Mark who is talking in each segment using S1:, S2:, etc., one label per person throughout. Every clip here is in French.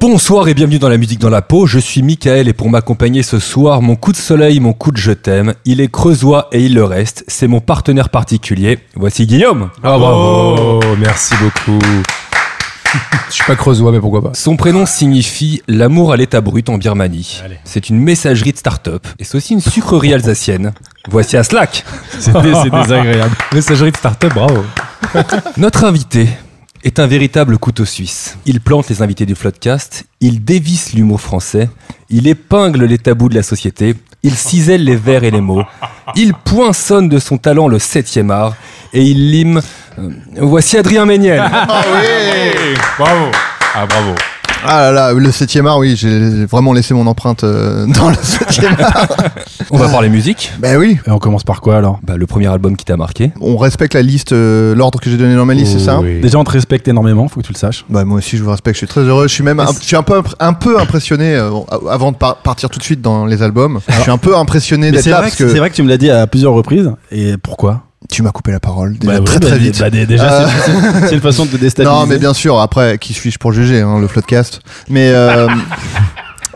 S1: Bonsoir et bienvenue dans la musique dans la peau. Je suis Michael et pour m'accompagner ce soir, mon coup de soleil, mon coup de je t'aime, il est creusois et il le reste. C'est mon partenaire particulier. Voici Guillaume.
S2: Ah
S3: Oh,
S2: bravo, merci beaucoup. Je suis pas creusois, mais pourquoi pas.
S1: Son prénom signifie l'amour à l'état brut en Birmanie. C'est une messagerie de start-up et c'est aussi une sucrerie alsacienne. Voici Aslak.
S2: C'est dé- c'est désagréable. Messagerie de start-up, bravo.
S1: Notre invité est un véritable couteau suisse. Il plante les invités du Floodcast, il dévisse l'humour français, il épingle les tabous de la société, il cisèle les vers et les mots, il poinçonne de son talent le septième art et il lime. euh, voici Adrien Méniel.
S3: Ah
S2: Eh, Bravo. Ah bravo.
S4: Ah là là, le 7 art, oui, j'ai vraiment laissé mon empreinte euh, dans le 7 art.
S1: On va parler musique.
S4: ben oui,
S2: Et on commence par quoi alors
S1: Bah, le premier album qui t'a marqué.
S4: on respecte la liste, euh, l'ordre que j'ai donné dans ma liste, c'est ça hein
S2: Déjà, on te respecte énormément, faut que tu le saches.
S4: bah, moi aussi je vous respecte, je suis très heureux, je suis même un, je suis un peu impr- un peu impressionné euh, bon, a- avant de par- partir tout de suite dans les albums. je suis un peu impressionné
S3: Mais
S4: d'être
S3: c'est
S4: là
S3: vrai,
S4: parce
S3: que... c'est
S4: que
S3: vrai que tu me l'as dit à plusieurs reprises. Et pourquoi
S4: tu m'as coupé la parole déjà
S3: Bah,
S4: très
S3: oui, bah,
S4: très
S3: dé-
S4: vite. Ah.
S3: bah, dé- déjà, c'est- c'est- c'est une façon de te déstabiliser.
S4: Non, mais bien sûr. Après, qui suis-je pour juger hein, le floodcast Mais euh,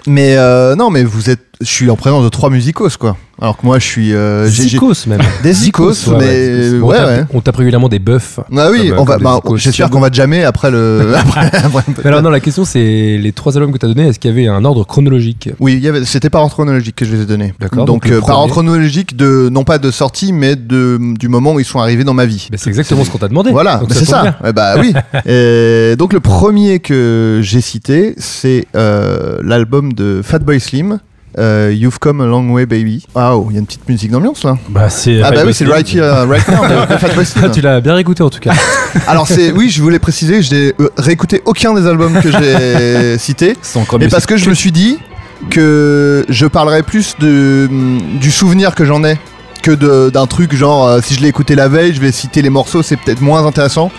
S4: mais euh, non, mais vous êtes. Je suis en présence de trois musicos, quoi. Alors que moi, je suis euh, j'ai- j'ai-
S2: même.
S4: des zikos, mais euh,
S2: On
S4: ouais,
S2: tape-
S4: ouais.
S2: On tape régulièrement des buffs.
S4: Ah oui,
S2: Comme,
S4: on
S2: euh,
S4: va.
S2: comme
S4: bah,
S2: les Zikos.
S4: J'espère qu'on va jamais après le. après- après-
S2: Mais alors non, la question c'est les trois albums que t'as donné, est-ce qu'il y avait un ordre chronologique
S4: Oui, il y avait- c'était par ordre chronologique que je les ai donnés.
S2: D'accord, donc
S4: Donc,
S2: le
S4: euh, par ordre
S2: premier.
S4: chronologique de non pas de sortie, mais de du moment où ils sont arrivés dans ma vie.
S2: Bah, C'est exactement ce qu'on t'a demandé.
S4: Voilà,
S2: Donc
S4: bah, c'est
S2: tombe bien.
S4: ça. Eh bah oui. Et donc le premier que j'ai cité, c'est euh, l'album de Fatboy Slim. euh, You've come a long way, baby. Waouh, il y a une petite musique d'ambiance là.
S3: Bah, c'est.
S4: Ah bah oui, c'est Right Here, Right Now de, de Fatboy
S2: Ah,
S4: Slim.
S2: tu l'as bien réécouté en tout cas.
S4: Alors c'est, oui, je voulais préciser, j'ai euh, réécouté aucun des albums que j'ai cités.
S1: C'est encore
S4: Mais
S1: mieux.
S4: parce que je me suis dit que je parlerais plus de, mm, du souvenir que j'en ai que de- d'un truc genre euh, si je l'ai écouté la veille, je vais citer les morceaux, c'est peut-être moins intéressant.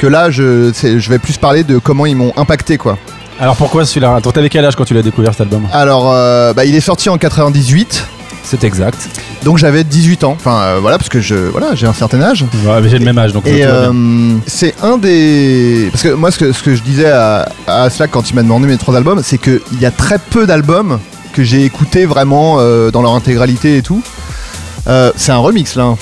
S4: Que là, je, c'est- je vais plus parler de comment ils m'ont impacté quoi.
S3: Alors pourquoi celui-là Attends, t'avais quel âge quand tu l'as découvert cet album
S4: Alors, euh, bah, il est sorti en 98,
S1: C'est exact.
S4: donc j'avais 18 ans. Enfin euh, voilà, parce que je, voilà, j'ai un certain âge.
S3: Ouais, mais j'ai le même âge donc. tout
S4: Et
S3: va bien.
S4: euh, c'est un des. Parce que moi, ce que, ce que je disais à, à Slack quand il m'a demandé mes trois albums, c'est qu'il y a très peu d'albums que j'ai écoutés vraiment euh, dans leur intégralité et tout. Euh, c'est un remix là,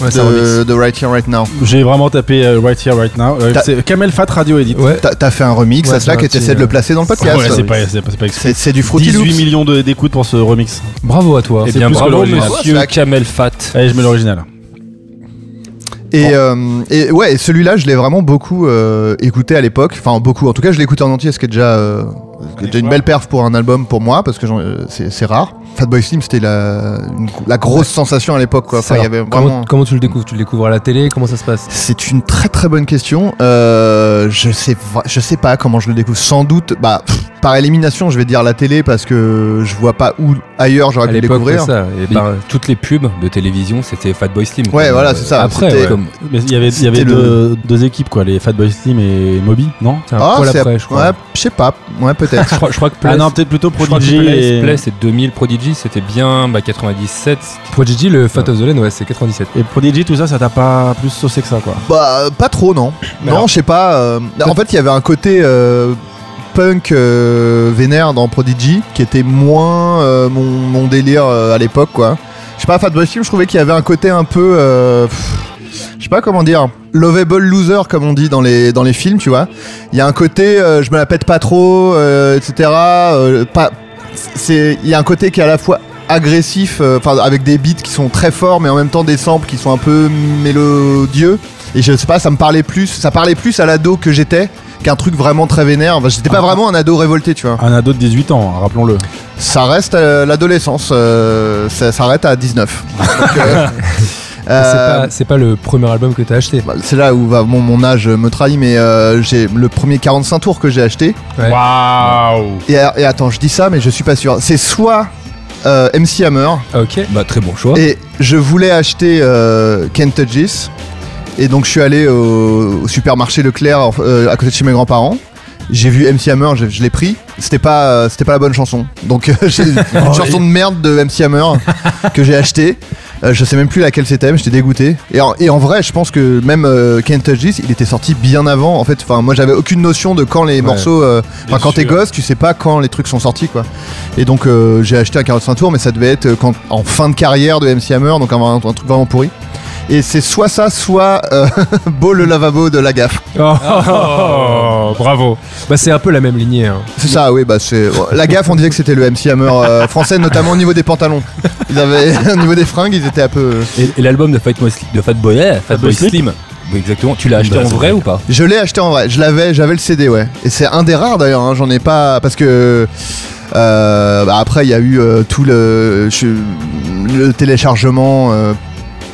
S2: Ouais, c'est un remix. Bah,
S4: de, de Right Here, Right Now.
S3: J'ai vraiment tapé euh, Right Here, Right Now. Euh,
S4: T'as-
S3: c'est Kamel Fat Radio Edit.
S2: Ouais.
S4: T'as t'as fait un remix
S2: Ouais,
S4: à Slack
S2: j'ai un
S4: et t'essaies de le
S2: petit, euh,
S4: placer dans le podcast.
S3: Ouais, c'est pas, c'est pas, c'est pas exclu.
S4: c'est c'est du Fruity
S3: 18
S4: Loops.
S3: millions de- d'écoutes pour ce remix.
S2: Bravo à toi.
S1: Eh
S3: c'est
S1: bien,
S3: plus que
S1: bravo,
S3: l'original.
S1: monsieur
S4: Slack.
S1: Kamel Fat.
S3: Allez, je mets l'original.
S4: Et, euh, et ouais, et celui-là, je l'ai vraiment beaucoup euh, écouté à l'époque. Enfin, beaucoup. En tout cas, je l'ai écouté en entier, ce qui est déjà, euh, ce qui est déjà une belle perf pour un album pour moi, parce que j'en- euh, c'est c'est rare. Fatboy Slim, c'était la, une- la grosse sensation à l'époque. quoi. Enfin, il y avait
S2: comment,
S4: vraiment.
S2: comment tu le découvres Tu le découvres à la télé Comment ça se passe
S4: C'est une très très bonne question. Euh, je sais vra- je sais pas comment je le découvre. Sans doute, bah pff, par élimination, je vais dire la télé parce que je vois pas où ailleurs j'aurais
S2: à
S4: pu le
S2: l'époque,
S4: découvrir.
S2: ouais, ça. Et ben, toutes les pubs de télévision, c'était Fatboy Slim.
S4: Ouais,
S2: Comme, euh,
S4: voilà, c'est ça.
S2: Après,
S4: C'était-
S2: comme
S3: Mais il y avait, il y avait
S4: C'était
S3: deux, deux équipes quoi, les Fatboy Slim et Moby, non
S2: c'est un
S4: Ah,
S2: poil
S4: c'est-
S2: après, je crois.
S4: Ouais, je sais pas. Ouais, peut-être.
S2: Je crois, je crois que
S3: Ah
S2: Place-
S3: non, peut-être plutôt
S1: Je crois que
S3: Prodigy.
S1: Place-
S3: et-
S1: Place, c'est 2000. Prodigy, c'était bien bah, 97.
S2: Prodigy, le Fat of the Land, ouais, c'est 97.
S3: Et Prodigy, tout ça, ça t'a pas plus saucé que ça, quoi.
S4: Bah, pas trop, non.
S3: Mais
S4: non,
S3: alors-
S4: je sais pas. euh, en fait, il y avait un côté euh, punk euh, vénère dans Prodigy qui était moins euh, mon, mon délire euh, à l'époque, quoi. Je sais pas, Fatboy Slim, je trouvais qu'il y avait un côté un peu. euh, pff, je sais pas comment dire. Lovable loser, comme on dit dans les, dans les films, tu vois. Il y a un côté, euh, je me la pète pas trop, euh, etc. euh, pas, c'est, il y a un côté qui est à la fois agressif, euh, enfin avec des beats qui sont très forts, mais en même temps des samples qui sont un peu mélodieux. Et je sais pas, ça me parlait plus, ça parlait plus à l'ado que j'étais qu'un truc vraiment très vénère. Enfin, j'étais pas
S3: Ah.
S4: vraiment un ado révolté, tu vois.
S3: Un ado de 18 ans, hein, rappelons-le.
S4: Ça reste euh, l'adolescence, euh, ça s'arrête à 19. Donc, euh,
S2: C'est
S4: euh,
S2: pas- C'est pas, le premier album que t'as acheté.
S4: bah, c'est là où va, mon, mon âge me trahit, mais euh, j'ai le premier 45 tours que j'ai acheté.
S2: Ouais.
S3: Waouh
S4: Et, et attends, je dis ça, mais je suis pas sûr. C'est soit euh, MC Hammer,
S2: Ah, ok.
S1: Bah, très bon choix.
S4: Et je voulais acheter euh, Kentucky's. Et donc je suis allé au, au supermarché Leclerc euh, à côté de chez mes grands-parents. J'ai vu MC Hammer, je, je l'ai pris. C'était pas, euh, c'était pas la bonne chanson. Donc euh, j'ai une chanson de merde de MC Hammer que j'ai acheté. Euh, je sais même plus laquelle c'était, mais j'étais dégoûté. Et en, et en vrai, je pense que même euh, Can't Touch This, il était sorti bien avant. En fait, enfin, moi j'avais aucune notion de quand les morceaux. euh, Enfin,
S3: Bien
S4: quand t'es
S3: sûr.
S4: gosse, tu sais pas quand les trucs sont sortis, quoi. Et donc euh, j'ai acheté un 45 tours, mais ça devait être euh, quand, en fin de carrière de MC Hammer, donc un, un truc vraiment pourri. Et c'est soit ça, soit euh, Beau le lavabo de la gaffe.
S2: Oh, bravo. Bah, c'est un peu la même lignée. hein.
S4: C'est ça, oui, bah c'est. La gaffe, on disait que c'était le MC Hammer euh, français, notamment au niveau des pantalons. Ils avaient, au niveau des fringues, ils étaient un peu. euh,
S1: Et, et l'album de Fatboy Sli- de Fatboy eh, Fatboy
S3: Fatboy Slim
S1: Slim Oui, exactement. Tu l'as acheté
S3: Bah,
S1: en
S3: c'est
S1: vrai ou pas
S4: Je l'ai acheté en vrai, je l'avais, j'avais le CD, ouais. Et c'est un des rares d'ailleurs, hein, j'en ai pas. Parce que. euh, bah, après, il y a eu euh, tout le. je- le téléchargement. euh,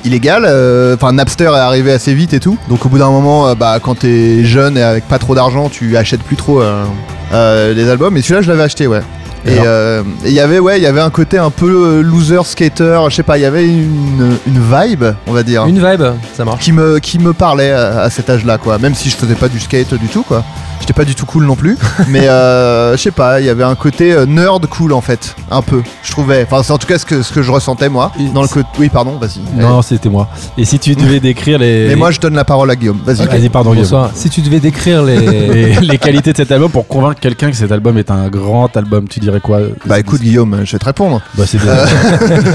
S4: illégal, euh, enfin Napster est arrivé assez vite et tout, donc au bout d'un moment, euh, bah quand t'es jeune et avec pas trop d'argent, tu achètes plus trop euh, euh, les albums. Et celui-là, je l'avais acheté, ouais. Et
S3: Alors
S4: euh, et il y avait, ouais, il y avait un côté un peu euh, loser skater, je sais pas, il y avait une, une vibe, on va dire
S2: Une vibe, ça marche.
S4: qui me, qui me parlait à, à cet âge-là, quoi. Même si je faisais pas du skate du tout, quoi. J'étais pas du tout cool non plus. mais euh, je sais pas, il y avait un côté euh, nerd cool en fait, un peu. Je trouvais. Enfin, c'est en tout cas ce que, ce que je ressentais moi.
S3: Et
S4: Dans le côté. Oui, pardon, vas-y.
S3: Non, c'était moi. Et si tu devais décrire les.
S4: Mais moi, je donne la parole à Guillaume. Vas-y.
S3: Ok. Vas-y, pardon, Guillaume.
S2: Bonsoir. Si tu devais décrire les.
S3: les, les qualités de cet album pour convaincre quelqu'un que cet album est un grand album, tu dirais quoi
S4: Bah écoute, euh, Guillaume, je vais te répondre.
S3: Bah, c'est des-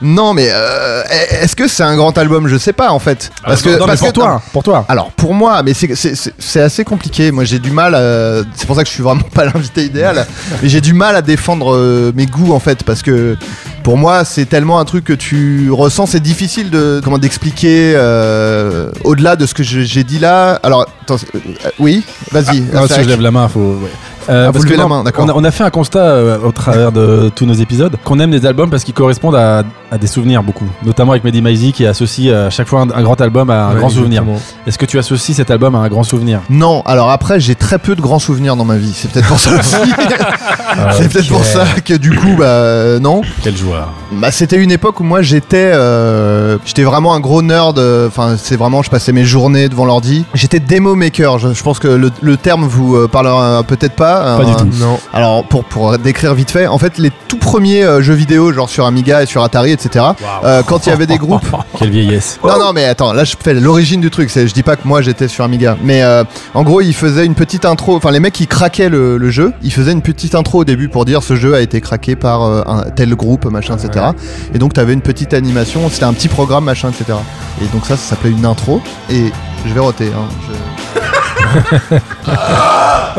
S4: Non, mais euh, est-ce que c'est un grand album Je sais pas en fait. Parce que.
S3: Ah, bah, Non, mais
S4: parce
S3: pour
S4: que-
S3: toi, hein, pour toi.
S4: Alors pour moi, mais c'est- c'est c'est- c'est assez compliqué. Moi j'ai du mal. euh, c'est pour ça que je suis vraiment pas l'invité idéal. mais j'ai du mal à défendre euh, mes goûts en fait parce que pour moi c'est tellement un truc que tu ressens. C'est difficile de comment d'expliquer euh, au-delà de ce que je- j'ai dit là. Alors attends, euh, euh, oui, vas-y.
S3: Ah,
S4: Zach.
S3: si je lève la main, faut. ouais. Euh,
S4: Ah, vous
S3: parce que
S4: levez la
S3: non,
S4: main, d'accord.
S3: On a, on a fait un constat euh, au travers de tous nos épisodes qu'on aime des albums parce qu'ils correspondent à, à des souvenirs beaucoup, notamment avec Mehdi Maizi qui associe euh, à chaque fois un, un grand album à un
S2: Ouais,
S3: grand souvenir.
S2: exactement.
S3: Est-ce que tu associes cet album à un grand souvenir
S4: Non, alors après j'ai très peu de grands souvenirs dans ma vie. C'est peut-être pour ça aussi. c'est peut-être pour ça que du coup bah euh, non.
S3: Quel joueur
S4: Bah, c'était une époque où moi j'étais euh, j'étais vraiment un gros nerd euh, enfin c'est vraiment je passais mes journées devant l'ordi j'étais démo maker je, je pense que le, le terme vous euh, parlera euh, peut-être pas
S3: Pas du
S4: Euh,
S3: tout.
S2: Non.
S4: alors pour pour décrire vite fait en fait les tout premiers euh, jeux vidéo genre sur Amiga et sur Atari etc euh, quand il y avait des groupes
S3: Quelle vieillesse
S4: non, non, mais attends, là je fais l'origine du truc. c'est- Je dis pas que moi j'étais sur Amiga, mais euh, en gros ils faisaient une petite intro. Enfin, les mecs qui craquaient le, le jeu, ils faisaient une petite intro au début pour dire ce jeu a été craqué par euh, un tel groupe, machin, etc. Et donc t'avais une petite animation, c'était un petit programme, machin, etc. Et donc ça, ça s'appelait une intro. Et je vais roter. Hein, je-
S3: Ah,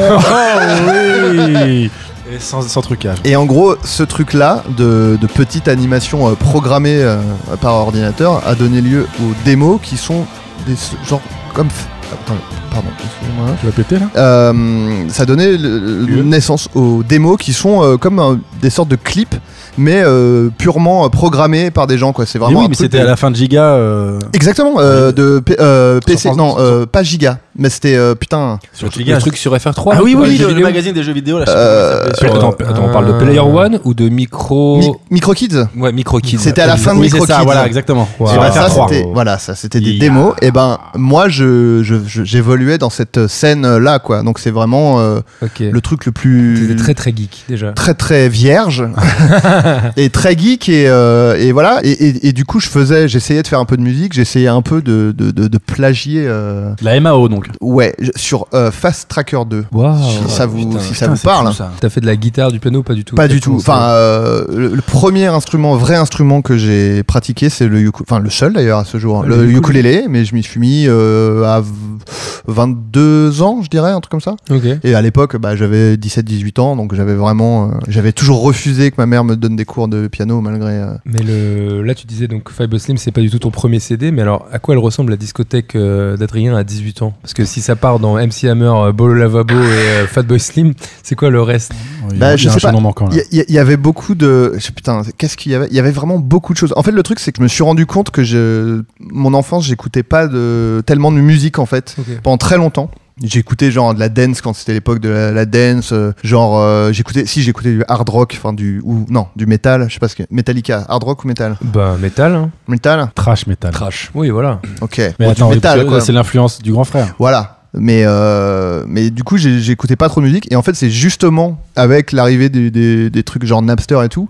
S3: oui Et sans, sans trucage.
S4: Et en gros, ce truc-là de, de petite animation euh, programmée euh, par ordinateur a donné lieu aux démos qui sont des genre comme. Attends, pardon, excusez-moi.
S3: Tu vas péter là
S4: Euh, ça donnait le- le-
S3: Lieu.
S4: naissance aux démos qui sont euh, comme euh, des sortes de clips, mais euh, purement euh, programmés par des gens. quoi. C'est
S3: Mais
S4: vraiment.
S3: oui,
S4: un
S3: mais
S4: truc
S3: c'était
S4: de-
S3: à la fin de Giga. euh,
S4: Exactement, euh, de P- euh, PC,
S3: France-
S4: non, euh, pas Giga, mais c'était euh, putain.
S3: sur
S1: Le truc sur FR3
S3: Ah oui, oui,
S1: les
S3: oui,
S1: jeux
S3: le, le
S1: vidéo
S3: magazine des jeux vidéo là. je sais
S4: Euh,
S3: pas comment il s'appelait,
S1: Attends,
S3: sur, euh,
S1: attends, on parle de Player One ou de
S3: Oh.
S1: Micro.
S4: Mi- Micro Kids
S1: ouais, Micro Kids.
S4: C'était à la fin de
S3: oui,
S4: Micro
S3: c'est ça,
S4: Kids.
S3: voilà, exactement.
S4: Et bah,
S3: Sur
S4: ça,
S3: FR3.
S4: c'était, voilà, ça c'était des
S3: Yeah.
S4: démos. Et ben moi, je, je- je- j'évoluais dans cette scène là, quoi. Donc c'est vraiment euh,
S2: Ok.
S4: le truc le plus
S2: C'était très très geek déjà.
S4: très très vierge et très geek et, euh, et voilà et, et- et du coup je faisais j'essayais de faire un peu de musique j'essayais un peu de, de, de- de plagier euh,
S3: La MAO donc.
S4: ouais je- sur euh, Fast Tracker 2
S2: Waouh.
S4: si ça vous
S1: putain,
S4: si ça
S3: Putain,
S4: vous
S3: c'est
S4: parle hein.
S3: fou, ça.
S2: T'as fait de la guitare, du piano, pas du tout.
S4: pas
S2: T'as
S4: du tout
S2: commencé-
S4: enfin euh, le, le premier instrument vrai instrument que j'ai pratiqué c'est le uku- enfin le seul d'ailleurs à ce jour hein,
S2: Le
S4: le
S2: ukulélé.
S4: ukulélé mais je m'y suis mis euh, à v- 22 ans je dirais un truc comme ça
S2: Ok.
S4: Et à l'époque, bah, j'avais 17-18 ans, donc j'avais vraiment, euh, j'avais toujours refusé que ma mère me donne des cours de piano malgré. euh,
S2: Mais le, là, tu disais donc Fibre Slim, c'est pas du tout ton premier CD, mais alors à quoi elle ressemble la discothèque euh, d'Adrien à 18 ans Parce que si ça part dans MC Hammer, euh, Bolo Lavabo et
S4: Ah.
S2: euh, Fatboy Slim, c'est quoi le reste
S3: Il y a-
S4: Bah,
S3: il y
S4: je
S3: a un
S4: sais pas.
S3: chaînon manquant, là.
S4: Il y, il y avait beaucoup de, je- putain, qu'est-ce qu'il y avait Il y avait vraiment beaucoup de choses. En fait, le truc, c'est que je me suis rendu compte que je, mon enfance, j'écoutais pas de tellement de musique en fait pendant très longtemps. J'écoutais genre de la dance quand c'était l'époque de la, la dance, euh, genre euh, j'écoutais si j'écoutais du hard rock, enfin du ou non du metal, je sais pas ce que Metallica, hard rock ou metal,
S2: Bah, métal. Hein.
S4: metal,
S3: Trash metal.
S1: Trash.
S2: Oui, voilà.
S4: ok,
S3: Mais
S4: Bon,
S3: attends,
S4: du
S3: parce
S4: metal
S3: que
S4: quoi.
S3: c'est l'influence du grand frère.
S4: Voilà. Mais, euh, mais du coup, j'ai- j'écoutais pas trop de musique. Et en fait, c'est justement avec l'arrivée des, des- des trucs genre Napster et tout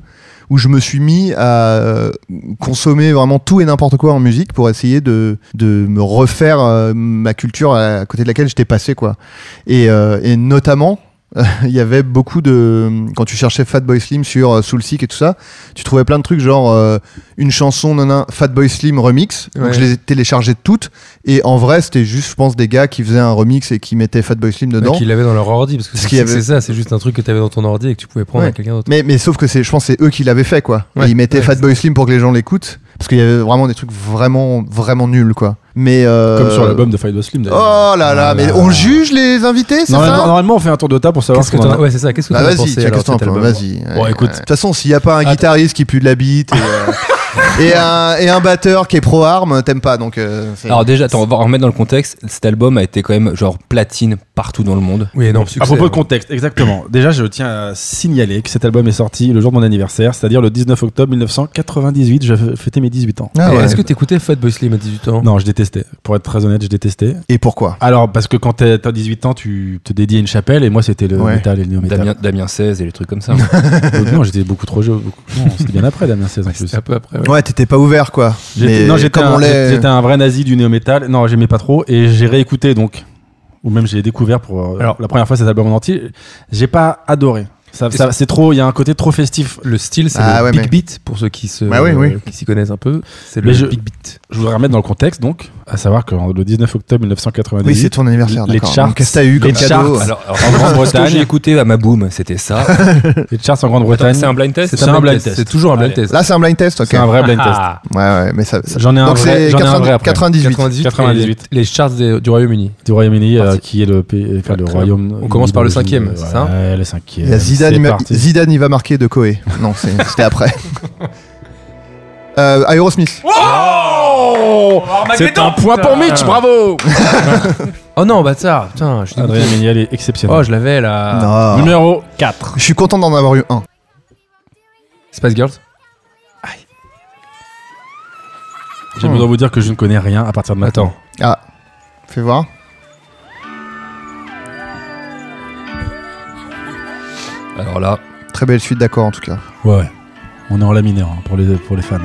S4: où je me suis mis à euh, consommer vraiment tout et n'importe quoi en musique pour essayer de, de me refaire euh, ma culture à, à côté de laquelle j'étais passé, quoi. Et, euh, et notamment, il y avait beaucoup de. Quand tu cherchais Fatboy Slim sur euh, Soulseek et tout ça, tu trouvais plein de trucs genre euh, une chanson, nanan, Fatboy Slim remix. Donc
S2: Ouais.
S4: je les ai téléchargées toutes. Et en vrai, c'était juste, je pense, des gars qui faisaient un remix et qui mettaient Fatboy Slim dedans.
S2: Qu'ils l'avaient dans leur ordi, parce que
S4: Parce
S2: c'est
S4: qu'il y avait-
S2: c'est ça, c'est juste un truc que t'avais dans ton ordi et que tu pouvais prendre
S4: Ouais.
S2: à quelqu'un d'autre.
S4: Mais, mais sauf que c'est, je pense que c'est eux qui l'avaient fait, quoi. Et
S2: Ouais,
S4: ils mettaient
S2: ouais,
S4: Fatboy Slim pour que les gens l'écoutent. Parce qu'il y avait vraiment des trucs vraiment, vraiment nuls, quoi. Mais. euh,
S3: Comme sur l'album de Fight Boss Slim d'ailleurs.
S4: Oh là là,
S3: Ah
S4: mais
S3: là
S4: on
S3: là.
S4: juge les invités, c'est
S3: Non,
S4: ça
S3: Normalement, on fait un tour de table pour savoir
S2: Qu'est-ce
S3: ce
S2: que
S3: qu'on en
S2: t'en
S3: a.
S2: ouais, c'est ça, qu'est-ce que
S4: Bah,
S2: t'en as
S4: vas-y,
S2: pensé
S4: tiens,
S2: alors,
S4: qu'est-ce que t'en
S2: cet
S4: penses
S2: album
S4: Vas-y.
S3: Bon,
S4: Ouais,
S3: écoute.
S4: ouais. De toute façon, s'il n'y a pas un guitariste qui pue de la bite et, euh, et un, et un batteur qui est pro-arme, t'aimes pas. Donc, euh, c'est-
S1: Alors déjà, attends, on va remettre dans le contexte. Cet album a été quand même genre platine partout dans le monde.
S2: Oui, énorme succès. hein.
S3: À propos
S2: ouais.
S3: de contexte, exactement. Déjà, je tiens à signaler que cet album est sorti le jour de mon anniversaire, c'est-à-dire le 19 octobre 1998. Je fêtais mes 18 ans.
S4: Ah
S2: Et
S4: ouais.
S2: Est-ce que t'écoutais Fatboy Slim à 18 ans
S3: Non, je détestais. Pour être très honnête, je détestais.
S4: Et pourquoi
S3: Alors, parce que quand t'as t'as 18 ans, tu te dédies à une chapelle, et moi, c'était le
S4: Ouais.
S3: métal et le néo-métal.
S1: Damien, Damien 16 et les trucs comme ça.
S3: Donc, non, j'étais beaucoup trop jeune. beaucoup- Non, c'était bien après Damien 16 en
S2: Ouais,
S3: plus.
S2: C'était un peu après. ouais.
S4: Ouais, t'étais pas ouvert quoi.
S3: J'étais-
S4: Mais
S3: non, j'étais
S4: comme
S3: un,
S4: on l'est-
S3: j'étais un vrai nazi du néo-métal. Non, j'aimais pas trop, et j'ai réécouté donc, ou même j'ai découvert pour euh,
S2: Alors-
S3: la première fois cet album en entier. J'ai pas adoré. Ça, ça- c'est trop. Il y a un côté trop festif.
S2: Le style, c'est
S4: Ah
S2: le
S4: ouais,
S2: big
S4: mais-
S2: beat pour ceux qui se euh,
S4: Bah oui, oui.
S2: qui s'y connaissent un peu. C'est
S3: Mais
S2: le
S3: je-
S2: big beat.
S3: Je voudrais remettre dans le contexte, donc, à savoir que le 19 octobre 1998,
S4: Oui, c'est ton anniversaire.
S3: Les
S4: d'accord.
S3: charts.
S4: Donc, Qu'est-ce que t'as eu
S3: Les
S4: comme cadeau
S3: charts.
S1: Alors,
S2: Ah,
S1: alors,
S3: en
S1: ce que j'ai
S3: Grande-Bretagne,
S1: écouté à ma boom, c'était ça.
S3: les charts en
S1: Attends,
S3: Grande-Bretagne,
S1: C'est un blind test.
S3: C'est un blind test.
S2: C'est toujours un blind
S1: Allez.
S2: test.
S4: Là, c'est un blind test, ok.
S3: c'est un vrai blind test.
S1: Ah.
S4: Ouais, ouais, mais ça. ça-
S3: J'en ai un
S4: Donc
S3: vrai,
S4: c'est
S3: j'en ai un
S4: 90
S3: vrai après.
S4: 98.
S2: 98,
S3: 98.
S2: Les, les charts des- du Royaume-Uni.
S3: du Royaume-Uni, euh,
S4: Ah,
S2: Parti.
S3: qui est le, pays- enfin, le
S2: Très
S3: royaume.
S2: On commence par le
S3: d'origine,
S2: cinquième,
S3: euh,
S2: c'est ça
S3: Ouais, le cinquième.
S4: Il y a Zidane,
S3: C'est
S4: il m'a-
S3: parti.
S4: Zidane, il va marquer de Coé. Non, c'est- c'était après. Euh, Aerosmith.
S3: C'est un point pour Mitch, bravo
S2: Oh non, bâtard. Putain, je suis
S3: Adrien
S2: dégoûté.
S3: Méniel est exceptionnel.
S2: Oh, je l'avais là.
S4: Non.
S3: Numéro 4.
S4: Je suis content d'en avoir eu un.
S2: Spice Girls.
S3: J'ai besoin de vous dire que je ne connais rien à partir de maintenant.
S2: Oh. Attends.
S4: Ah, fais voir.
S1: Alors là,
S4: Très belle suite d'accord en tout cas.
S3: Ouais, ouais. On est en la mineur hein, pour, les, pour les fans.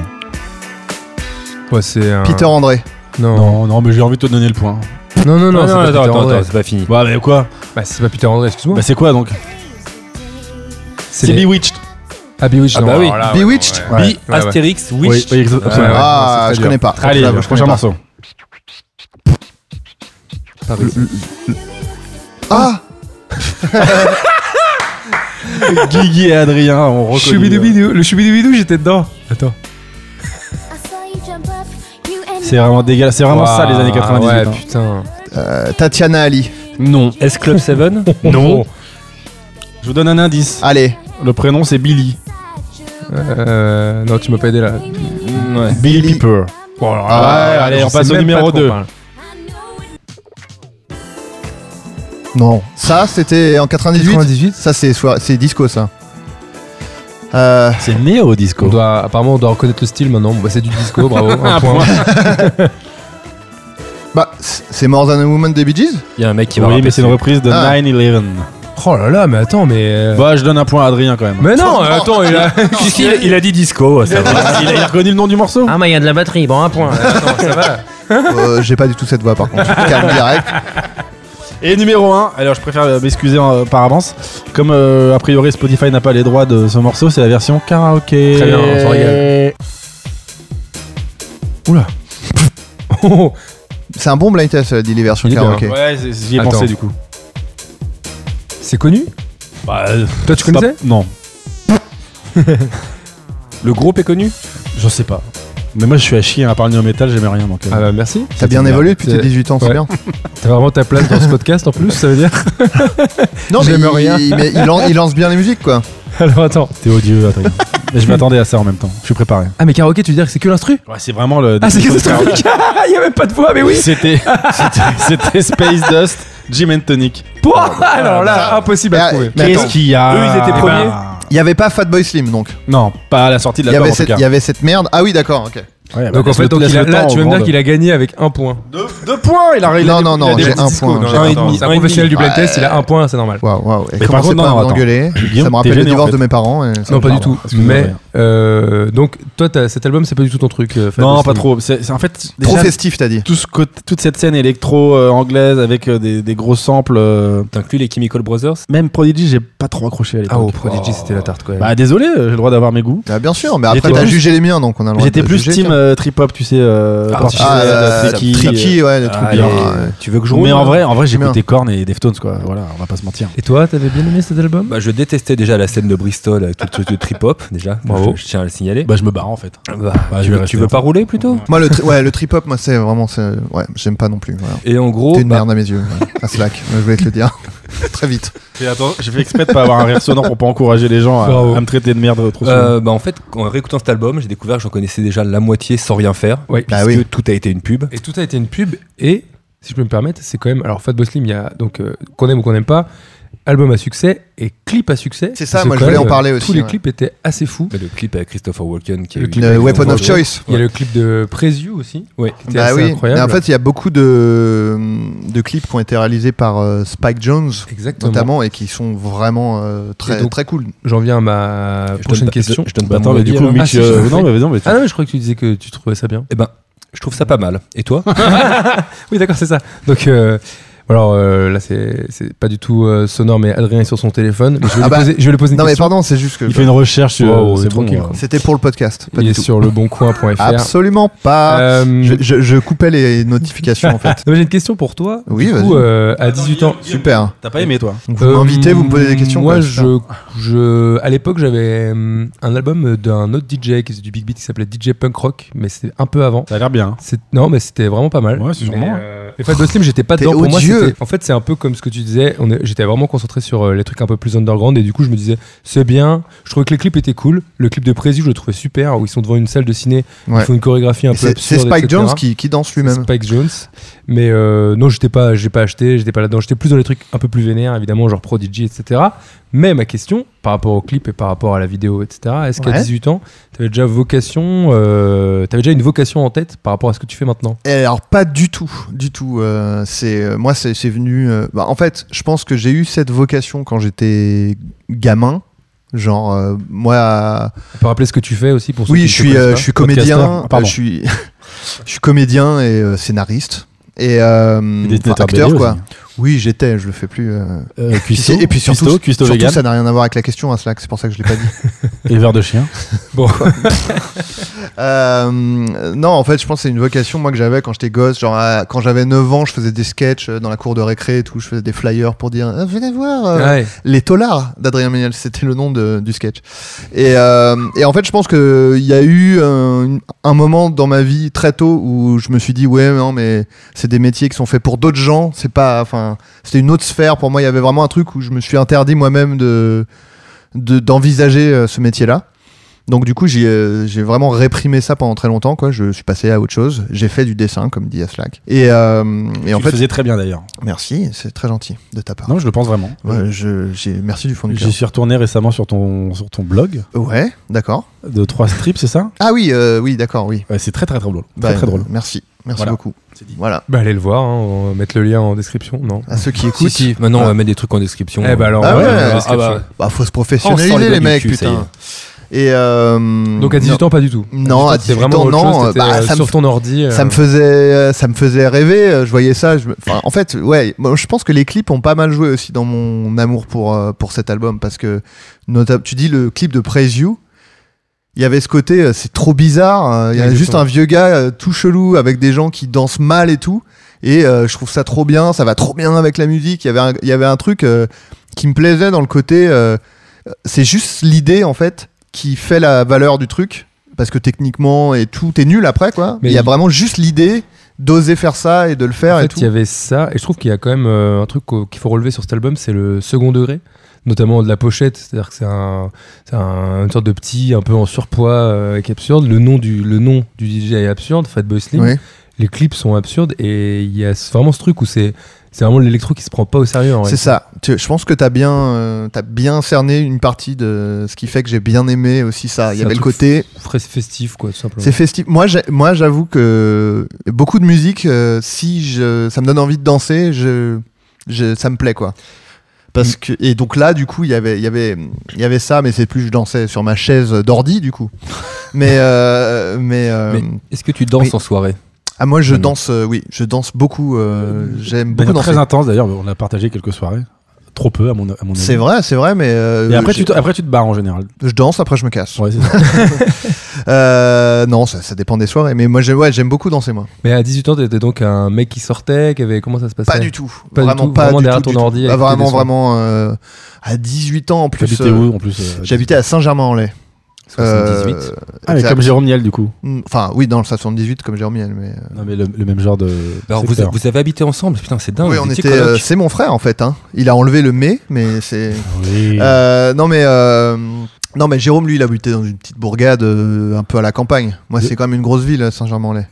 S2: Ouais, c'est
S3: Ah.
S2: un.
S4: Peter André.
S2: Non.
S3: Non, non, mais j'ai envie de te donner le point.
S2: Non, non, non.
S1: non,
S2: c'est pas
S1: attends,
S2: Peter
S1: attends,
S2: André.
S1: attends, c'est pas fini.
S3: Bah, mais quoi
S2: Bah, c'est pas Peter André, excuse-moi.
S3: Bah, c'est quoi donc C'est
S2: les-
S3: Bewitched.
S2: Ah, Bewitched.
S1: Ah bah
S2: non,
S1: oui.
S2: alors là, ouais,
S4: Bewitched.
S2: non, ouais.
S1: Bi, Astérix, Wish.
S3: Oui, oui, exa- absolument.
S2: Ouais, ouais,
S4: ah,
S2: c'est très
S4: je
S2: dur.
S4: connais pas.
S3: Allez,
S4: Là, je connais
S3: prochain
S4: pas.
S3: morceau.
S2: Paris.
S4: Ah,
S3: Guigui et Adrien, on reconnaît.
S2: Choubidou-bidou. Le choubidou-bidou, j'étais dedans. Attends.
S3: C'est vraiment dégueulasse, c'est vraiment ça les années 98.
S2: Ah, Ouais,
S3: hein.
S2: putain.
S4: euh, Tatiana Ali.
S1: Non. S Club 7
S3: hein. Non. Je vous donne un indice.
S4: Allez.
S3: Le prénom c'est Billy.
S2: Euh, non, tu m'as pas aidé là.
S1: Ouais.
S3: Billy,
S4: Billy.
S3: Piper.
S2: Bon, alors,
S4: Ah,
S3: ouais, allez, on passe au numéro 2.
S4: Non. Ça, c'était en 98.
S2: 98
S4: Ça, c'est soir- c'est disco, ça. Euh,
S3: C'est Neo
S2: on
S3: Disco.
S2: doit, apparemment, on doit reconnaître le style maintenant. Bon, bah, c'est du disco, bravo. Un point.
S4: bah, c- c'est More Than a Woman des Bee Gees
S1: Il y a un mec qui va
S3: oui, mais
S1: rappeler
S3: c'est une
S1: ça.
S3: reprise de
S4: Ah.
S3: 9-11.
S2: Oh là là, mais attends, mais. euh,
S3: Bah, je donne un point à Adrien quand même.
S2: Mais non, euh, attends, il a.
S1: Si, si, il a- il a dit disco, ça va.
S3: il, a, il a reconnu le nom du morceau.
S2: Ah, mais il y a de la batterie, bon, un point. Attends, ça va.
S4: Euh, J'ai pas du tout cette voix, par contre. Calme direct.
S3: Et numéro 1, alors je préfère euh, m'excuser euh, par avance. Comme euh, a priori Spotify n'a pas les droits de ce morceau, c'est la version karaoké.
S2: Très bien, on s'en régale. Oula. Oh,
S4: C'est un bon blind test, euh, dit les versions
S2: Il est bien,
S4: karaoké.
S3: Ouais, c'est- j'y ai
S2: Attends.
S3: pensé du coup.
S2: c'est connu
S3: Bah,
S2: Toi, tu connaissais
S3: Non,
S1: Le groupe est connu
S3: je sais pas. Mais moi je suis à chier, à part le néo-métal, j'aimais rien donc. euh,
S2: Ah bah merci.
S4: T'as bien
S3: merde.
S4: évolué depuis tes
S2: C'est-
S4: 18 ans, c'est
S2: Ouais.
S4: bien.
S2: T'as vraiment ta place dans ce podcast en plus, ça veut dire
S4: Non, mais,
S2: J'aime
S4: il,
S2: rien.
S4: mais il, lan- il lance bien les musiques, quoi.
S2: Alors attends.
S3: T'es odieux, Adrien. Mais je m'attendais à ça en même temps. Je suis préparé.
S2: Ah, mais karaoké, tu veux dire que c'est que l'instru
S3: Ouais, c'est vraiment le.
S2: Ah, c'est catastrophique Il y a même pas de voix, mais oui
S3: C'était, c'était, c'était Space Dust, Jim and Tonic.
S2: Pouah Alors Oh là, impossible à
S4: Ah,
S2: trouver.
S4: mais attends,
S3: qu'il y a
S1: Eux, ils étaient
S3: Eh ben,
S4: il y avait pas Fatboy Slim, donc.
S3: Non, pas à la sortie de
S4: Il y,
S3: l'album
S4: avait
S3: en tout
S4: cette,
S3: cas.
S4: il y avait cette merde. Ah oui, d'accord, ok.
S3: Ouais, bah,
S2: Donc en
S3: laisse
S2: fait,
S3: le-
S2: donc,
S3: laisse
S2: il a-
S3: le
S2: là,
S3: temps
S2: tu
S3: au
S2: veux me dire
S3: grand
S2: qu'il a gagné avec un point.
S3: de- deux, deux points, il a il a-
S4: Non,
S3: il a
S4: non, non,
S3: des
S4: j'ai
S3: petits
S4: un
S3: discos.
S4: point,
S3: Non,
S4: j'ai
S3: non,
S4: un
S3: non,
S4: point.
S3: non,
S2: C'est
S3: non.
S2: un professionnel du blind test, il a un point, c'est normal.
S4: Waouh, waouh. Et
S3: par
S4: commencez
S3: contre,
S4: pas
S3: non,
S4: à
S3: attends.
S4: m'engueuler.
S3: Guillaume,
S4: Ça me rappelle
S3: t'es
S4: le
S3: gêné, en
S4: divorce
S3: fait.
S4: de mes parents. et ça
S2: Non,
S4: me
S2: pas du
S4: parle.
S2: tout.
S3: excuse-moi,
S2: Mais
S3: Adrien.
S2: Euh, donc, toi, t'as- cet album, c'est pas du tout ton truc. euh, Fat
S3: Non,
S2: Boy
S3: pas
S2: Slim.
S3: trop. C'est c'est- en fait
S4: Trop
S3: déjà,
S4: festif, t'as dit.
S3: tout ce côté- toute cette scène électro euh, anglaise avec euh, des, des gros samples. euh,
S1: T'inclus les Chemical Brothers
S3: même Prodigy, j'ai pas trop accroché à l'époque.
S2: Ah, oh, Prodigy, c'était la tarte quand même.
S3: Bah désolé, euh, j'ai le droit d'avoir mes goûts.
S4: Ah, bien sûr, mais
S3: J'étais
S4: après, t'as
S3: plus-
S4: jugé les miens, donc on a le droit
S3: J'étais
S4: de
S3: plus
S4: juger,
S3: team
S4: quoi.
S3: euh, trip hop, tu sais, euh,
S1: Ah,
S3: Portishead,
S4: Ah, euh,
S3: euh,
S4: tricky,
S3: Tricky.
S4: ouais, le truc.
S1: Allez,
S4: bien, ouais.
S1: Tu veux que je roule
S3: Mais en
S1: là
S3: vrai, en vrai, j'ai
S4: Bien.
S3: écouté Korn et Deftones quoi. Voilà, on va pas se mentir.
S2: Et toi, t'avais bien aimé cet album
S1: Bah, je détestais déjà la scène de Bristol avec tout le truc de trip hop déjà.
S3: Bravo.
S1: Je, je tiens à le signaler.
S3: Bah je me barre en fait.
S1: Bah,
S3: bah,
S1: tu,
S3: je vais
S1: veux, tu
S3: rester
S1: veux
S3: longtemps.
S1: pas rouler plutôt
S4: Moi, le, tri- ouais, le trip hop, moi, c'est vraiment. c'est- Ouais, j'aime pas non plus. voilà.
S1: Et en gros,
S4: T'es une
S1: bah,
S4: merde à mes yeux. ouais. Un slack, je voulais te le dire. Très vite.
S3: j'ai fait exprès de pas avoir un rire sonore pour pas encourager les gens
S2: Bravo.
S3: à, à me traiter de merde trop souvent.
S1: euh, bah, en fait, en réécoutant cet album, j'ai découvert que j'en connaissais déjà la moitié sans rien faire.
S2: Ouais.
S4: Bah
S1: puisque
S4: oui.
S1: tout a été une pub.
S2: Et tout a été une pub. Et si je peux me permettre, c'est quand même. Alors, Fatboy Slim, il y a donc euh, qu'on aime ou qu'on n'aime pas, album à succès et clip à succès.
S4: C'est ça,
S2: Parce
S4: moi,
S2: que
S4: je
S2: quand
S4: voulais
S2: même,
S4: en parler
S2: Tous
S4: aussi,
S2: les
S4: ouais.
S2: clips étaient assez fous.
S1: Le clip avec Christopher Walken qui
S2: Le
S1: est
S2: clip
S1: une
S4: Le
S2: avec
S4: Weapon of
S1: Christopher Walken.
S4: Choice.
S2: Il y a le clip de Preview aussi,
S1: Ouais.
S2: qui était
S4: Bah
S2: assez
S4: oui.
S2: incroyable.
S4: Mais en fait, il y a beaucoup de, de clips qui ont été réalisés par euh, Spike Jones,
S2: Exactement.
S4: notamment, et qui sont vraiment euh, très,
S2: Et donc-
S4: très cool.
S2: J'en viens à ma
S1: Je
S2: prochaine
S1: donne pas-
S2: question.
S1: Je, je donne
S3: Bah,
S1: pas
S3: attends,
S1: mon
S3: mais du
S1: avis,
S3: coup,
S1: alors.
S3: Mitch,
S2: Ah, si,
S3: euh,
S2: je fais-
S3: non, mais vas-y, mais tu-
S2: Ah non, mais je crois que tu disais que tu trouvais ça bien.
S1: Eh ben, je trouve ça pas mal. Et toi
S2: Oui, d'accord, c'est ça. Donc, euh, alors euh, là, c'est c'est pas du tout euh, sonore, mais Adrien est sur son téléphone. Mais je, vais
S4: Ah
S2: lui
S4: bah,
S2: poser, je vais lui poser une
S4: Non, mais
S2: question.
S4: pardon, c'est juste que.
S3: il fait une recherche, sur hein.
S2: Wow,
S3: c'est bon.
S2: tranquille,
S3: quoi.
S2: quoi.
S4: C'était pour le podcast, pas
S2: Il
S4: du
S2: est
S4: tout.
S2: sur leboncoin.fr.
S4: Absolument pas.
S2: Euh,
S4: Je, je- je coupais les notifications, en fait.
S2: Non, mais J'ai une question pour toi.
S4: Oui,
S2: du coup,
S4: vas-y.
S2: euh, à 18 ans.
S4: Super.
S3: T'as pas aimé toi
S4: Donc, Vous
S2: Euh,
S4: m'invitez, vous me posez des questions.
S2: Moi,
S4: quoi, super.
S2: je, je, à l'époque, j'avais hum, un album d'un autre DJ qui faisait du big beat qui s'appelait DJ Punk Rock, mais c'était un peu avant.
S3: Ça a l'air bien. hein.
S4: hein.
S2: C'est- Non, mais c'était vraiment pas mal.
S3: Ouais, c'est sûrement.
S2: Mais, euh, mais Fatboy Slim, j'étais pas
S4: T'es
S2: dedans. Pour moi, c'était-
S4: odieux.
S2: en fait, c'est un peu comme ce que tu disais. On est- J'étais vraiment concentré sur euh, les trucs un peu plus underground et du coup, je me disais, c'est bien. Je trouvais que les clips étaient cool. Le clip de Prési, je le trouvais super. Où ils sont devant une salle de ciné, ils
S4: Ouais.
S2: font une chorégraphie un
S4: Et
S2: peu
S4: C'est
S2: absurde.
S4: c'est Spike
S2: etc..
S4: Jones qui, qui danse lui-même.
S2: Spike Jones. Mais euh, non, j'étais pas, j'ai pas acheté, j'étais pas là-dedans. J'étais plus dans les trucs un peu plus vénères, évidemment, genre Prodigy, etc. Mais ma question, par rapport au clip et par rapport à la vidéo, etc. Est-ce qu'à
S4: Ouais.
S2: 18 ans, t'avais déjà vocation, euh, t'avais déjà une vocation en tête par rapport à ce que tu fais maintenant
S4: Et alors pas du tout, du tout. euh, c'est euh, moi, c'est c'est venu. euh, bah, en fait, je pense que j'ai eu cette vocation quand j'étais gamin. Genre euh, moi, euh,
S2: On peut rappeler ce que tu fais aussi pour ceux
S4: oui,
S2: qui
S4: je
S2: te
S4: suis,
S2: connaissent
S4: euh,
S2: pas.
S4: je suis
S3: Podcaster.
S4: comédien.
S3: Ah, pardon.
S4: euh, je suis, je suis comédien et euh, scénariste et, euh, enfin,
S3: Dessinateur
S4: acteur
S3: BD
S4: quoi.
S3: aussi. hein.
S4: Oui, j'étais, je le fais plus. euh.
S3: Euh, cuistot,
S4: et puis surtout,
S3: cuistot, cuistot
S4: surtout
S3: vegan
S4: ça n'a rien à voir avec la question, hein, Slack. C'est pour ça que je l'ai pas dit.
S3: et verre de chien.
S4: Euh, non, en fait, je pense que c'est une vocation moi que j'avais quand j'étais gosse. Genre, à- quand j'avais 9 ans, je faisais des sketchs euh, dans la cour de récré et tout. Je faisais des flyers pour dire Ah, Venez voir euh,
S2: Ouais.
S4: les tolards d'Adrien Méniel. C'était le nom de- du sketch. Et, euh, et en fait, je pense qu'il y a eu euh, une- un moment dans ma vie très tôt où je me suis dit Ouais, non, mais c'est des métiers qui sont faits pour d'autres gens. C'est pas. Enfin, c'était une autre sphère. Pour moi, il y avait vraiment un truc où je me suis interdit moi-même de de- d'envisager euh, ce métier-là. Donc du coup, j'ai euh, j'ai vraiment réprimé ça pendant très longtemps. Quoi. Je suis passé à autre chose. J'ai fait du dessin, comme dit Aslak. Et, euh, et en
S3: tu le
S4: fait,
S3: faisais très bien d'ailleurs.
S4: merci, c'est très gentil de ta part.
S3: Non, je le pense vraiment.
S4: Ouais, je- j'ai- merci du fond du cœur.
S3: J'y suis retourné récemment sur ton, sur ton blog
S4: Ouais, d'accord.
S3: de trois strips, c'est ça
S4: Ah oui, euh, oui, d'accord, oui.
S3: Ouais, C'est très très très drôle.
S4: Bah,
S3: très très
S4: euh,
S3: drôle.
S4: Merci, merci
S3: Voilà.
S4: beaucoup.
S3: C'est dit.
S4: Voilà,
S2: Bah, allez le voir, hein, on va mettre le lien en description, non
S4: à ceux qui
S1: Si,
S4: écoutent.
S1: si, maintenant on
S4: Ah.
S1: va mettre des trucs en description.
S2: Eh bah alors,
S4: Ah
S2: on va
S4: ouais,
S2: mettre le lien en
S4: ah
S2: description.
S1: bah.
S4: Bah, faut se
S1: On sent les
S4: professionnaliser,
S1: doigts
S4: les
S1: du
S4: mecs,
S1: cul, ça y
S4: putain. Et euh,
S2: Donc à 18
S4: non,
S2: ans, pas du tout.
S4: Non, à
S2: c'était
S4: 18
S2: vraiment
S4: ans,
S2: autre chose,
S4: non,
S2: c'était,
S4: bah,
S2: euh,
S4: ça me
S2: sur
S4: fait-
S2: ton ordi. euh,
S4: ça me faisait ça me faisait rêver euh, je voyais ça je me- enfin, en fait ouais moi, je pense que les clips ont pas mal joué aussi dans mon amour pour euh, pour cet album parce que nota- tu dis le clip de Praise You il y avait ce côté euh, c'est trop bizarre euh, il y a
S2: Exactement.
S4: juste un vieux gars euh, tout chelou avec des gens qui dansent mal et tout et euh, je trouve ça trop bien ça va trop bien avec la musique il y avait un, il y avait un truc euh, qui me plaisait dans le côté euh, c'est juste l'idée en fait qui fait la valeur du truc parce que techniquement et tout est nul après quoi
S2: Mais
S4: il y a
S2: il-
S4: vraiment juste l'idée d'oser faire ça et de le faire
S2: En
S4: et
S2: fait,
S4: tout
S2: il y avait ça, et je trouve qu'il y a quand même euh, un truc qu'au- qu'il faut relever sur cet album, c'est le second degré, notamment de la pochette, c'est-à-dire que c'est un, c'est un- une sorte de petit, un peu en surpoids, euh, qui est absurde. Le nom du, le nom du DJ est absurde, Fatboy Slim.
S4: Ouais.
S2: Les clips sont absurdes, et il y a ce- vraiment ce truc où c'est, c'est vraiment l'électro qui se prend pas au sérieux. en
S4: c'est
S2: vrai.
S4: ça Tu- je pense que t'as bien euh, t'as bien cerné une partie de ce qui fait que j'ai bien aimé aussi ça il y
S2: C'est un
S4: avait le
S2: truc
S4: côté
S2: Frais- festif, quoi, tout simplement.
S4: c'est festif moi j'ai- moi j'avoue que beaucoup de musique euh, si je, ça me donne envie de danser je, je- ça me plaît quoi Parce que, et donc là, du coup, il y avait- il y avait- il y avait ça, mais c'est plus je dansais sur ma chaise d'ordi, du coup. Mais. euh, mais, euh,
S1: Mais est-ce que tu danses
S4: Oui.
S1: en soirée
S4: ah, moi, je
S3: Non, non.
S4: danse, euh, oui, je danse beaucoup. euh, J'aime
S3: Manière
S4: beaucoup danser.
S3: très intense d'ailleurs, on a partagé quelques soirées. Trop peu à mon, à mon avis.
S4: C'est vrai, c'est vrai, mais. euh,
S3: Et après
S4: j'ai-
S3: tu, te, après tu te barres en général.
S4: Je danse, après je me casse.
S3: Ouais, c'est ça.
S4: Euh, non, ça, ça dépend des soirées, mais moi, j'ai- ouais, j'aime beaucoup danser, moi.
S2: Mais à 18 ans, t'étais donc un mec qui sortait, qui avait. Comment ça se passait
S4: Pas du tout.
S2: Pas du
S4: vraiment
S2: tout,
S4: pas
S2: vraiment
S4: du
S2: derrière
S4: tout,
S2: ton
S4: du tout.
S2: ordi, à
S4: Ah,
S2: écouter des
S4: vraiment,
S2: sons.
S4: vraiment. euh, à 18 ans en plus.
S3: J'habitais
S4: euh,
S3: où en plus euh,
S4: J'habitais à Saint-Germain-en-Laye.
S1: 78
S4: Euh,
S3: Ah, mais
S4: exact.
S3: comme Jérôme Niel du coup.
S4: Mm, Enfin, oui, dans le 78 comme Jérôme Niel, mais. euh, Bah,
S3: Non, mais le, le même genre de.
S1: Alors, vous,
S3: secteur.
S1: vous avez habité ensemble Putain, c'est dingue.
S4: oui,
S1: vous
S4: on
S1: étiez
S4: était. euh,
S1: coloc.
S4: c'est mon frère en fait. Hein. Il a enlevé le mais, mais c'est.
S3: Oui.
S4: Euh, non mais euh, non mais Jérôme lui il habitait dans une petite bourgade euh, un peu à la campagne. Moi c'est quand même une grosse ville Saint-Germain-en-Laye.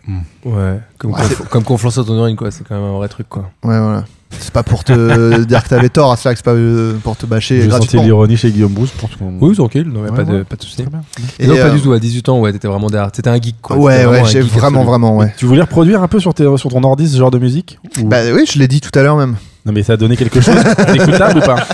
S2: Ouais. Comme,
S4: Ouais,
S2: Conf- comme Conflans en urine, quoi. C'est quand même un vrai truc, quoi.
S4: Ouais voilà. C'est pas pour te dire que t'avais tort à cela, que c'est pas euh, pour te bâcher
S3: J'ai senti
S4: gratuitement.
S3: l'ironie chez Guillaume Brousse. Je pense qu'on.
S2: Oui, tranquille, non, mais
S3: Ouais,
S2: pas, De,
S3: ouais.
S2: pas de soucis.
S3: Très bien.
S2: Et donc,
S4: Et,
S2: pas
S4: euh,
S2: du tout, à 18 ans, ouais, t'étais vraiment derrière. T'étais un geek, quoi.
S4: ouais
S2: T'étais
S4: ouais,
S2: un
S4: j'ai
S2: geek
S4: vraiment
S2: absolu.
S4: vraiment ouais.
S3: Tu voulais reproduire un peu sur, tes- sur ton ordi ce genre de musique ou-
S4: Bah oui, je l'ai dit tout à l'heure même.
S3: Non, mais ça a donné quelque chose d'écoutable ou pas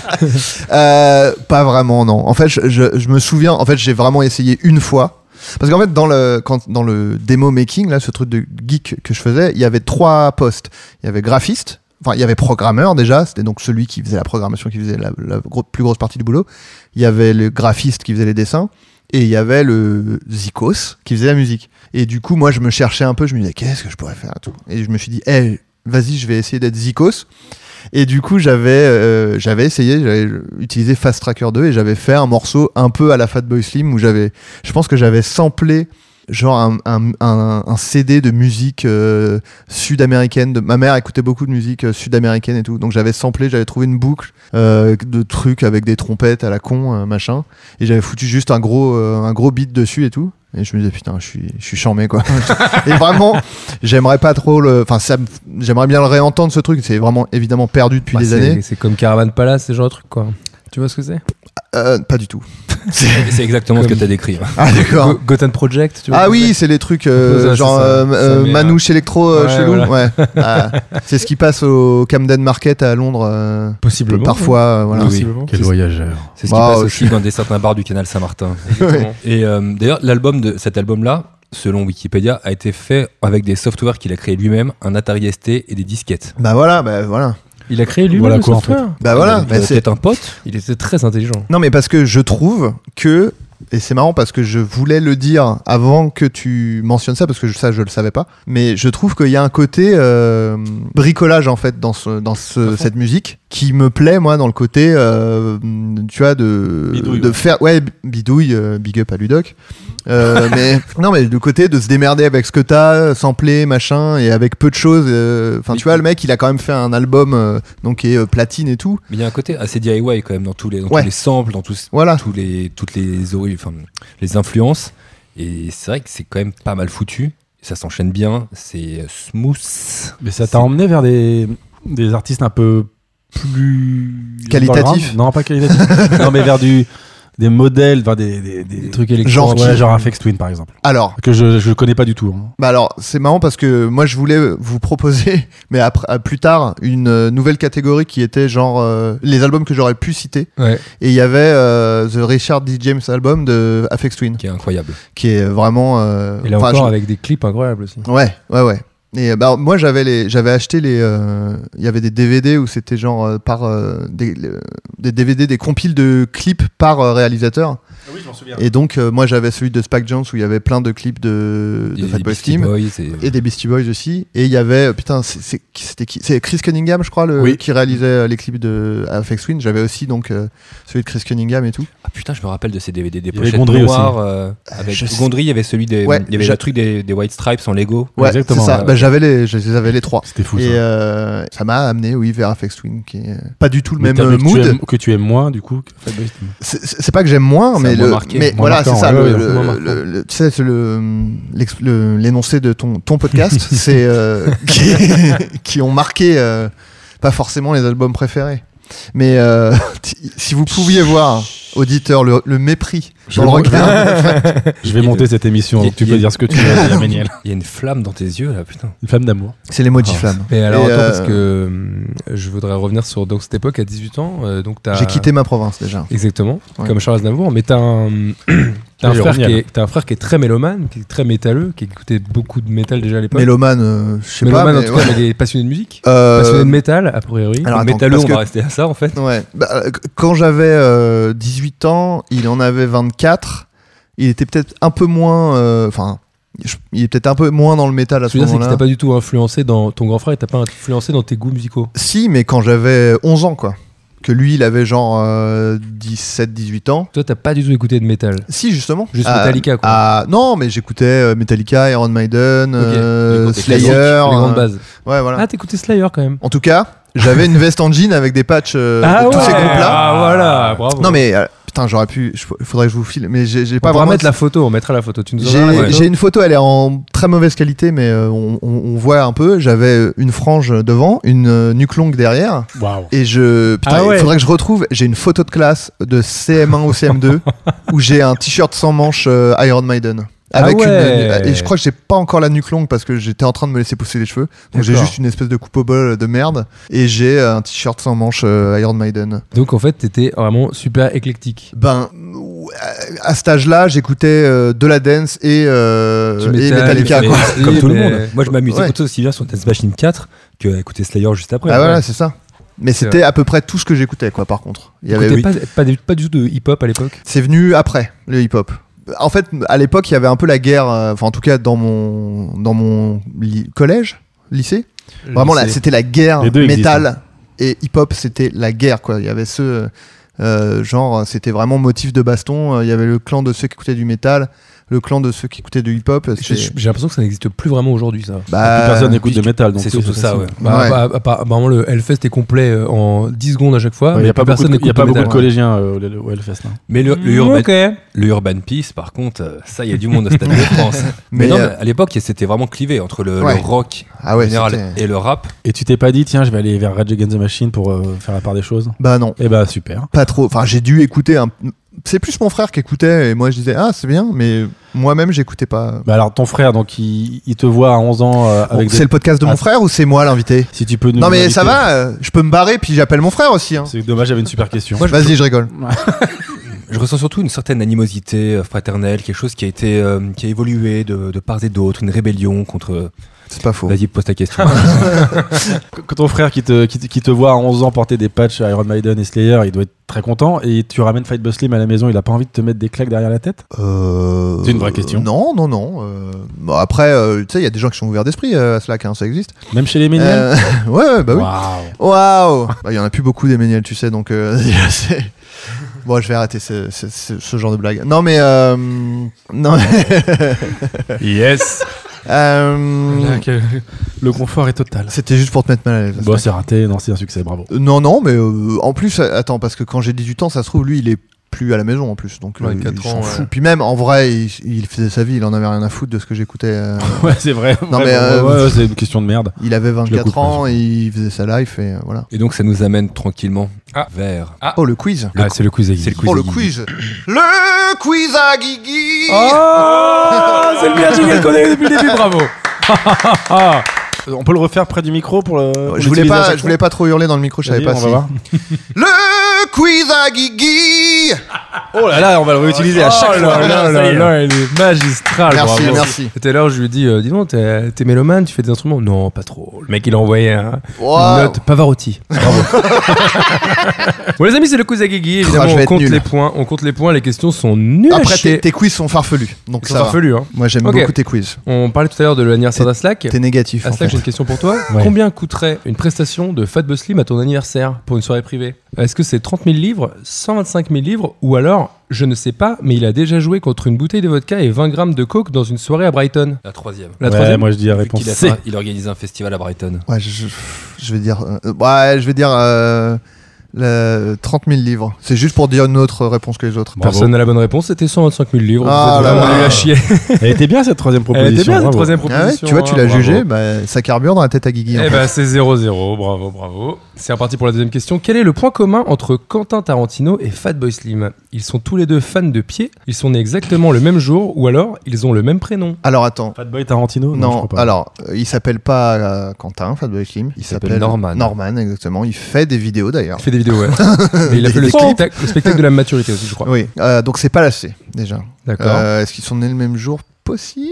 S4: Euh, pas vraiment non. En fait, je, je- je me souviens en fait, j'ai vraiment essayé une fois parce qu'en fait dans le quand dans le démo making là ce truc de geek que je faisais, il y avait trois postes. Il y avait graphiste, enfin il y avait programmeur déjà, c'était donc celui qui faisait la programmation qui faisait la, la gro- plus grosse partie du boulot. Il y avait le graphiste qui faisait les dessins et il y avait le Zikos qui faisait la musique. Et du coup, moi je me cherchais un peu, je me disais qu'est-ce que je pourrais faire et tout. Et je me suis dit eh vas-y, je vais essayer d'être Zikos. Et du coup, j'avais euh, j'avais essayé, j'avais utilisé Fast Tracker 2 et j'avais fait un morceau un peu à la Fatboy Slim où j'avais je pense que j'avais samplé genre un, un- un- un CD de musique euh, sud-américaine. de- Ma mère écoutait beaucoup de musique euh, sud-américaine et tout. Donc j'avais samplé, j'avais trouvé une boucle euh, de trucs avec des trompettes à la con, euh, machin. Et j'avais foutu juste un gros, euh, un gros beat dessus et tout. Et je me disais, putain, je suis, je suis charmé, quoi. et vraiment, j'aimerais pas trop le. Enfin, ça me- j'aimerais bien le réentendre, ce truc. C'est vraiment évidemment perdu depuis
S2: Bah,
S4: des
S2: c'est-
S4: années.
S2: C'est comme Caravan Palace, c'est genre de truc, quoi. Tu vois ce que c'est
S4: Euh, pas du tout.
S1: C'est exactement ce que
S2: Comme-
S1: tu as décrit. hein.
S4: Ah, d'accord.
S2: Go- Gotham Project, tu vois.
S4: Ah
S2: ce que
S4: oui, c'est les trucs euh,
S2: Ouais, ça,
S4: genre
S2: ça,
S4: euh,
S2: ça
S4: euh,
S2: met,
S4: manouche électro euh,
S2: Ouais,
S4: chelou.
S2: voilà.
S4: Ouais. Ah, c'est ce qui passe au Camden Market à Londres euh,
S2: c'est Possiblement.
S4: parfois. euh, voilà.
S1: Oui, oui.
S3: Quel voyageur.
S1: C'est ce qui
S4: Bah,
S1: passe
S4: je
S1: aussi dans des certains bars du canal Saint-Martin.
S2: Exactement.
S1: Et euh, d'ailleurs, l'album de cet album-là, selon Wikipédia, a été fait avec des softwares qu'il a créés lui-même, un Atari ST et des disquettes.
S4: Bah voilà, bah voilà.
S2: Il a créé lui-même
S3: Voilà
S2: le
S3: quoi, en
S2: software.
S4: Bah voilà.
S1: Il
S4: bah,
S1: avait
S4: c'est-
S1: peut-être un pote.
S2: Il était très intelligent.
S4: Non mais parce que je trouve que et c'est marrant parce que je voulais le dire avant que tu mentionnes ça parce que je- ça je le savais pas. Mais je trouve qu'il y a un côté euh, bricolage en fait dans ce dans ce- cette musique qui me plaît moi dans le côté euh, tu vois de
S3: Bidouille,
S4: de
S3: ouais.
S4: faire ouais b- bidouille euh, big up à Ludoc. Euh, mais non mais le côté de se démerder avec ce que t'as sampler machin et avec peu de choses euh, enfin tu vois le mec il a quand même fait un album euh, donc qui est euh, platine et tout
S1: Mais il y a un côté assez DIY quand même dans tous les, dans
S4: Ouais.
S1: tous les samples, dans tous,
S4: voilà
S1: tous les, toutes les, ori- enfin, les influences. Et c'est vrai que c'est quand même pas mal foutu. Ça s'enchaîne bien, c'est euh, smooth.
S3: Mais ça t'a emmené vers des, des artistes un peu plus.
S4: Qualitatifs.
S3: underground Non, pas qualitatifs. non, mais vers du, des modèles, vers des, des, des-
S2: Des trucs
S4: Genre
S2: électroniques.
S3: Ouais, genre un Fex Twin par exemple.
S4: alors
S3: Que je, je connais pas du tout. hein.
S4: Bah alors, c'est marrant parce que moi je voulais vous proposer, mais après, à plus tard, une euh, nouvelle catégorie qui était genre euh, les albums que j'aurais pu citer.
S2: Ouais.
S4: Et il y avait euh, The Richard D. James album de Aphex Twin,
S1: Qui est incroyable.
S4: qui est vraiment. euh,
S2: Et là
S4: enfin,
S2: encore,
S4: je-
S2: avec des clips incroyables aussi.
S4: Ouais, ouais, ouais. Et euh, bah, moi j'avais les, j'avais acheté les, euh, il y avait des DVD où c'était genre euh, par euh, des, le- des DVD, des compiles de clips par euh, réalisateur.
S3: Ah oui, je m'en souviens.
S4: Et donc euh, moi j'avais celui de Spike Jones où il y avait plein de clips de, de
S1: Et
S4: Fatboy
S1: Beastie
S4: Slim
S1: Boys, et-
S4: et des Beastie Boys aussi. Et il y avait, euh, putain, c'est- c'est- qui- c'était qui C'est Chris Cunningham, je crois, le,
S3: Oui.
S4: qui réalisait euh, les clips de Afex Twin. J'avais aussi donc euh, celui de Chris Cunningham et tout.
S1: Ah putain, je me rappelle de ces DVD des
S3: Il y avait
S1: pochettes
S3: Gondry aussi.
S1: noires. euh, avec
S4: je sais-
S1: Gondry, il y avait celui des,
S4: Ouais,
S1: il y avait
S4: je-
S1: le truc des, des White Stripes en Lego.
S4: Ouais,
S3: Exactement,
S4: c'est ça.
S1: ouais.
S4: Bah, j'avais les, je les avais les trois.
S3: C'était fou.
S4: Et
S3: ça.
S4: euh, ça m'a amené, oui, vers Afex Twin, qui est euh, pas du tout le
S3: Mais
S4: même
S3: t'as
S4: euh,
S3: vu que tu
S4: mood.
S3: aimes- que tu aimes moins du coup. que Fatboy Slim.
S4: C'est- C'est c'est pas que j'aime moins,
S1: Ça
S4: mais,
S1: a moins
S4: le,
S1: marqué,
S4: mais
S3: moins
S4: voilà, c'est
S3: marquant,
S4: ça.
S3: ouais,
S4: le-
S3: ouais,
S4: le-
S2: moins marquant.
S4: le- le- tu sais, c'est le- l'ex- le- l'énoncé de ton, ton podcast, c'est euh, qui, qui ont marqué euh, pas forcément les albums préférés. Mais euh, si vous pouviez voir, auditeur, le, le mépris
S3: Je
S4: dans le
S3: vais-
S4: regard.
S3: Je vais
S1: Il y a
S3: monter
S1: de-
S3: cette émission,
S1: il y a-
S3: donc tu
S1: il y
S3: peux
S1: a-
S3: dire ce que tu veux, Adrien Méniel.
S1: Il y a une flamme dans tes yeux là, putain.
S3: Une femme d'amour.
S4: C'est l'emoji flamme.
S2: Mais alors,
S4: Et,
S2: attends,
S4: euh,
S2: parce que hum, je voudrais revenir sur donc, cette époque à 18 ans. euh, donc t'as-
S4: J'ai quitté ma province déjà.
S2: Exactement,
S4: Ouais.
S2: comme Charles Aznavour. Mais t'as un, t'as un,
S3: Oui,
S2: frère
S3: génial.
S2: qui est- t'as un frère qui est très mélomane, qui est très métalleux, qui écoutait beaucoup de métal déjà à l'époque.
S4: Mélomane, euh, je sais pas.
S2: Mélomane,
S4: mais
S2: en tout
S4: ouais.
S2: cas, mais il est passionné de musique.
S4: Euh,
S2: Passionné de métal, a priori.
S4: alors,
S1: Alors,
S4: attends,
S1: métalleux,
S4: parce
S1: on
S4: que-
S1: va rester à ça en fait.
S4: Ouais. Bah, euh, qu- quand j'avais euh, 18 ans, il en avait 24. Il était peut-être un peu moins. euh, Enfin, je- il est peut-être un peu moins dans le métal à
S2: Ce que je veux
S4: ce
S2: dire, c'est que
S4: moment-là.
S2: t'as pas du tout influencé dans ton grand frère, il t'a pas influencé dans tes goûts musicaux.
S4: Si, mais quand j'avais 11 ans, quoi. Que lui, il avait genre 17-18 ans.
S2: Toi, t'as pas du tout écouté de métal.
S4: Si, justement.
S2: Juste
S4: Ah,
S2: Metallica, quoi.
S4: ah, non, mais j'écoutais euh, Metallica, Iron Maiden, euh,
S1: Les gros-
S4: Slayer.
S2: Les grandes
S4: euh,
S2: bases.
S4: ouais, voilà.
S2: Ah, t'écoutais Slayer quand même.
S4: En tout cas, j'avais une veste en jean avec des patchs euh, de tous ces groupes-là.
S2: Ah, voilà, bravo.
S4: Non, mais euh, putain, j'aurais pu. je- faudrait que je vous file. Mais j'ai j'ai
S2: on
S4: pas
S2: pourra
S4: vraiment.
S2: mettre la photo, on mettra la photo. Tu nous
S4: J'ai
S2: enverras la photo.
S4: j'ai une photo, elle est en très mauvaise qualité, mais euh, on, on- on voit un peu. J'avais euh, une frange devant, une euh, nuque longue derrière,
S3: Waouh.
S4: et je. Putain,
S2: Ah ouais.
S4: il faudrait que je retrouve. J'ai une photo de classe de CM1 au CM2 où j'ai un t-shirt sans manches euh, Iron Maiden.
S2: Ah
S4: Avec
S2: ouais.
S4: une, euh, et je crois que j'ai pas encore la nuque longue parce que j'étais en train de me laisser pousser les cheveux. Donc j'ai
S2: D'accord.
S4: juste une espèce de coupe au bol de merde. Et j'ai euh, un t-shirt sans manches euh, Iron Maiden.
S2: Donc en fait, t'étais vraiment super éclectique.
S4: Ben, ou- à- à cet âge-là, j'écoutais euh, de la dance et, euh,
S2: Du
S4: et
S2: métal,
S4: Metallica.
S2: mais-
S4: quoi.
S2: Oui,
S1: Comme tout le
S2: mais-
S1: monde. Moi, je m'amusais
S4: Ouais.
S1: plutôt aussi bien sur Death Machine 4 que à écouter Slayer juste après. hein.
S4: Ah
S1: Ouais.
S4: voilà, c'est ça. Mais
S2: C'est
S4: c'était à peu près tout ce que j'écoutais, quoi, par contre. Il y avait-
S2: T'écoutais pas, pas du- pas du tout de hip-hop à l'époque
S4: C'est venu après, le hip-hop. En fait, à l'époque, il y avait un peu la guerre, euh, enfin, en tout cas, dans mon, dans mon li- collège, lycée. Vraiment, là,
S3: lycée.
S4: c'était la guerre
S3: Les deux hein.
S4: métal et hip-hop, c'était la guerre, quoi. Il y avait ceux, euh, genre, c'était vraiment motif de baston. Il y avait le clan de ceux qui écoutaient du métal, le clan de ceux qui écoutaient du hip-hop.
S2: J'ai
S4: c'est-
S2: j'ai l'impression que ça n'existe plus vraiment aujourd'hui, ça.
S4: bah,
S3: Plus personne n'écoute de métal, donc
S1: Euh, C'est
S3: oui,
S1: surtout ça,
S3: facile.
S1: ouais.
S2: Bah,
S4: Ouais.
S2: bah, bah, bah, apparemment, le Hellfest est complet euh, en 10 secondes à chaque fois.
S3: Il
S2: mais
S3: n'y a pas
S2: plus
S3: beaucoup
S2: personne
S3: de- il y a
S2: n'écoute
S3: pas
S2: le
S3: beaucoup de
S2: métal.
S3: collégiens euh, au au- au Hellfest. là.
S1: Mais
S3: Euh,
S1: le, le
S2: Mm,
S1: Urban,
S2: ok.
S1: le Urban Peace, par contre, euh, ça, il y a du monde au Stade de France. Mais,
S4: Mais,
S1: non,
S4: euh,
S1: mais à l'époque, c'était vraiment clivé entre le, le
S4: Ouais.
S1: rock
S4: Ah ouais,
S1: général
S4: c'était-
S1: et le rap.
S3: Et tu t'es pas dit, tiens, je vais aller vers Rage Against the Machine pour euh, faire la part des choses
S4: Bah non.
S3: Eh bah, super.
S4: pas trop. Enfin, j'ai dû écouter un. C'est plus mon frère qui écoutait et moi je disais ah c'est bien, mais moi-même j'écoutais pas.
S3: Bah alors, ton frère, donc, il, il te voit à 11 ans euh,
S4: Bon,
S3: avec
S4: c'est
S3: des...
S4: le podcast de mon
S3: Ah.
S4: frère ou c'est moi l'invité
S3: Si tu peux nous...
S4: Non mais ça
S3: nous inviter.
S4: va, euh, je peux me barrer puis j'appelle mon frère aussi. hein.
S3: C'est dommage, j'avais une super question.
S4: Vas-y, je rigole.
S1: Je ressens surtout une certaine animosité euh, fraternelle, quelque chose qui a été, euh, qui a évolué de, de part et d'autre, une rébellion contre. euh,
S4: C'est pas faux.
S1: Vas-y, pose ta question.
S3: Quand ton frère qui te, qui, te- qui te voit à 11 ans porter des patchs Iron Maiden et Slayer, il doit être très content. Et tu ramènes Fight Boss Slim à la maison, il a pas envie de te mettre des claques derrière la tête
S4: Euh,
S3: C'est une vraie question.
S4: Non, non, non. euh, bah, après, euh, tu sais, il y a des gens qui sont ouverts d'esprit euh, à Slack, hein, ça existe.
S3: Même chez les Méniels
S4: Euh, ouais, ouais, bah oui.
S3: Waouh.
S4: Waouh Bah, Il y en a plus beaucoup des Méniels, tu sais, donc euh, c'est- Bon, je vais arrêter ce, ce- ce- ce genre de blague. Non, mais... euh, non, mais...
S2: Yes
S4: euh,
S3: Le confort est total.
S4: C'était juste pour te mettre mal à l'aise.
S3: Bon, c'est raté, non, c'est un succès, bravo.
S4: Euh, Non, non, mais euh, en plus, euh, attends, parce que quand j'ai 18 ans, ça se trouve, lui, il est plus à la maison en plus. Donc, euh,
S2: Ouais,
S4: il
S2: quatre
S4: s'en
S2: ans,
S4: fout.
S2: ouais.
S4: Puis même, en vrai, il, il faisait sa vie, il en avait rien à foutre de ce que j'écoutais. euh,
S3: Ouais, c'est vrai.
S4: Non,
S3: Ouais,
S4: mais,
S3: ouais,
S4: euh,
S3: ouais, ouais, c'est une question de merde.
S4: il avait
S3: Je la
S4: 24
S3: coupe,
S4: ans, et il faisait sa life, et euh, voilà.
S1: et donc, ça nous amène tranquillement
S2: Ah.
S1: vers.
S4: Oh, le quiz
S2: Ah, c'est le quiz à Ah. Guigui.
S1: C'est le quiz.
S4: Oh,
S1: à
S4: le
S1: Guigui.
S4: quiz Le quiz à Guigui
S2: Oh C'est le meilleur jingle qu'on ait eu depuis le début, bravo
S3: On peut le refaire près du micro pour le. pour
S4: je voulais,
S3: l'utiliser à
S4: pas,
S3: chaque
S4: je voulais pas trop hurler dans le micro, je
S3: fois
S4: savais pas
S3: Vas-y, on
S4: si.
S3: va voir.
S4: Le quiz à Guigui
S3: Oh là là, on va le réutiliser à chaque
S2: Oh
S3: fois.
S2: là là là là, elle est magistrale,
S4: Merci,
S2: bravo.
S4: merci.
S2: Tout à l'heure, je lui dis, euh, dis donc, t'es t'es mélomane, tu fais des instruments Non, pas trop. Le mec, il a envoyé un,
S4: Wow.
S2: Une note Pavarotti. bon les amis, c'est le quiz à Guigui. Évidemment,
S4: Ah, je vais
S2: on
S4: être
S2: compte
S4: nul.
S2: les points. On compte les points. Les questions sont nulles. à
S4: Après,
S2: chier.
S4: tes, tes quiz sont farfelus, donc
S2: Ils
S4: ça
S2: sont
S4: va.
S2: farfelus, hein.
S4: Moi, j'aime
S2: Ok.
S4: beaucoup tes quiz.
S2: On parlait tout à l'heure de l'anniversaire d'Aslack.
S4: T'es négatif. en
S2: Aslak, j'ai
S4: fait.
S2: une question pour toi.
S3: Ouais.
S2: Combien coûterait une prestation de Fatboy Slim à ton anniversaire pour une soirée privée Est-ce que c'est 30 000 livres, 125 000 livres ou alors, je ne sais pas, mais il a déjà joué contre une bouteille de vodka et 20 grammes de coke dans une soirée à Brighton
S1: La troisième.
S2: La
S3: Ouais,
S2: troisième
S3: moi je dis la
S1: Vu
S3: réponse
S1: qu'il a
S3: C.
S1: tra- il organise un festival à Brighton.
S4: Ouais, je, je vais dire. euh, ouais, je vais dire. euh, le 30 000 livres. C'est juste pour dire une autre réponse que les autres.
S2: Personne n'a la bonne réponse, c'était 125 000 livres. Vous
S4: Ah
S2: êtes
S4: là
S2: vraiment
S4: là.
S2: nul à chier.
S3: Elle était bien cette troisième proposition.
S2: Elle était bien cette
S3: bravo.
S2: troisième
S4: Ah ouais,
S2: proposition.
S4: tu vois, tu
S2: hein,
S4: l'as
S2: bravo.
S4: jugé, bah, ça carbure dans la tête à Guigui. en
S2: Eh
S4: fait.
S2: ben c'est 0-0, bravo, bravo. C'est reparti pour la deuxième question. Quel est le point commun entre Quentin Tarantino et Fatboy Slim Ils sont tous les deux fans de pied, ils sont nés exactement le même jour, ou alors ils ont le même prénom.
S4: Alors attends.
S3: Fatboy Tarantino je
S4: Non,
S3: crois pas.
S4: alors, euh, il s'appelle pas euh, Quentin, Fatboy Slim. Il
S1: s'appelle
S4: s'appelle
S1: Norman.
S4: Norman, exactement. Il fait des vidéos d'ailleurs.
S2: Il fait des vidéos, ouais. Mais il a
S4: Des-
S2: fait le
S4: des
S2: spectacle, le spectacle de la maturité aussi, je crois.
S4: Oui, euh, donc c'est pas lâché déjà.
S2: D'accord.
S4: Euh, Est-ce qu'ils sont nés le même jour possible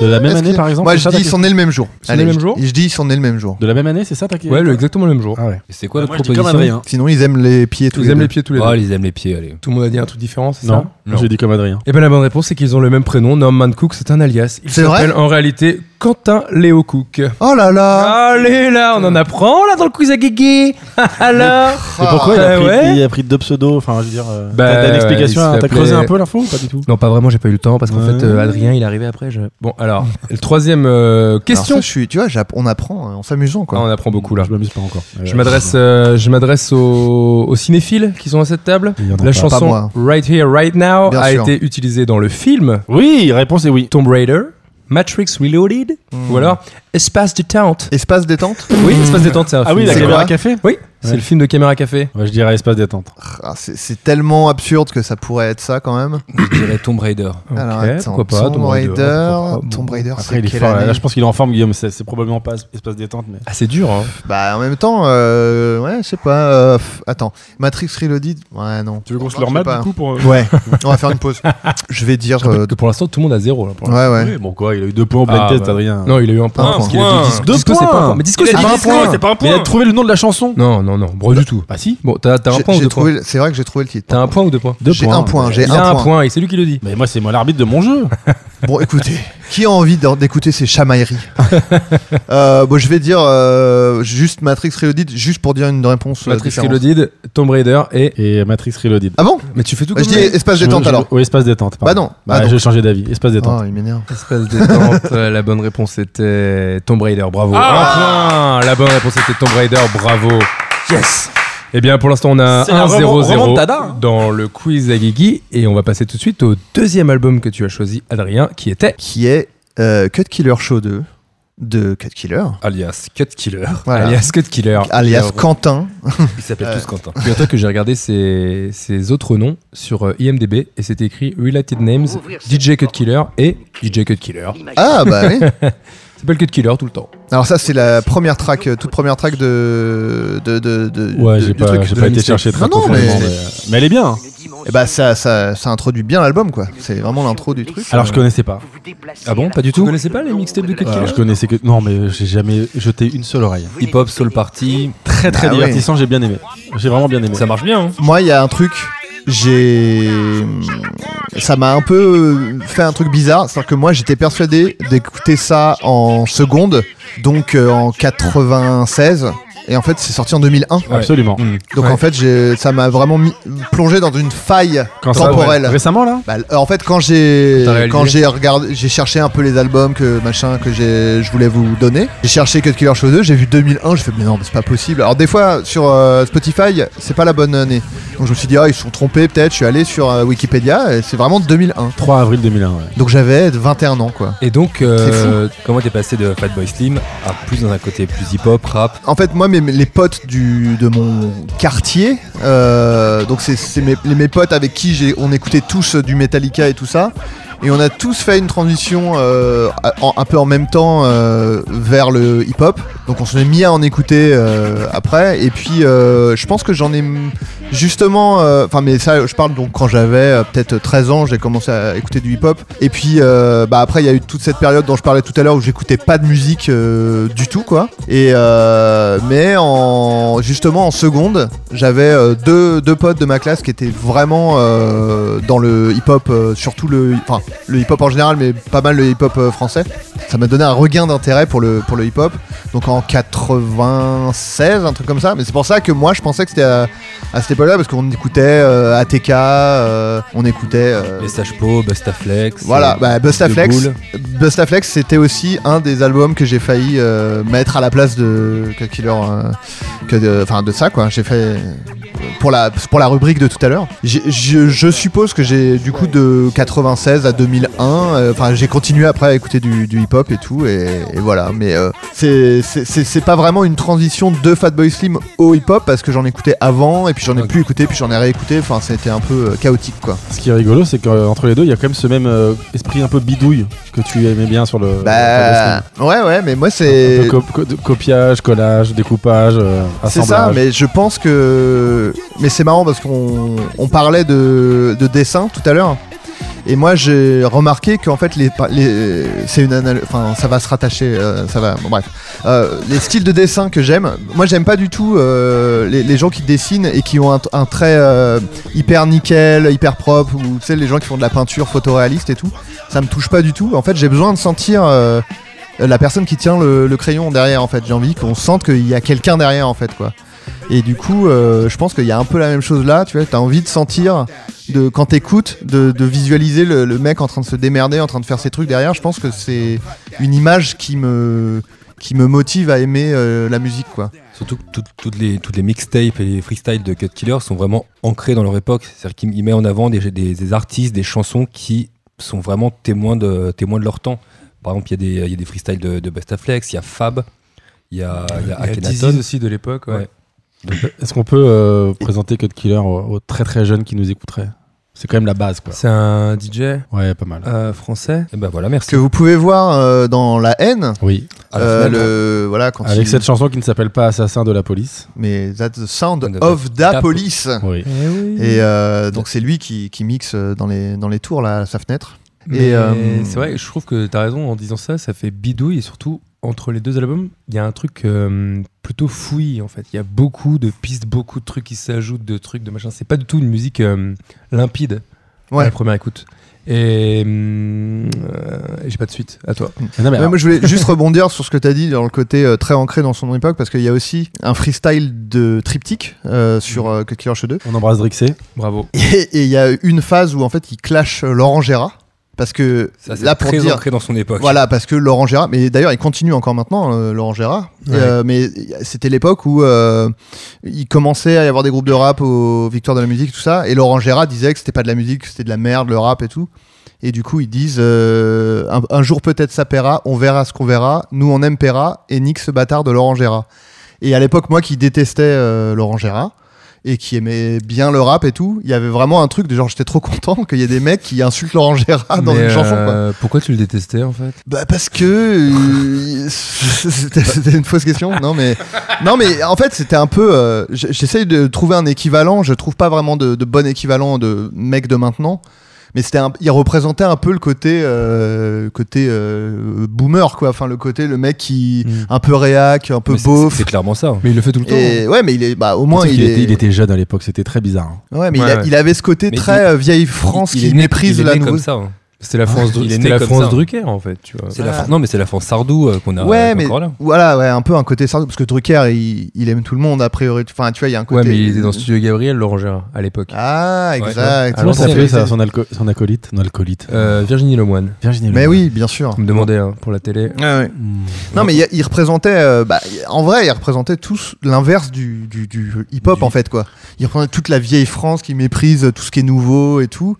S3: De la même
S4: Est-ce
S3: année,
S4: que-
S3: par exemple
S4: Moi
S3: c'est
S4: je
S3: ça
S4: dis
S3: ta
S4: ils sont nés le même jour.
S2: sont nés le
S4: Allez,
S2: même
S4: je-
S2: jour
S4: Je dis ils sont nés le même jour.
S3: De la même année, c'est ça ta question
S2: ouais, le- exactement le même jour.
S3: Ah ouais.
S1: Et C'est quoi
S3: Moi,
S1: votre
S3: je dis comme
S1: proposition
S3: Adrien.
S4: Sinon ils aiment les pieds tous
S2: Ils
S4: les
S2: aiment
S4: deux. Ah
S2: les pieds tous les deux.
S1: Oh, ils aiment les pieds, allez.
S2: Tout le monde a dit un truc différent, c'est ça
S3: Non,
S1: Non.
S3: j'ai dit comme Adrien.
S4: Ah,
S2: Eh bien, la bonne réponse, c'est qu'ils ont le même prénom. Norman Cook, c'est un alias. Il
S4: C'est vrai
S2: s'appelle en réalité Quentin Léo Cook.
S4: Oh là
S2: Ah,
S4: là
S2: Allez, là, on en apprend, là, dans le quiz à Guigui. Alors
S3: Et pourquoi il,
S2: Ah
S3: a pris,
S2: ouais
S3: il a pris deux pseudos Enfin, je veux dire, euh,
S2: Bah,
S3: t'as- t'as une
S2: ouais,
S3: explication
S2: il
S3: à- T'as
S2: s'appelait-
S3: creusé un peu l'info ou pas du tout
S2: Non, pas vraiment, j'ai pas eu le temps parce qu'en
S3: Ouais.
S2: fait, euh, Adrien, il est arrivé après. je- Bon, alors, le troisième euh,
S4: Alors
S2: question.
S4: ça, je suis, tu vois, j'app- on apprend euh, en s'amusant
S2: Ah,
S4: quoi.
S2: on apprend beaucoup là.
S3: Je m'amuse pas encore.
S2: Je m'adresse, euh, je m'adresse aux, aux cinéphiles qui sont à cette table.
S3: Il y en
S2: La
S3: a pas.
S4: Pas
S2: chanson
S4: moi.
S2: Right Here, Right Now
S4: Bien
S2: a
S4: sûr.
S2: été utilisée dans le film
S3: Oui, réponse est oui.
S2: Tomb Raider, Matrix Reloaded, ou alors Espace détente.
S4: Espace détente
S2: Oui, Espace détente, c'est un
S3: Ah oui,
S2: film.
S3: la
S4: C'est
S3: caméra
S4: quoi
S3: café
S2: Oui, c'est
S3: Ouais.
S2: le film de Caméra Café.
S3: Ouais, Je dirais espace détente.
S4: Ah, C'est c'est tellement absurde que ça pourrait être ça quand même.
S1: Je dirais Tomb Raider.
S4: Alors,
S2: Ok,
S4: attends,
S2: pourquoi pas
S4: Tomb Raider,
S2: pourquoi pas,
S4: Tomb
S2: bon.
S4: Raider,
S3: Après,
S4: c'est
S3: il est
S4: quelle
S3: fort. Là,
S4: année
S3: je pense qu'il est en forme, Guillaume. C'est c'est probablement pas espace détente, mais.
S2: Ah, c'est dur, hein.
S4: Bah en même temps, euh, ouais, je sais pas. euh, f- attends, Matrix Reloaded, ouais non.
S3: Tu veux qu'on se
S4: Je
S3: leur
S4: sais
S3: mate
S4: pas.
S3: du coup pour. euh,
S4: Ouais, on va faire une pause. Je vais dire.
S2: Je rappelle
S4: euh,
S2: que pour l'instant, tout le monde a zéro. là, pour l'instant.
S4: ouais, ouais.
S3: Oui, bon quoi, il a eu deux points au
S2: Ah,
S3: blind test,
S2: bah.
S3: Adrien.
S2: Non, il a eu un point.
S1: Un
S2: parce qu'il
S1: point.
S2: a dit disco.
S3: Deux
S2: Disco, c'est
S3: points.
S2: pas un point. Mais disco,
S1: Il a
S2: c'est
S1: dit
S2: pas un
S1: disco,
S2: point.
S1: c'est pas un
S3: Mais il a
S1: point.
S3: trouvé le nom de la chanson.
S2: Non, non, non. Bon, du tout.
S3: Ah si
S2: Bon, t'as t'as un
S4: J'ai-
S2: point ou
S4: j'ai
S2: deux
S4: trouvé
S2: points
S4: le- C'est vrai que j'ai trouvé le titre.
S2: T'as un point ou deux points
S3: Deux
S4: J'ai
S3: points.
S4: un point, j'ai
S2: Il a
S4: un
S2: un
S4: point.
S2: point et c'est lui qui le dit.
S3: Mais moi, c'est moi l'arbitre de mon jeu.
S4: Bon, écoutez, qui a envie d'en- d'écouter ces chamailleries Euh, Bon, je vais dire euh, juste Matrix Reloaded, juste pour dire une réponse. euh,
S2: Matrix
S4: différente.
S2: Reloaded, Tomb Raider et. Bah,
S3: Et Matrix Reloaded.
S4: Ah bon
S2: Mais tu fais tout
S4: Je
S2: comme
S4: dis espace détente alors.
S3: Oui, espace détente.
S4: Bah
S3: pardon.
S4: non.
S3: Bah,
S4: Ah, donc.
S3: j'ai changé d'avis. Espace détente.
S4: Oh, il m'énerve.
S2: Espace détente, euh, la bonne réponse était Tomb Raider, bravo. un point La bonne réponse était Tomb Raider, bravo. Ah Yes Eh bien, pour l'instant, on a
S3: C'est la remon-
S2: 1-0-0
S3: remontada, hein.
S2: dans le quiz à Guigui et on va passer tout de suite au deuxième album que tu as choisi, Adrien, qui était
S4: Qui est euh, Cut Killer Show 2 de Cut Killer,
S1: Alias Cut Killer.
S4: Voilà.
S2: alias Cut Killer.
S4: alias
S1: Alors, Quentin.
S4: Quentin.
S1: Ils s'appellent
S4: Euh,
S1: tous Quentin.
S2: Figure-toi que j'ai regardé ses, ses autres noms sur euh, IMDb et c'était écrit Related Names, DJ Cut Killer et DJ Cut Killer.
S4: Ah bah oui.
S2: Il s'appelle Cut Killer tout le temps.
S4: Alors ça c'est la première track, euh, toute première track de de de, de-
S3: Ouais,
S4: de-
S3: j'ai
S4: du
S3: pas,
S4: truc.
S3: j'ai
S2: de
S3: pas
S2: la
S3: été
S2: mixtape.
S3: chercher très
S4: Non, non,
S3: profondément,
S4: mais-
S3: mais- mais elle est bien. hein.
S4: Et bah ça, ça ça introduit bien l'album quoi. C'est vraiment l'intro du truc.
S3: Alors je
S2: Euh,
S3: connaissais pas.
S2: Ah bon, pas du tout Euh, Vous connaissez pas les mixtapes de Cut
S3: Ouais, je connaissais que non, mais j'ai jamais jeté une seule oreille.
S1: Hip Hop Soul Party.
S3: Très très
S4: Ah ouais.
S3: divertissant, j'ai bien aimé. J'ai vraiment bien aimé.
S1: Ça marche bien. hein.
S4: Moi, il y a un truc, j'ai. Ça m'a un peu fait un truc bizarre. C'est-à-dire que moi, j'étais persuadé d'écouter ça en seconde, donc euh, en 96. Et en fait, c'est sorti en 2001.
S3: Absolument.
S4: Donc
S2: Ouais.
S4: en fait, j'ai- ça m'a vraiment mis- plongé dans une faille
S3: Quand ça-
S4: temporelle.
S3: Récemment là
S4: Bah, en fait, quand j'ai
S2: Quand t'as réalisé.
S4: quand j'ai regardé, j'ai cherché un peu les albums que machin que j'ai, je voulais vous donner. J'ai cherché Cut Killer Show 2, j'ai vu 2001, j'ai fait mais non, mais c'est pas possible. Alors des fois sur euh, Spotify, c'est pas la bonne année. Donc je me suis dit ah ils se sont trompés peut-être. Je suis allé sur euh, Wikipédia, et c'est vraiment 2001.
S3: 3 avril 2001. ouais.
S4: Donc j'avais 21 ans quoi.
S2: Et donc, euh,
S1: Comment t'es passé de Fatboy Slim à plus dans un côté plus hip hop, rap
S4: En fait, moi, mes, mes- les potes du, de mon quartier, euh, donc c'est c'est mes, les- mes potes avec qui j'ai- on écoutait tous euh, du Metallica et tout ça, et on a tous fait une transition euh, à- en- un peu en même temps euh, vers le hip-hop. Donc on s'est mis à en écouter euh, après, et puis euh, je pense que j'en ai m- justement, euh, enfin mais ça, je parle donc quand j'avais euh, peut-être 13 ans, j'ai commencé à écouter du hip-hop, et puis euh, bah après il y a eu toute cette période dont je parlais tout à l'heure où j'écoutais pas de musique euh, du tout quoi. Et euh, mais en justement en seconde, j'avais euh, deux, deux potes de ma classe qui étaient vraiment euh, dans le hip-hop, euh, surtout le, enfin, le hip-hop en général, mais pas mal le hip-hop euh, français. Ça m'a donné un regain d'intérêt pour le, pour le hip-hop. Donc en 96, un truc comme ça. Mais c'est pour ça que moi, je pensais que c'était à, à cette époque-là, parce qu'on écoutait euh, ATK, euh, on écoutait. euh,
S1: Les Sage Po, Bustaflex.
S4: voilà,
S1: euh,
S4: bah,
S1: De
S4: Bustaflex,
S1: Gaulle.
S4: Bustaflex, c'était aussi un des albums que j'ai failli euh, mettre à la place de Cut Killer, euh, que de- enfin de ça quoi. J'ai fait pour pour la, pour la rubrique de tout à l'heure. J'ai- Je, je suppose que j'ai du coup de 96 à 2001, euh, enfin j'ai continué après à écouter du, du hip-hop et tout, et, et voilà. Mais euh, c'est- c'est c'est- c'est pas vraiment une transition de Fatboy Slim au hip-hop parce que j'en écoutais avant, et puis j'en ai plus écouté, puis j'en ai réécouté, enfin c'était un peu euh, chaotique quoi.
S3: Ce qui est rigolo, c'est qu'entre les deux, il y a quand même ce même euh, esprit un peu bidouille que tu aimais bien sur le.
S4: Bah ouais, ouais, mais moi c'est.
S3: Un peu cop- co- de- copiage, collage, découpage, euh,
S4: C'est
S3: assemblage.
S4: ça, mais je pense que. Mais c'est marrant parce qu'on on parlait de, de dessin tout à l'heure. Et moi, j'ai remarqué qu'en fait, les, pa- les, c'est une anal- enfin, ça va se rattacher, euh, ça va, bon, bref. Euh, les styles de dessin que j'aime, moi, j'aime pas du tout euh, les, les gens qui dessinent et qui ont un, un trait euh, hyper nickel, hyper propre, ou tu sais, les gens qui font de la peinture photoréaliste et tout. Ça me touche pas du tout. En fait, j'ai besoin de sentir. euh, la personne qui tient le, le crayon derrière en fait j'ai envie qu'on sente qu'il y a quelqu'un derrière en fait quoi et du coup euh, je pense qu'il y a un peu la même chose là tu vois t'as envie de sentir de quand t'écoutes de, de visualiser le, le mec en train de se démerder en train de faire ses trucs derrière je pense que c'est une image qui me qui me motive à aimer euh, la musique quoi
S1: Surtout que toutes, toutes les, toutes les mixtapes et les freestyles de Cut Killer sont vraiment ancrés dans leur époque. C'est-à-dire qu'il met en avant des, des- des artistes, des chansons qui sont vraiment témoins de, témoins de leur temps. Par exemple, il y, a des- il y a des freestyles de, de Bestaflex, il y a Fab, il y a, il y a
S2: Il y a
S1: Akhenaton.
S2: Disease aussi de l'époque. ouais.
S1: Ouais.
S3: Est-ce qu'on peut euh, présenter Code Killer aux, aux très très jeunes qui nous écouteraient C'est Ah, quand même la base, quoi.
S2: C'est un DJ
S3: Ouais, pas mal.
S2: euh, français.
S1: Et ben voilà, merci.
S4: que vous pouvez voir euh, dans la haine
S3: Oui.
S1: À la
S4: euh,
S1: fenêtre,
S4: le voilà quand
S3: Avec
S4: il-
S3: cette chanson qui ne s'appelle pas Assassin de la police.
S4: mais that's the sound
S1: The-
S4: of da
S1: Da-
S4: police
S3: Eh Oui.
S2: Mhm.
S4: et euh, donc c'est lui qui, qui mixe euh, dans les dans les tours là à sa fenêtre
S2: Mais
S4: Et, euh,
S2: c'est vrai, je trouve que t'as raison en disant ça, ça fait bidouille et surtout entre les deux albums, il y a un truc euh, plutôt fouillis en fait. Il y a beaucoup de pistes, beaucoup de trucs qui s'ajoutent, de trucs, de machin. C'est pas du tout une musique euh, limpide à
S4: Ouais.
S2: la première écoute. Et hum, euh, j'ai pas de suite à toi.
S3: Ah, Non, mais
S4: Ouais,
S3: alors,
S4: moi, je voulais juste rebondir sur ce que tu as dit dans le côté euh, très ancré dans son époque, parce qu'il y a aussi un freestyle de triptyque euh, sur euh, Cut Killer Show 2.
S3: on embrasse Drixé.
S2: Bravo.
S4: Et et il y a une phase où en fait il clash euh, Laurent Gérard. Parce que
S1: ça, c'est
S4: là pour
S1: très
S4: dire.
S1: ancré dans son époque.
S4: Voilà, parce que Laurent Gérard, mais d'ailleurs il continue encore maintenant, euh, Laurent Gérard. Et,
S2: Ouais.
S4: euh, mais c'était l'époque où euh, il commençait à y avoir des groupes de rap aux Victoires de la musique, tout ça. Et Laurent Gérard disait que c'était pas de la musique, que c'était de la merde, le rap et tout. Et du coup, ils disent euh, un, un jour peut-être ça paiera, on verra ce qu'on verra, nous on aime paiera, et nique ce bâtard de Laurent Gérard. Et à l'époque, moi qui détestais euh, Laurent Gérard et qui aimait bien le rap et tout, il y avait vraiment un truc de genre j'étais trop content qu'il y ait des mecs qui insultent Laurent Gérard Ah, dans
S2: Mais,
S4: une chanson. quoi.
S2: euh, pourquoi tu le détestais en fait
S4: Bah parce que euh, c'était c'était une fausse question. Non mais non mais en fait c'était un peu. euh, j- J'essaye de trouver un équivalent. Je trouve pas vraiment de, de bon équivalent de mec de maintenant. Mais c'était un- il représentait un peu le côté euh, côté euh, boomer quoi. Enfin le côté le mec qui
S2: Mm.
S4: un peu réac, un peu
S1: Hmm. Mais c'est-
S4: beauf.
S1: C'est clairement ça. hein.
S2: Mais il le fait tout le temps. hein.
S4: Et ouais mais il est bah au moins
S3: Surtout
S4: il,
S3: qu'il
S4: est,
S3: était, il était jeune à l'époque, c'était très bizarre. hein.
S4: ouais mais il,
S2: Ouais,
S4: a-
S2: ouais.
S4: il avait ce côté
S1: Mais
S4: très euh, vieille France
S1: il
S4: qui
S1: est né-
S4: méprise
S1: il est
S4: la
S1: né
S4: nouvelle.
S1: comme ça. hein.
S2: C'était
S4: Ah,
S2: la France,
S1: Il est
S2: c'était
S1: né
S2: la
S1: comme
S2: France
S4: hein.
S1: ça.
S2: Drucker en fait, tu vois.
S1: C'est la
S4: Voilà.
S1: France- Non, mais c'est la France Sardou euh, qu'on a
S4: ouais,
S1: euh,
S4: mais
S1: encore là.
S4: voilà, ouais, un peu un côté sardou, parce que Drucker, il, il aime tout le monde a priori. Enfin, tu vois, il y a un
S2: Ouais,
S4: côté.
S2: mais il était dans Studio Gabriel, Laurent Gérard, à l'époque.
S4: Ah, exact.
S3: Comment
S2: Alors,
S3: ça
S2: c'est-
S3: fait ça, son, alco- son acolyte Non,
S4: Ah.
S3: alcoolite.
S2: Euh, Virginie Lemoine.
S3: Virginie
S4: Mais
S3: Lemoine.
S4: oui, bien sûr.
S2: On me demandait hein, pour la télé.
S3: Hmm.
S4: Non, mais il, y a- il représentait, euh, bah, en vrai, il représentait tous l'inverse du, du- du hip-hop
S3: Du-
S4: en fait, quoi. Il représentait toute la vieille France qui méprise tout ce qui est nouveau et tout.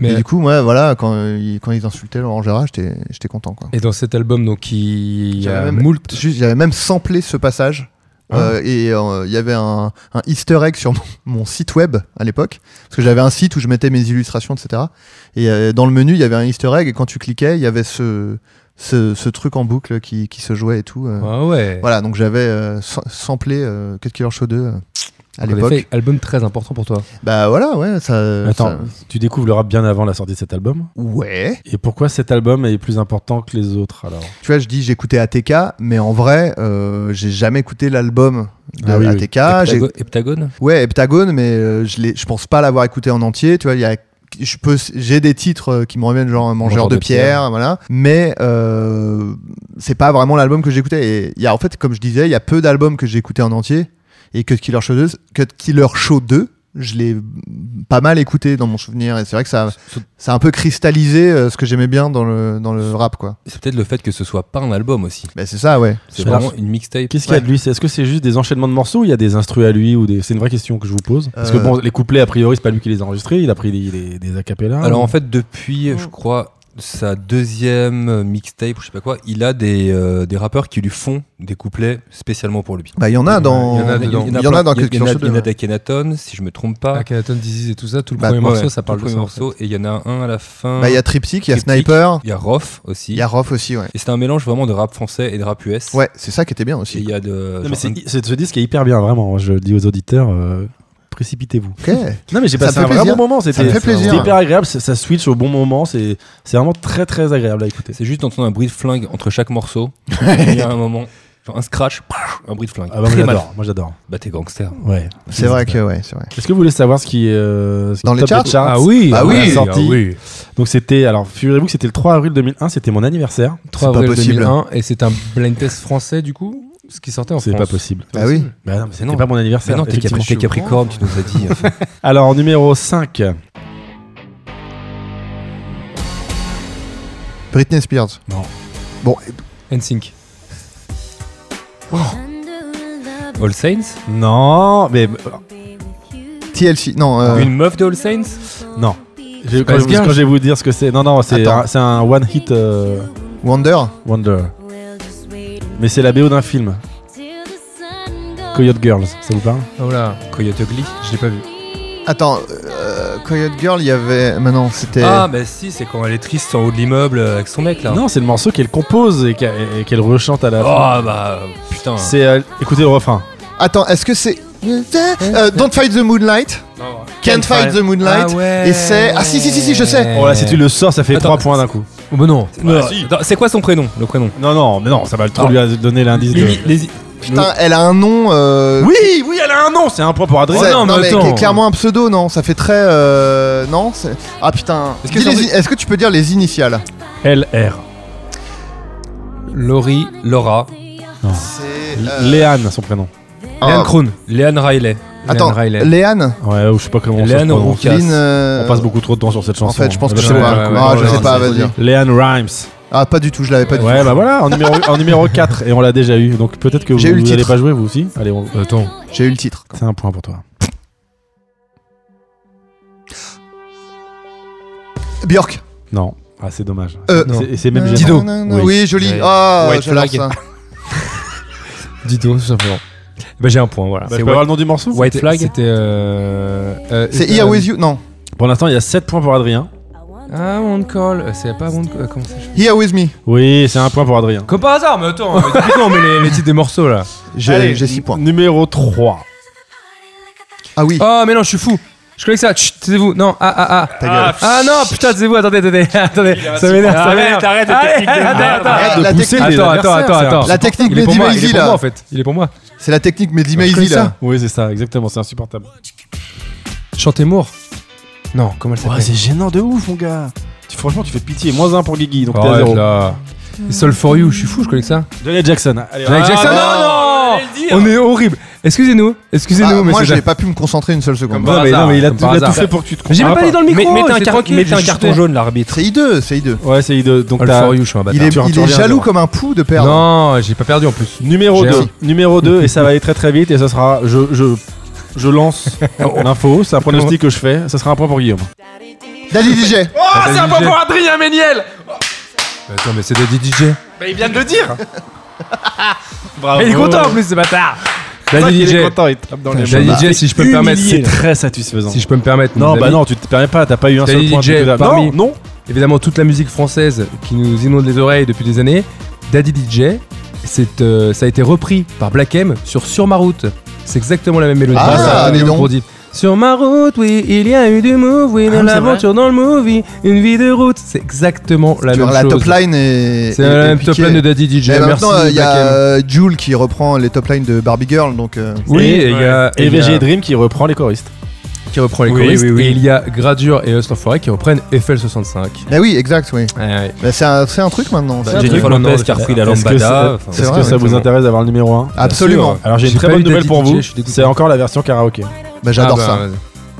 S2: Mais-
S4: Et du coup, ouais, voilà, quand, euh, il- quand ils insultaient Laurent Gérard, j'étais j'étais content, quoi.
S2: Et dans cet album, donc, il y a
S4: J'avais même-
S2: moult.
S4: Juste, J'avais même samplé ce passage.
S2: Ah.
S4: Euh, et euh, il y avait un, un easter egg sur mon, mon site web à l'époque, parce que j'avais un site où je mettais mes illustrations, etc. Et euh, dans le menu, il y avait un easter egg, et quand tu cliquais, il y avait ce, ce, ce truc en boucle qui, qui se jouait et tout. euh.
S2: Ah ouais.
S4: Voilà, donc j'avais euh, sa- samplé euh, Cut Killer Show 2 euh, à
S2: Donc, en
S4: l'époque.
S2: effet, album très important pour toi.
S4: Bah voilà, ouais, ça.
S3: Attends,
S4: ça-
S3: tu découvres le rap bien avant la sortie de cet album.
S4: Ouais.
S3: Et pourquoi cet album est plus important que les autres alors
S4: Tu vois, je dis j'écoutais ATK, mais en vrai, euh, j'ai jamais écouté l'album de
S3: Ah oui, oui.
S4: ATK. j'ai-
S1: Heptago- Heptagone
S4: Ouais, Heptagone, mais euh, je, l'ai- je pense pas l'avoir écouté en entier. Tu vois, il y a- je peux, j'ai des titres euh, qui me reviennent, genre Mangeur de,
S1: de
S4: pierre,
S1: pierre.
S4: voilà. Mais euh, c'est pas vraiment l'album que j'écoutais. Et il y a, en fait, comme je disais, il y a peu d'albums que j'ai écouté en entier. Et Cut Killer Show 2, Cut Killer Show 2 je l'ai pas mal écouté dans mon souvenir. Et c'est vrai que ça, ça a un peu cristallisé euh, ce que j'aimais bien dans le, dans le rap, quoi.
S1: C'est peut-être le fait que ce soit pas un album aussi.
S4: Bah, c'est ça, ouais.
S1: C'est
S3: Je
S1: vraiment
S3: pense.
S1: une mixtape.
S3: Qu'est-ce qu'il y a de lui C'est- Est-ce que c'est juste des enchaînements de morceaux ou il y a des instrus à lui ou des... C'est une vraie question que je vous pose. Parce que
S4: Euh.
S3: bon, les couplets, a priori, c'est pas lui qui les a enregistrés, il a pris des, des, des acapellas.
S1: Alors en fait,
S4: Oh.
S1: depuis, je crois, sa deuxième euh, mixtape, ou je sais pas quoi, il a des, euh, des rappeurs qui lui font des couplets spécialement pour lui.
S4: Bah, il y en a dans.
S2: Il y en a dedans.
S4: Il y en a dans
S1: Il
S4: quelques
S1: y en a,
S4: sur deux,
S1: il y en a
S4: ouais.
S1: d'Akenaton, si je me trompe pas.
S2: Ah, Canton Disease et tout ça, tout le
S4: Bah,
S2: premier
S1: Ouais,
S2: morceau,
S1: ouais,
S2: ça parle
S1: tout
S2: de
S1: le
S2: ça.
S1: premier
S2: en fait.
S1: morceau, et il y en a un à la fin.
S4: Bah, il y a Tripsic, il y a
S1: Triptych.
S4: Sniper,
S1: Il y a Rof aussi.
S4: il y a Rof aussi, ouais.
S1: Et c'est un mélange vraiment de rap français et de rap US.
S4: Ouais, c'est ça qui était bien
S1: Et
S4: aussi.
S1: il y a de.
S3: Non, mais
S1: genre
S3: c'est
S1: un-
S3: c'est- ce disque est hyper bien, vraiment. hein, Je le dis aux auditeurs, euh, précipitez-vous.
S4: Ok.
S3: Non, mais j'ai
S4: Ça
S3: passé
S4: me
S3: un
S4: fait
S3: vrai
S4: plaisir.
S3: bon moment.
S4: Ça me
S3: C'était
S4: fait
S1: c'est vraiment-
S3: c'était
S4: plaisir.
S3: hyper agréable, ça, ça switch au bon moment. C'est c'est vraiment très très agréable à écouter.
S1: c'est juste d'entendre un bruit de flingue entre chaque morceau. il y a un moment. Genre un scratch, paf, un bruit de flingue.
S3: Ah bah, moi
S1: Très mal.
S3: j'adore, moi j'adore.
S1: Bah t'es gangster.
S3: Ouais.
S4: C'est vrai que, ouais, c'est vrai.
S3: Est-ce que vous voulez savoir ce qui est euh, ce qui
S4: Dans
S3: est
S4: les
S3: top
S4: charts
S3: des
S2: Ah oui,
S4: Ah
S2: ah
S4: oui,
S2: oui,
S3: sorti.
S2: ah oui.
S3: Donc c'était, alors figurez-vous que c'était le 3 avril 2001, c'était mon anniversaire.
S2: 3
S4: C'est pas
S2: avril
S4: possible.
S2: 2001 et c'est un blind test français du coup, ce qui sortait en
S3: C'est
S2: France.
S3: pas possible.
S4: Bah oui.
S3: Bah non, mais c'était
S1: non.
S3: pas mon anniversaire.
S1: Mais non, t'es
S3: effectivement.
S1: Capri- t'es Capricorne, tu nous as dit. euh,
S3: Alors, numéro 5.
S4: Britney Spears.
S2: NSYNC.
S1: All Saints
S3: Non, mais.
S4: TLC. Non, euh,
S1: Une meuf de All Saints
S3: Non. Je- quand,
S2: Spice
S3: je,
S2: Girls.
S3: quand je vais vous dire ce que c'est. Non, non, c'est
S4: Attends.
S3: un, c'est un one hit euh,
S4: Wonder.
S3: wonder. Mais c'est la BO d'un film, Coyote Girls. Ça vous parle
S2: Oh là,
S1: Coyote Ugly
S2: je l'ai pas vu.
S4: Attends, euh, Coyote Girl, il y avait. Mais non, c'était.
S1: Ah, bah si, c'est quand elle est triste en haut de l'immeuble euh, avec son mec là.
S3: Non, c'est le morceau qu'elle compose et qu'a- et qu'elle rechante à la fin.
S1: Oh bah putain.
S3: C'est. euh, écoutez le refrain.
S4: Attends, est-ce que c'est. Euh, Don't fight the moonlight. Can't fight the moonlight.
S1: Ah ouais.
S4: Et c'est. Ah si, si, si, si, je sais.
S3: Oh là, si tu le sors, ça fait
S1: Attends,
S3: 3 points d'un coup.
S2: Oh bah non.
S1: Non, attends, C'est quoi son prénom Le prénom
S3: Non, non, mais non, ça va trop lui a donné l'indice de.
S1: Lily- Lizzy-
S4: Putain, elle a un nom. euh,
S3: Oui, oui, elle a un nom, c'est un point pour Adrien.
S4: c'est-
S1: Oh
S2: non, mais
S4: Oh mais
S2: attends.
S4: qui est clairement un pseudo, non Ça fait très. euh, Non c'est- Ah putain.
S1: Est-ce que
S4: Dis
S1: c'est
S4: les-
S1: un-
S4: Est-ce que tu peux dire les initiales
S3: LR.
S1: Laurie, Laura,
S4: C'est.
S3: Euh. Léane, son prénom.
S1: Léane Kroon, Léane Riley.
S4: Ah. Attends,
S2: Léane Riley.
S4: Léane
S3: Ouais, ou je sais pas comment on
S1: Léane
S3: se prononce.
S1: Roucas.
S4: Lynn, euh,
S3: On passe beaucoup trop de temps sur cette chanson.
S4: En fait, je pense
S3: hein.
S4: que je
S2: Ouais,
S4: sais
S2: ouais,
S4: pas.
S2: ouais,
S4: Ah,
S2: ouais,
S4: je
S2: ouais,
S4: sais
S2: ouais,
S4: pas,
S2: ouais,
S4: vas-y.
S3: euh, Léane Rhymes.
S4: Ah, pas du tout, je l'avais pas du
S3: Ouais,
S4: tout.
S3: bah voilà, en numéro, en numéro 4, et on l'a déjà eu, donc peut-être que vous
S4: J'ai eu le
S3: n'allez
S4: titre.
S3: pas jouer vous aussi. Allez, on-
S2: Euh, Attends.
S4: J'ai eu le titre.
S3: c'est un point pour toi.
S4: Björk.
S3: Non, ah, c'est dommage.
S4: Euh,
S3: C'est- c'est- c'est même
S4: Euh,
S3: gênant. Bah,
S4: nanana, Oui, joli.
S1: Ouais.
S4: Ah,
S1: White
S4: j'adore
S1: Flag.
S4: ça.
S2: Dis donc, tout simplement. Bah j'ai un point, voilà.
S3: Bah,
S2: C'est
S3: je peux avoir le nom du morceau
S2: White
S1: C'était-
S2: Flag C'était. Euh, euh,
S4: C'est
S2: euh,
S4: Here With You. Non,
S3: Pour l'instant, il y a 7 points pour Adrien.
S2: Ah, on call. Euh, C'est pas on call. Comment ça je-
S4: Here With Me.
S3: Oui, c'est un point pour Adrien.
S2: Comme par hasard, mais attends. mais depuis quand on met les, les titres des morceaux là
S4: J'ai j'ai 6 points.
S3: Numéro 3.
S4: Ah oui.
S2: Oh, mais non, je suis fou. Je connais que ça. Chut, taisez-vous. Non, ah, ah, ah.
S4: Ta gueule.
S2: Ah non, putain, taisez-vous. Attendez, attendez. attendez. Ça m'énerve, ça m'énerve.
S1: arrête,
S2: Allez, attends, attends.
S4: Ah, la
S3: pousser
S4: technique-
S3: les
S2: Attends, attends,
S3: adversaires,
S2: attends,
S3: c'est
S2: attends.
S4: La technique
S2: Il est pour
S4: Mehdi
S2: moi, il est
S4: Maizy
S2: pour moi en
S4: là.
S2: fait. Il est pour moi.
S4: C'est la technique Mehdi
S2: Je
S4: Maizy
S2: connais
S4: là.
S2: ça.
S3: Oui, c'est ça, exactement, c'est insupportable.
S2: Chantez Moore. Non, comment elle s'appelle
S3: c'est gênant de ouf, mon gars. Tu- franchement, tu fais pitié. Moins 1 pour Guigui, donc t'es à
S2: Arrête,
S3: 0.
S2: là. Et Soul for You, je suis fou, je connais que ça.
S3: Janet Jackson. Allez,
S2: Janet
S3: ah,
S2: Jackson,
S3: bah,
S1: bah,
S2: non, non On est horrible. Excusez-nous,
S4: Ah,
S2: excusez-nous, mais
S4: moi
S2: c'est
S4: j'ai pas pu me concentrer une seule seconde.
S2: Comme par
S3: non, mais, non,
S2: hasard,
S3: mais il a,
S2: comme
S3: il
S2: par
S3: a tout
S2: hasard.
S3: fait pour que tu te
S2: J'ai même
S3: comprennes
S2: pas dit dans le
S1: Mais
S2: micro.
S1: mettez un,
S2: j'étais
S1: car-
S2: tranquille,
S1: mettez un
S2: j'étais
S1: carton
S2: jeté.
S1: jaune, l'arbitre.
S4: C'est hideux, c'est hideux.
S3: Ouais, c'est hideux. Donc
S2: All
S3: t'as-
S2: for you, je suis un
S4: Il
S2: bâtard.
S3: tu-
S4: est,
S3: tu
S4: il est
S3: reviens,
S4: jaloux
S3: alors.
S4: comme un pou de perdre.
S2: Non, j'ai pas perdu en plus.
S3: Numéro
S2: J'ai
S3: 2.
S2: un.
S3: Numéro 2, et ça va aller très très vite, et ça sera. Je, je, je lance l'info, c'est un pronostic que je fais, ça sera un point pour Guillaume.
S4: Daddy DJ.
S2: Oh, c'est un point pour Adrien Méniel Attends, mais c'est Daddy DJ.
S3: Bravo.
S2: Mais il est content en plus, ce bâtard Daddy
S3: Daddy
S2: DJ. Daddy DJ, si je peux me permettre, c'est
S3: c'est très satisfaisant.
S2: Si je peux me permettre,
S3: Non,
S2: mes
S3: bah
S2: amis,
S3: non, tu te permets pas, t'as pas eu un
S2: Daddy
S3: seul point.
S2: DJ,
S3: depuis tout à l'heure.
S2: parmi-
S3: Non, non.
S2: évidemment toute la musique française qui nous inonde les oreilles depuis des années, Daddy DJ, c'est, euh, ça a été repris par Black M sur Sur ma route. C'est exactement la même mélodie.
S4: Ah,
S2: Ça,
S4: dis donc.
S2: pour dire, Sur ma route, oui, il y a eu du move, oui, de
S3: c'est
S2: l'aventure dans le movie, une vie de route. C'est exactement la
S4: Tu
S2: même
S4: vois, la
S2: chose.
S4: top line est.
S2: c'est
S4: est-
S2: la
S4: est
S2: même
S4: piquée.
S2: top line de Daddy DJ.
S4: Et
S2: Merci
S4: maintenant, euh, il y a
S2: Black M.
S4: euh, Jules qui reprend les top lines de Barbie Girl, donc euh,
S2: Oui,
S3: Et-
S2: et il y a
S3: Et
S2: il y a-
S3: VG Dream qui reprend les choristes.
S2: qui reprend les
S1: Oui,
S2: choristes,
S1: oui, oui.
S2: et il y a Gradure et Hustle Forêt qui reprennent FL65.
S4: Bah oui, exact, oui.
S2: Ouais, Ah ouais.
S4: Bah, c'est un, c'est un truc maintenant.
S1: Bah,
S4: ça.
S2: j'ai-
S1: Jennifer
S2: non,
S1: Lopez
S2: non,
S1: qui a repris la
S3: Est-ce que, ça-
S1: lambada. enfin,
S3: est-ce que
S4: vrai,
S3: ça vous
S1: exactement.
S3: intéresse d'avoir le numéro 1
S4: Absolument.
S2: Bien sûr.
S3: Alors j'ai une
S2: J'ai
S3: très
S2: pas
S3: bonne
S2: eu Daddy
S3: nouvelle pour
S2: DJ,
S3: vous,
S2: je suis dégoûté.
S3: c'est encore la version karaoké.
S4: Bah, j'adore
S2: Ah bah,
S4: ça.
S2: vas-y.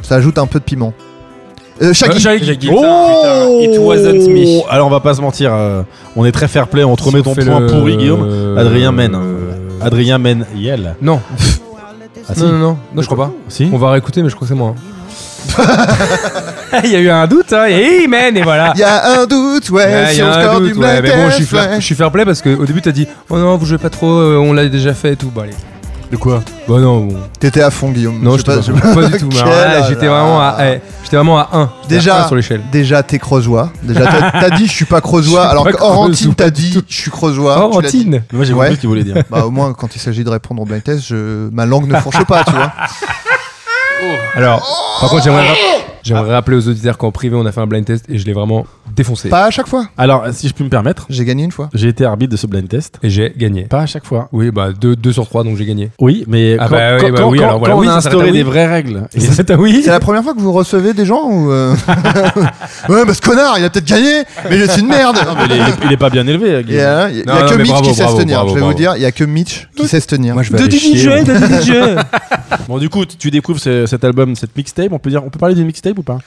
S4: Ça ajoute un peu de piment. Euh, Shaggy.
S3: Shaggy.
S4: Oh
S1: putain, it wasn't me.
S3: Oh, Alors on va pas se mentir, euh, on est très fair play, on euh, te remet ton point pourri Guillaume. Adrien mène. Adrien mène Yel.
S2: Non,
S3: Ah si
S2: non, non, non, non, je crois pas.
S3: Si
S2: On va réécouter, mais je crois que c'est moi. hein. Il y a eu un doute, hein. Et man, et voilà.
S4: Il y a un doute, ouais,
S2: Ouais, y
S4: sur
S2: a
S4: le
S2: un
S4: score
S2: doute,
S4: du
S2: ouais,
S4: Black
S2: mais bon, je suis,
S4: Death,
S2: fair,
S4: ouais.
S2: je suis fair play parce qu'au début t'as dit oh non vous jouez pas trop, euh, on l'a déjà fait et tout. Bah allez. De quoi Bah non. bon.
S4: T'étais à fond, Guillaume.
S2: Non,
S4: Je
S2: je
S4: sais
S2: te pas,
S4: je-
S2: pas, du tout. mais alors là,
S4: Quel-
S2: j'étais vraiment à, eh, j'étais vraiment à 1
S4: Déjà-
S2: sur l'échelle.
S4: Déjà, t'es Crozois. Déjà, t'as t'as dit je suis pas Crozois,
S2: Je suis
S4: alors
S2: pas
S4: que Orantine
S2: Crozois
S4: t'a
S2: du
S4: dit
S2: tout.
S4: je suis Crozois.
S2: Oh,
S4: tu l'as dit.
S2: Antine
S3: Moi j'ai
S4: Ouais.
S3: compris ce qu'il voulait dire.
S4: Bah, au moins, quand il s'agit de répondre au blind test, je... ma langue ne fourche pas, tu vois.
S2: Alors, par contre, j'aimerais rap-
S4: Oh
S2: j'aimerais rappeler aux auditeurs qu'en privé, on a fait un blind test et je l'ai vraiment défoncé.
S4: Pas à chaque fois.
S3: Alors si je puis me permettre,
S4: J'ai gagné une fois.
S3: j'ai été arbitre de ce blind test.
S2: Et j'ai gagné.
S3: Pas à chaque fois.
S2: Oui, bah 2 sur 3, donc j'ai gagné.
S3: Oui, mais
S2: Ah
S3: quand,
S2: bah oui,
S3: quand-
S2: bah
S3: quand-
S2: oui,
S3: quand-
S2: alors voilà,
S3: quand
S2: oui,
S3: on a
S2: ça s'arrête à
S3: instauré
S2: oui.
S3: des vraies règles. Et
S2: c'est à oui
S4: C'est la première fois que vous recevez des gens ou. euh, ouais, bah ce connard, il a peut-être gagné, mais je suis une merde.
S3: Non, mais il, est, il est- il est pas bien élevé, euh,
S4: Il y
S3: Guillaume.
S4: a, il y a
S2: Non, non,
S4: que
S2: mais
S4: Mitch
S2: bravo,
S4: qui sait
S2: bravo,
S4: se tenir.
S2: bravo,
S4: je vais vous
S2: bravo.
S4: dire, il y a que Mitch qui sait se tenir.
S1: Moi, je vais
S2: De
S1: aller chier, moi.
S3: Bon, du coup, tu tu découvres ce- cet album, cette mixtape. On peut dire, on peut parler d'une mixtape ou pas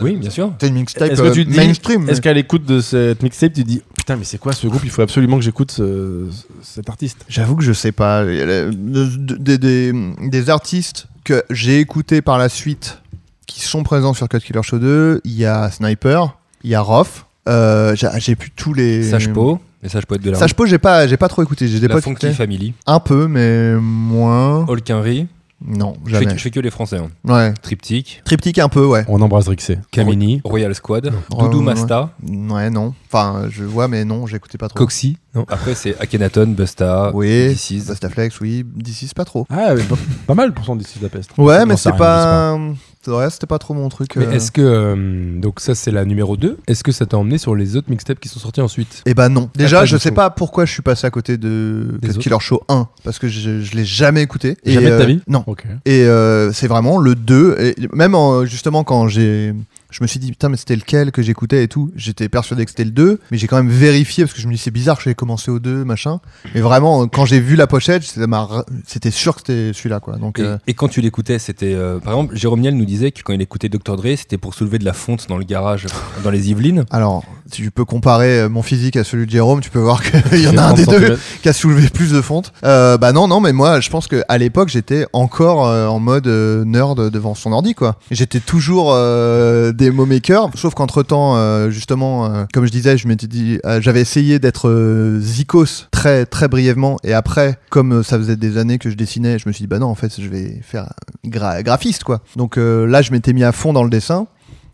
S2: Oui, bien sûr.
S4: Ah bah C'est une mixtape
S3: Est-ce que
S4: euh,
S3: tu dis-
S4: mainstream.
S3: Est-ce qu'à l'écoute de cette mixtape, tu dis putain, mais c'est quoi ce groupe Il faut absolument que j'écoute ce- ce- cet artiste.
S4: J'avoue que je sais pas. Il y a la- de- Des, des- des artistes que j'ai écoutés par la suite qui sont présents sur Cut Killer Show 2, il y a Sniper, il y a Rof. euh, j'a- j'ai plus tous les.
S1: Sage Po, les Sage Poètes de la
S4: Sage Po, j'ai pas, j'ai pas trop écouté. J'ai des
S1: la
S4: potes qui
S1: Funky
S4: écoutaient.
S1: Family,
S4: Un peu, mais moins.
S1: All Quinry,
S4: Non,
S1: je fais,
S4: jamais.
S1: je fais que les Français. hein.
S4: Ouais.
S1: Triptych,
S4: Triptyque un peu, ouais.
S3: On embrasse Rixé.
S2: Kamini,
S1: Royal Squad,
S4: Ouais, ouais,
S1: Doudou
S4: ouais.
S1: Masta,
S4: Ouais, non. Enfin, je vois, mais non, j'écoutais pas trop.
S2: Coxy. Non.
S1: après c'est Akhenaton, Busta,
S4: oui,
S1: This Is.
S4: Bastaflex, oui. DC, pas trop.
S3: Ah, ouais, pas, pas mal pour son d'ici de la peste.
S4: Ouais,
S3: J'en
S4: mais
S3: sais
S4: c'est
S3: rien,
S4: pas. Ouais, c'était pas trop mon truc.
S2: Mais
S4: euh.
S2: est-ce que. euh, donc, ça, c'est la numéro 2. Est-ce que ça t'a emmené sur les autres mixtapes qui sont sortis ensuite
S4: Eh ben non.
S2: Ah,
S4: Déjà,
S2: pas
S4: je
S2: du
S4: sais
S2: tout.
S4: pas pourquoi je suis passé à côté de
S2: Des
S4: Cut
S2: autres.
S4: Killer Show 1 parce que je, je l'ai jamais écouté. Et,
S3: Jamais de ta
S4: euh,
S3: vie
S4: Non.
S3: je sais pas. Ok.
S4: Et euh, c'est vraiment le 2 et même en- justement quand j'ai je me suis dit putain mais c'était lequel que j'écoutais et tout, j'étais persuadé que c'était le 2, mais j'ai quand même vérifié parce que je me dis c'est bizarre, j'ai commencé au 2 machin. Mais vraiment quand j'ai vu la pochette, ça m'a ra- c'était sûr que c'était celui-là quoi. Donc
S1: Et,
S4: euh,
S1: et quand tu l'écoutais, c'était. euh, par exemple, Jérôme Niel nous disait que quand il écoutait Dr. Dre, c'était pour soulever de la fonte dans le garage, dans les Yvelines.
S4: alors, si tu peux comparer euh, mon physique à celui de Jérôme, tu peux voir qu'il y en a un
S3: 30
S4: des deux
S3: centimètres.
S4: qui a soulevé plus de fonte. Euh, bah non, non, mais moi, je pense que à l'époque, j'étais encore euh, en mode euh, nerd devant son ordi, quoi. J'étais toujours euh, des mots makers, sauf qu'entre temps, justement, euh, comme je disais, je m'étais dit, euh, j'avais essayé d'être euh, zikos très très brièvement, et après, comme euh, ça faisait des années que je dessinais, je me suis dit, bah non, en fait, je vais faire gra- graphiste, quoi. Donc euh, là, je m'étais mis à fond dans le dessin.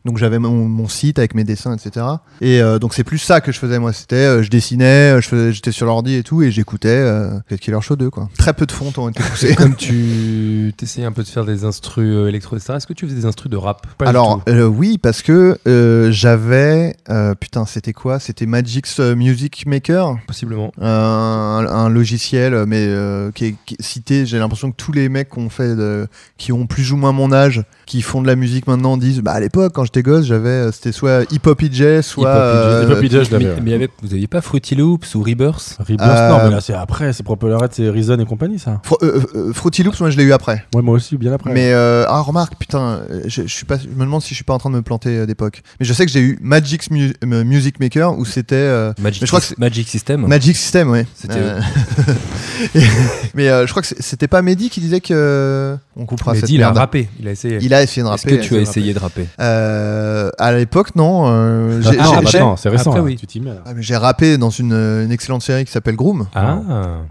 S4: Donc j'avais mon, mon site avec mes dessins, etc. Et euh, donc c'est plus ça que je faisais moi. C'était euh, je dessinais, euh, je faisais- j'étais sur l'ordi et tout, et j'écoutais euh, Cut Killer Show 2 quoi. Très peu de fonds ont été poussés.
S2: Comme tu t'essayais un peu de faire des instrus euh, électro, etc., est-ce que tu faisais des instrus de rap Pas du
S4: Alors
S2: tout.
S4: euh, oui, parce que euh, j'avais euh, putain c'était quoi C'était Magic's euh, Music Maker,
S2: Possiblement.
S4: euh, un, un logiciel, mais euh, qui, est, qui est cité. J'ai l'impression que tous les mecs qu'on fait, de- qui ont plus ou moins mon âge, qui font de la musique maintenant, disent bah à l'époque quand j'étais gosse j'avais euh, c'était soit hip hop IJ, soit
S3: Hip
S4: euh,
S3: Hop Hip Hop, je l'avais, ouais.
S1: mais mais y avait- vous n'aviez pas Fruity Loops ou Rebirth
S3: Rebirth,
S4: Euh,
S3: non, mais là c'est après, c'est Propellerette, c'est Reason et compagnie ça.
S4: Fro- euh, euh, Fruity Loops, moi je l'ai eu après.
S3: Ouais, moi aussi, bien après.
S4: Mais euh, ah remarque, putain, euh, je, je suis pas, je me demande si je suis pas en train de me planter euh, d'époque. Mais je sais que j'ai eu Magic's Mu- euh, Music Maker où c'était euh,
S1: Magic,
S4: Mais je crois
S1: Sys-
S4: que c'est-
S1: Magic System
S4: Magic System, ouais.
S1: C'était-
S4: Euh, et- mais euh, je crois que c'est- c'était pas Mehdi qui disait que euh, on coupera
S2: il a
S4: cette
S2: dit, il a
S4: merde.
S2: rappé. Il a essayé.
S4: Il a essayé de
S1: Est-ce
S4: rapper.
S1: que tu
S4: il
S1: as
S4: a
S1: essayé de rapper
S4: de rapper. Euh, À l'époque, non. euh, j'ai-
S3: Ah,
S4: j'ai-
S3: bah
S4: j'ai-
S3: attends, c'est récent.
S2: Après,
S3: là,
S2: oui.
S3: Tu t'y mets là.
S4: Ah, mais j'ai rappé dans une, euh, une excellente série qui s'appelle Groom.
S2: Ah
S4: Bah,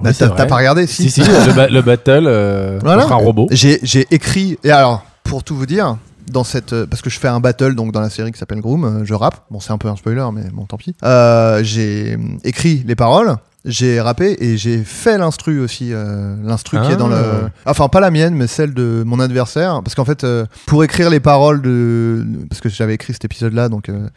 S3: Oui, c'est
S4: T'as t'as
S3: vrai.
S4: pas regardé
S3: Si, si, le, ba- le battle, euh,
S4: Voilà.
S3: contre un robot.
S4: J'ai, j'ai écrit. Et alors, pour tout vous dire, dans cette, euh, parce que je fais un battle donc dans la série qui s'appelle Groom, euh, je rappe. Bon, c'est un peu un spoiler, mais bon, tant pis. Euh, j'ai hum, écrit les paroles. J'ai rappé et j'ai fait l'instru aussi, euh, l'instru qui est dans le,
S2: Ah.
S4: enfin pas la mienne mais celle de mon adversaire, parce qu'en fait euh, pour écrire les paroles de, parce que j'avais écrit cet épisode-là, donc euh,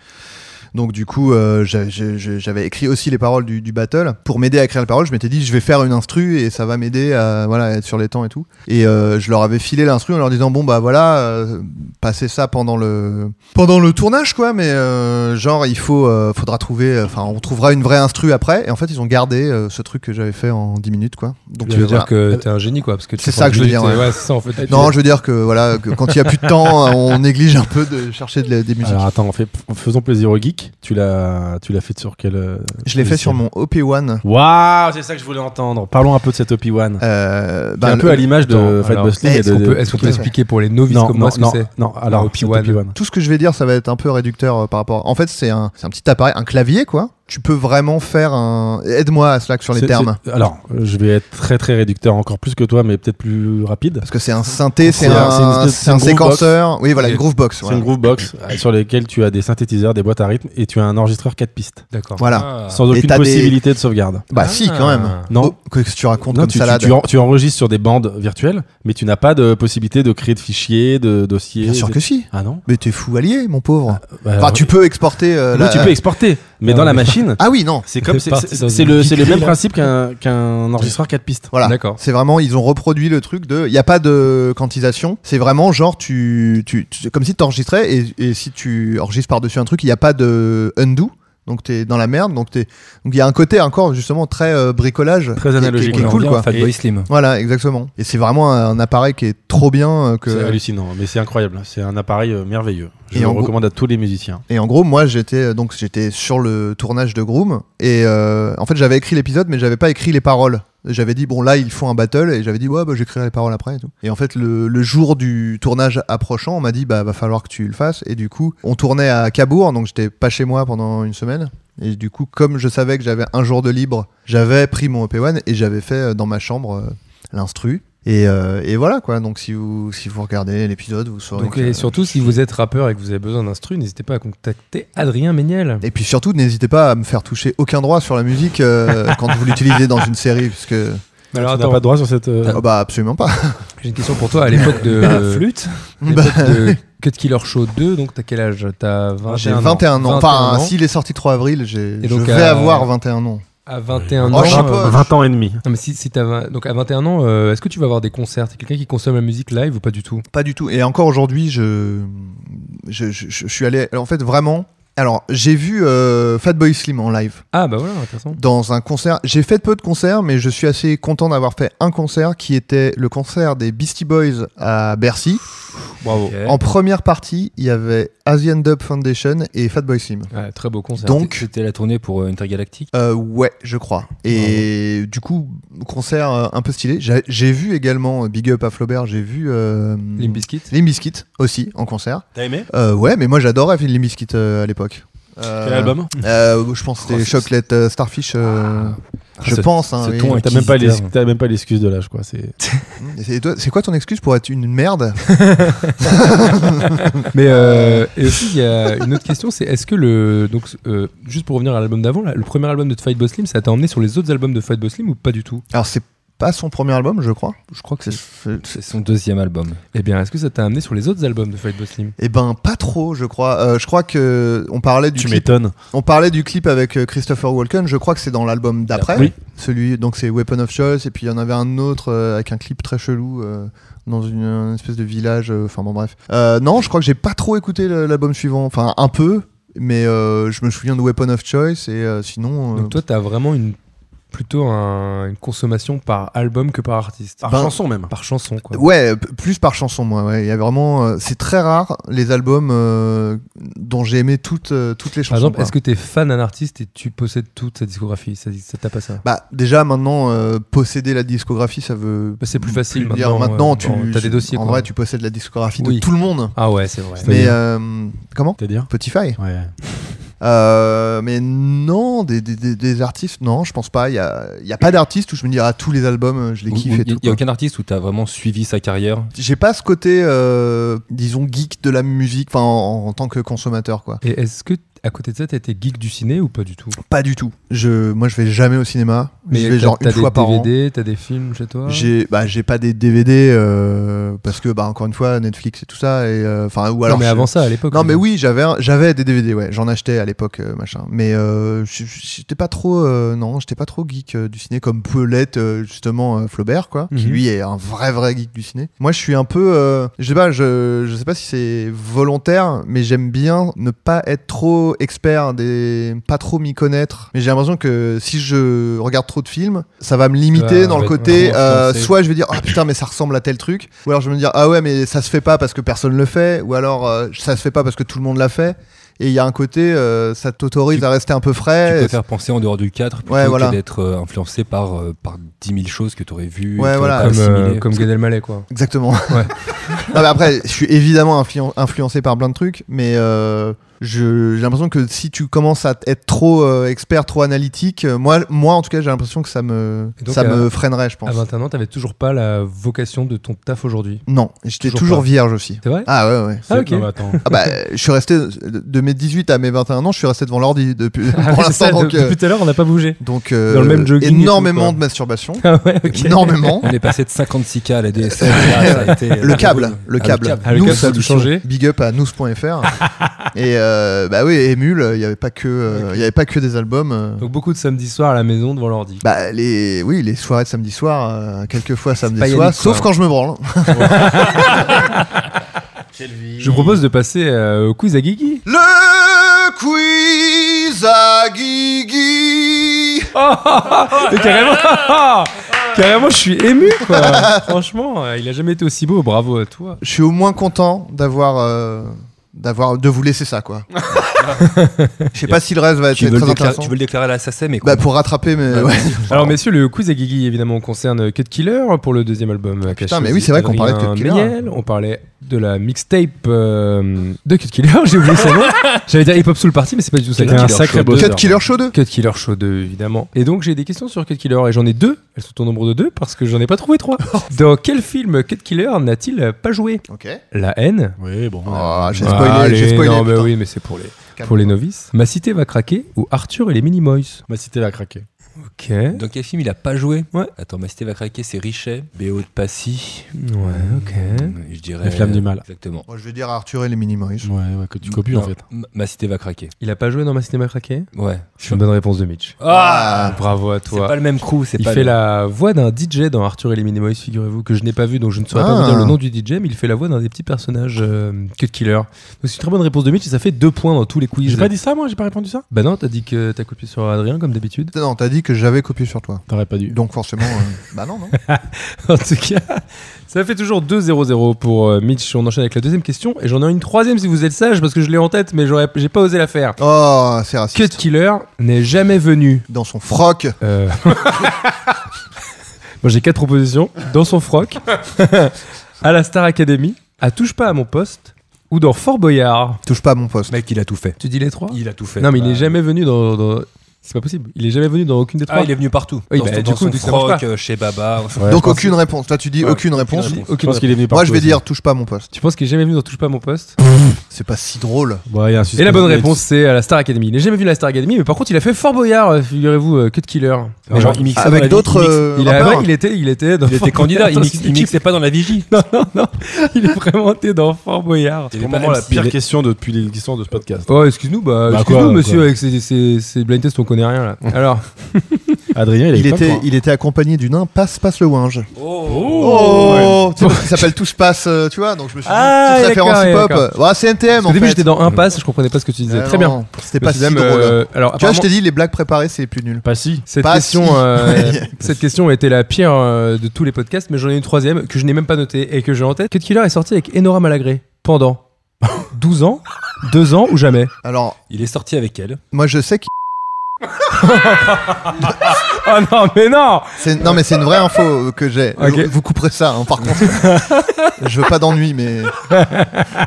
S4: donc du coup, euh, j'a- j'a- j'a- j'avais écrit aussi les paroles du, du battle. Pour m'aider à écrire les paroles, je m'étais dit je vais faire une instru et ça va m'aider à voilà à être sur les temps et tout. Et euh, je leur avais filé l'instru en leur disant bon bah voilà, euh, passer ça pendant le pendant le tournage quoi mais euh, genre il faut euh, faudra trouver enfin on trouvera une vraie instru après et en fait ils ont gardé euh, ce truc que j'avais fait en 10 minutes quoi donc
S2: tu veux
S4: voilà.
S2: dire que t'es un génie, quoi. parce que tu
S4: C'est
S2: fais
S4: ça
S2: pas de
S4: que je veux
S2: musique,
S4: dire,
S2: t'es-
S4: ouais.
S2: c'est ça, en fait.
S4: non je veux dire que voilà que quand il y a plus de temps euh, on néglige un peu de chercher de la- des musiques
S3: Alors attends, on fait, faisons plaisir aux geeks. Tu l'as, tu l'as fait sur quel euh,
S4: je l'ai fait sur mon OP1
S3: Waouh, c'est ça que je voulais entendre. Parlons un peu de cet OP1.
S4: euh,
S3: C'est
S4: ben,
S3: un peu
S4: le-
S3: à l'image de
S2: Attends,
S3: Fred
S2: alors,
S3: Bosley. et
S2: Est-ce
S3: de-
S2: qu'on
S3: de-
S2: peut, est-ce qu'on peut
S4: Ouais.
S2: expliquer pour les novices
S3: Non,
S2: comme
S3: non,
S2: moi ce que
S3: non,
S2: c'est
S3: non, alors
S2: OP1.
S3: cet OP1.
S4: tout ce que je vais dire, ça va être un peu réducteur euh, par rapport. En fait, c'est un, c'est un petit appareil, un clavier, quoi. Tu peux vraiment faire un. Aide-moi à Slack sur les
S3: C'est-
S4: termes.
S3: c'est- Alors, euh, je vais être très très réducteur, encore plus que toi, mais peut-être plus rapide.
S4: Parce que c'est un synthé,
S3: C'est
S4: c'est
S3: un- c'est une
S4: un,
S3: espèce-
S4: c'est
S3: c'est
S4: un
S3: une groove box.
S4: séquenceur. Oui, voilà, une groovebox.
S3: C'est une groovebox euh, sur lesquelles tu as des synthétiseurs, des boîtes à rythme et tu as un enregistreur 4 pistes.
S2: D'accord.
S4: Voilà.
S2: Ah.
S3: Sans
S4: Et
S3: aucune
S4: t'as des-
S3: possibilité de sauvegarde.
S4: Bah
S2: Ah.
S4: si, quand même.
S3: Non.
S4: Oh, que que tu racontes
S3: Non,
S4: comme
S3: tu, tu-
S4: salade.
S3: tu en- tu enregistres sur des bandes virtuelles, mais tu n'as pas de possibilité de créer de fichiers, de dossiers.
S4: Bien sûr
S3: de-
S4: que si.
S3: Ah non
S4: Mais t'es fou allié, mon pauvre.
S3: Bah,
S4: Enfin,
S3: oui.
S4: tu peux exporter. euh,
S3: Oui,
S4: la-
S3: tu peux exporter, mais
S2: Ah,
S3: dans la
S2: oui.
S3: machine,
S4: Ah oui, non.
S3: c'est comme c'est-
S2: parti
S3: c'est
S2: dans
S3: c'est
S2: une
S3: le, c'est le
S2: geekerie,
S3: même
S2: là.
S3: principe qu'un qu'un enregistreur 4 pistes.
S4: Voilà.
S2: D'accord.
S4: C'est vraiment, ils ont reproduit le truc de. Il n'y a pas de quantisation. C'est vraiment genre, tu, tu, tu- c'est comme si tu enregistrais et, et si tu enregistres par-dessus un truc, il n'y a pas de undo. Donc tu es dans la merde. Donc il donc, il y a un côté encore justement très euh, bricolage.
S3: Très
S4: qui est- qui est-
S3: analogique.
S4: Qui est
S1: On en
S4: cool
S1: revient
S4: quoi.
S1: à Fatboy Slim.
S4: Voilà, exactement. Et c'est vraiment un appareil qui est trop bien. euh,
S3: C'est
S4: que...
S3: hallucinant, mais c'est incroyable. C'est un appareil euh, merveilleux. Je
S4: Et
S3: le
S4: en gros-
S3: recommande à tous les musiciens.
S4: Et en gros, moi, j'étais euh, donc j'étais sur le tournage de Groom et euh, en fait, j'avais écrit l'épisode, mais j'avais pas écrit les paroles. J'avais dit bon là ils font un battle et j'avais dit ouais bah j'écrirai les paroles après et tout. Et en fait le, le jour du tournage approchant on m'a dit bah va falloir que tu le fasses et du coup on tournait à Cabourg donc j'étais pas chez moi pendant une semaine et du coup comme je savais que j'avais un jour de libre j'avais pris mon OP1 et j'avais fait euh, dans ma chambre euh, l'instru et, euh, et voilà quoi donc si vous si vous regardez l'épisode vous saurez
S2: Donc,
S4: que-
S2: et surtout, si vous êtes rappeur et que vous avez besoin d'instru, n'hésitez pas à contacter Adrien Méniel.
S4: Et puis surtout, n'hésitez pas à me faire toucher aucun droit sur la musique euh, quand vous l'utilisez dans une série, parce que
S2: Alors,
S3: tu n'as pas de droit sur cette. euh,
S4: oh bah absolument pas. Bah,
S2: j'ai une question pour toi. À l'époque de.
S1: Flûte
S2: à l'époque de Cut Killer Show 2, donc t'as quel âge T'as
S4: Ah, J'ai
S2: 21 ans.
S4: 21 ans. Enfin,
S2: 21
S4: s'il est sorti 3 avril, j'ai-
S2: Et
S4: je
S2: donc,
S4: vais
S2: euh,
S4: avoir 21 ans.
S2: À 21
S4: Oh,
S3: Ah,
S2: ans.
S4: je sais pas.
S2: euh,
S3: 20 ans et demi.
S2: non, mais si, si t'as vingt- donc à 21 ans, euh, est-ce que tu vas avoir des concerts T'es quelqu'un qui consomme la musique live ou pas du tout
S4: Pas du tout. Et encore aujourd'hui, je... Je, je- je suis allé. En fait, vraiment. Alors, j'ai vu euh, Fatboy Slim en live.
S2: Ah bah voilà, intéressant.
S4: dans un concert. J'ai fait peu de concerts, mais je suis assez content d'avoir fait un concert qui était le concert des Beastie Boys à Bercy.
S2: Bravo.
S1: Ok.
S4: En première partie, il y avait Asian Dub Foundation et Fatboy Slim.
S2: Ouais, très beau concert.
S4: Donc-
S1: C'était la tournée pour euh, Intergalactique.
S4: Euh, ouais, je crois. Et du coup, concert euh, un peu stylé. J'ai- J'ai vu également euh, Big Up à Flaubert, j'ai vu euh,
S2: Limp Bizkit.
S4: Limp Bizkit aussi en concert.
S3: T'as aimé
S4: Euh, ouais, mais moi j'adorais Limp Bizkit euh, à l'époque. Euh,
S3: Quel album
S4: euh, Je pense que c'était
S1: Oh, c'est-
S4: Chocolate euh, Starfish. euh, je
S1: ce-
S4: pense. hein,
S1: ce
S4: oui.
S1: ton est-
S3: T'as même pas
S1: Inquisiteur.
S3: l'ex- t'as même pas l'excuse de l'âge, quoi. C'est.
S4: Et toi, C'est quoi ton excuse pour être une merde
S2: Mais euh, et aussi il y a une autre question, c'est est-ce que le donc euh, juste pour revenir à l'album d'avant, là, le premier album de Fight Boss Slim, ça t'a emmené sur les autres albums de Fight Boss Slim ou pas du tout
S4: Alors c'est pas son premier album, je crois.
S2: Je crois que
S4: C'est-
S2: c'est.
S4: c'est-
S1: C'est son deuxième album.
S2: Eh bien, est-ce que ça t'a amené sur les autres albums de Fight Boss Slim
S4: Eh ben pas trop, je crois. Euh, je crois que on parlait du
S3: Tu
S4: clip.
S3: m'étonnes.
S4: On parlait du clip avec euh, Christopher Walken. Je crois que c'est dans l'album d'après.
S3: Oui.
S4: Celui donc c'est Weapon of Choice et puis il y en avait un autre euh, avec un clip très chelou euh, dans une, un espèce de village. euh, Enfin bon bref. Euh, non, je crois que j'ai pas trop écouté le- l'album suivant. Enfin un peu, mais euh, je me souviens de Weapon of Choice et euh, sinon. euh,
S2: Donc toi, t'as vraiment une plutôt un- une consommation par album que par artiste,
S3: Par
S4: Ben-
S3: chanson même.
S2: par chanson quoi.
S4: Ouais, p- plus par chanson, moi. ouais. Il y a vraiment, euh, c'est très rare les albums euh, dont j'ai aimé toutes, euh, toutes les chansons.
S2: Par exemple,
S4: quoi.
S2: est-ce que t'es fan d'un artiste et tu possèdes toute sa discographie Ça ça t'a pas ça
S4: bah déjà maintenant euh, posséder la discographie, ça veut.
S2: Bah, c'est plus facile
S4: dire
S2: maintenant,
S4: maintenant,
S2: euh,
S4: tu
S2: t'as des dossiers,
S4: En
S2: quoi.
S4: vrai, tu possèdes la discographie de
S2: Oui.
S4: tout le monde.
S2: Ah ouais, c'est vrai.
S4: Mais
S3: C'est-à-dire
S4: euh, comment
S3: C'est-à-dire
S4: Spotify.
S3: Ouais.
S4: Euh, mais non, des, des, des- des artistes, non, je pense pas. Il y a, il y a pas d'artiste où je me dis ah tous les albums, euh, je les
S1: Ou-
S4: kiffe
S1: ou-
S4: et
S1: y-
S4: tout.
S1: y a
S4: quoi.
S1: aucun artiste où t'as vraiment suivi sa carrière
S4: J'ai pas ce côté, euh, disons geek de la musique, enfin en, en tant que consommateur quoi.
S2: Et est-ce que à côté de ça, t'as été geek du ciné ou pas du tout
S4: Pas du tout. Je, moi, je vais jamais au cinéma. je vais
S2: t'as-
S4: genre
S2: t'as
S4: une fois
S2: des
S4: par an.
S2: DVD, t'as des films chez toi
S4: J'ai, bah, j'ai pas des DVD euh, parce que, bah, encore une fois, Netflix et tout ça. Et euh, enfin, ou alors.
S2: Non, mais
S4: je-
S2: avant ça, à l'époque. euh,
S4: Non,
S2: je-
S4: mais oui, j'avais, un- j'avais des DVD. Ouais, j'en achetais à l'époque, euh, machin. Mais euh, j- j'étais pas trop, euh, non, j'étais pas trop geek euh, du ciné comme peut l'être euh, justement euh, Flaubert, quoi, qui
S2: Mhm.
S4: lui est un vrai vrai geek du ciné. Moi, je suis un peu, euh, je sais pas, je, je sais pas si c'est volontaire, mais j'aime bien ne pas être trop expert, des, pas trop m'y connaître. Mais j'ai l'impression que si je regarde trop de films, ça va me limiter
S2: Ouais,
S4: dans le
S2: ouais,
S4: côté,
S2: vraiment
S4: euh,
S2: influencer.
S4: soit je vais dire, ah putain, mais ça ressemble à tel truc, ou alors je vais me dire, ah ouais, mais ça se fait pas parce que personne le fait, ou alors euh, ça se fait pas parce que tout le monde l'a fait. Et il y a un côté, euh, ça t'autorise
S1: Tu-
S4: à rester un peu
S1: Tu
S4: frais.
S1: préfères penser en dehors du cadre plutôt
S4: Ouais, voilà.
S1: que d'être euh, influencé par, euh, par 10 000 choses que tu aurais vues.
S4: Ouais,
S1: et que
S4: voilà.
S1: t'aurais
S2: Comme,
S1: pas
S2: euh,
S1: assimilées.
S2: comme Gad Elmaleh, quoi.
S4: Exactement. non, mais après, je suis évidemment influen- influencé par plein de trucs, mais euh, je- j'ai l'impression que si tu commences à être trop euh, expert, trop analytique, euh, moi, moi en tout cas, j'ai l'impression que ça me,
S2: Et donc,
S4: ça
S2: à-
S4: me freinerait, je pense.
S2: À 21 ans, t'avais toujours pas la vocation de ton taf aujourd'hui.
S4: Non, j'étais
S2: Toujours
S4: toujours,
S2: pas.
S4: vierge aussi.
S2: C'est vrai
S4: Ah ouais, ouais.
S2: Ah, ok.
S3: Non, mais attends.
S4: Ah bah, je suis resté de de mes 18 à mes 21 ans, je suis resté devant l'ordi depuis
S2: Ah
S4: pour
S2: ouais, c'est
S4: l'instant
S2: ça, de-
S4: donc euh,
S2: Depuis tout à l'heure, on n'a pas bougé.
S4: donc euh,
S2: Dans le même jogging et tout,
S4: énormément
S2: quoi.
S4: de masturbation,
S2: Ah ouais, ok. Ah,
S4: énormément.
S1: On est passé de 56K à la DSL. là, ça a été, euh,
S4: Le câble, le
S1: Ah,
S4: câble.
S2: Ah, le
S4: Nous,
S2: câble, ça a tout
S4: solution.
S2: changé.
S4: Big up à nous.fr et euh, bah oui, Emule, il y avait pas que euh, il y avait pas que des albums. euh.
S2: Donc beaucoup de samedis soirs à la maison devant l'ordi.
S4: Bah les oui, les soirées de samedi soir, euh, quelques fois samedi
S2: pas
S4: soir,
S2: Yannick, quoi.
S4: sauf quand je me branle.
S2: Je vous propose de passer euh, au quiz à Guigui.
S4: Le quiz à Guigui.
S2: Mais carrément, carrément, je suis ému, quoi. Franchement, euh, il a jamais été aussi beau. Bravo à toi.
S4: je suis au moins content d'avoir euh, d'avoir de vous laisser ça quoi. Je sais pas si le reste va être
S1: Tu veux,
S4: très
S1: le déclarer,
S4: intéressant.
S1: tu veux le déclarer à la SACEM mais
S4: Bah, pour rattraper mes ouais.
S2: Alors messieurs, le quiz à Guigui évidemment concerne Cut Killer pour le deuxième album.
S4: Ah, putain, mais oui, c'est vrai qu'on parlait de Cut Killer.
S2: on parlait de la mixtape euh, de Cut Killer. J'ai oublié son nom. J'allais dire Hip Hop Soul Party, mais c'est pas du tout ça.
S3: C'était un
S2: Killer
S3: sacré
S2: Show
S3: boss.
S2: deux.
S4: Cut Killer Show 2.
S2: Cut Killer Show 2, évidemment. Et donc, j'ai des questions sur Cut Killer, et j'en ai deux. Elles sont au nombre de deux, parce que j'en ai pas trouvé trois. Dans quel film Cut Killer n'a-t-il pas joué
S4: OK.
S2: La haine
S3: Oui, bon.
S4: Oh, j'ai
S2: Ah,
S4: spoilé, j'ai
S2: allez,
S4: spoilé.
S2: Non, mais
S4: putain.
S2: oui, mais c'est pour les,
S4: Calme.
S2: pour les novices. Ma cité va craquer, ou Arthur et les Minimoys.
S3: Ma cité va craquer.
S2: Ok. Ouais,
S1: Dans quel film il a pas joué
S2: Ouais.
S1: Attends, ma cité va craquer, c'est Richet, BO de Passy.
S2: ok.
S1: Hum, Je dirais.
S3: Les Flammes du Mal.
S1: Exactement.
S4: Moi, je vais dire à Arthur et les Minimoys.
S3: Ouais, ouais, que tu copies
S1: Non,
S3: en fait.
S1: m- Ma cité va craquer.
S2: Il a pas joué dans Ma cité va craquer
S1: Ouais.
S2: C'est une bonne réponse de Mitch.
S4: Ah
S2: Bravo à
S1: C'est
S2: toi.
S1: pas le même crew, c'est
S2: Il
S1: pas
S2: fait
S1: le-
S2: la voix d'un DJ dans Arthur et les Minimoys, figurez-vous, que je n'ai pas vu, donc je ne saurais pas
S4: Ah.
S2: vous dire le nom du DJ, mais il fait la voix d'un des petits personnages euh, Cut Killer. Donc c'est une très bonne réponse de Mitch, et ça fait deux points dans tous les quiz.
S3: J'ai pas dit ça, moi, j'ai pas répondu ça.
S2: Bah non, t'as dit que t'as copié sur Adrien, comme d'habitude.
S4: Non, t'as dit que j'avais copié sur toi.
S3: T'aurais pas dû.
S4: Donc forcément euh, bah non non.
S2: en tout cas, ça fait toujours 2-0-0 pour euh, Mitch. On enchaîne avec la deuxième question, et j'en ai une troisième si vous êtes sage, parce que je l'ai en tête, mais j'aurais, j'ai pas osé la faire.
S4: Oh, c'est
S2: Cut
S4: raciste.
S2: Killer n'est jamais venu.
S4: Dans son froc.
S2: Euh, Moi j'ai quatre propositions. Dans son froc, à la Star Academy, à Touche pas à mon poste, ou dans Fort Boyard.
S4: Touche pas à mon poste.
S1: Mec, il a tout fait.
S2: Tu dis les trois
S1: Il a tout fait.
S2: Non mais il
S1: Bah,
S2: est jamais venu dans... dans- C'est pas possible. Il est jamais venu dans aucune des trois.
S1: Ah, il est venu partout.
S2: Oui,
S1: Dans
S2: bah,
S1: son-
S2: du
S1: dans
S2: coup,
S1: son
S2: du coup, ça marche
S1: froc,
S2: pas.
S1: euh, chez Baba. enfin,
S2: Ouais,
S4: Donc
S2: je pense-
S4: aucune réponse. Toi tu dis
S1: Ouais,
S4: aucune réponse.
S1: réponse.
S2: aucune
S3: bah. Je pense qu'il est venu par
S4: Moi je vais dire touche pas à mon poste.
S2: Tu penses qu'il est jamais venu dans Touche pas à mon poste
S1: Oh,
S4: C'est pas si drôle.
S2: Et la bonne réponse c'est à la Star Academy. Il n'est jamais venu à la Star Academy, mais par contre il a fait Fort Boyard, euh, figurez-vous, euh, Cut Killer.
S1: Mais genre, il mixait dans la
S4: Avec
S1: vie-
S4: d'autres
S1: il mixait-
S4: euh,
S2: Il, a-
S4: rappeurs.
S2: ouais, il était, il était, dans
S1: Il était
S2: Fort
S1: candidat, il
S2: Boyard,
S1: mix-
S2: dans
S1: il mixait pas dans la vigie.
S2: Non, non, non, il est vraiment été dans Fort Boyard.
S3: C'est
S1: Il avait
S3: pour
S1: pas
S3: le moment la
S1: MC.
S3: pire question depuis l'existence de ce podcast.
S2: Oh, excuse-nous, bah,
S3: Bah,
S2: excuse-nous,
S3: quoi,
S2: monsieur,
S3: quoi.
S2: avec ces, ces, ces blind tests, on connaît rien
S4: Oh.
S2: là. Alors,
S3: Adrien, il,
S4: Il était, il était accompagné du nain Passe Passe le Winge.
S2: Oh.
S4: Oh, Tu sais, parce qu'il s'appelle Tous Passe, euh, tu vois, donc je me suis dit,
S2: Ah,
S4: petite référence
S2: d'accord,
S4: hip-hop.
S2: d'accord.
S4: Ouais, c'est NTM
S2: au
S4: en
S2: début,
S4: fait.
S2: j'étais dans Impasse, je comprenais pas ce que tu disais.
S4: Ah
S2: Très
S4: non,
S2: bien.
S4: C'était pas si
S2: Mesdames,
S4: drôle.
S2: euh, alors,
S4: tu vois, je
S2: apparemment,
S4: t'ai dit, les blagues préparées, c'est plus nul.
S3: Pas si.
S2: cette,
S4: pas
S2: question,
S4: si.
S2: euh, cette question était la pire euh, de tous les podcasts, mais j'en ai une troisième que je n'ai même pas notée et que j'ai en tête. Cut Killer est sorti avec Enora Malagré pendant 12 ans, 2 ans ou jamais.
S4: Alors,
S1: Il est sorti avec elle.
S4: moi je sais qu'il.
S2: Oh non, mais non
S4: C'est- Non, Ah mais c'est une vraie info euh, que j'ai.
S2: Ok.
S4: Vous couperez ça, hein, par contre. je veux pas d'ennui, mais.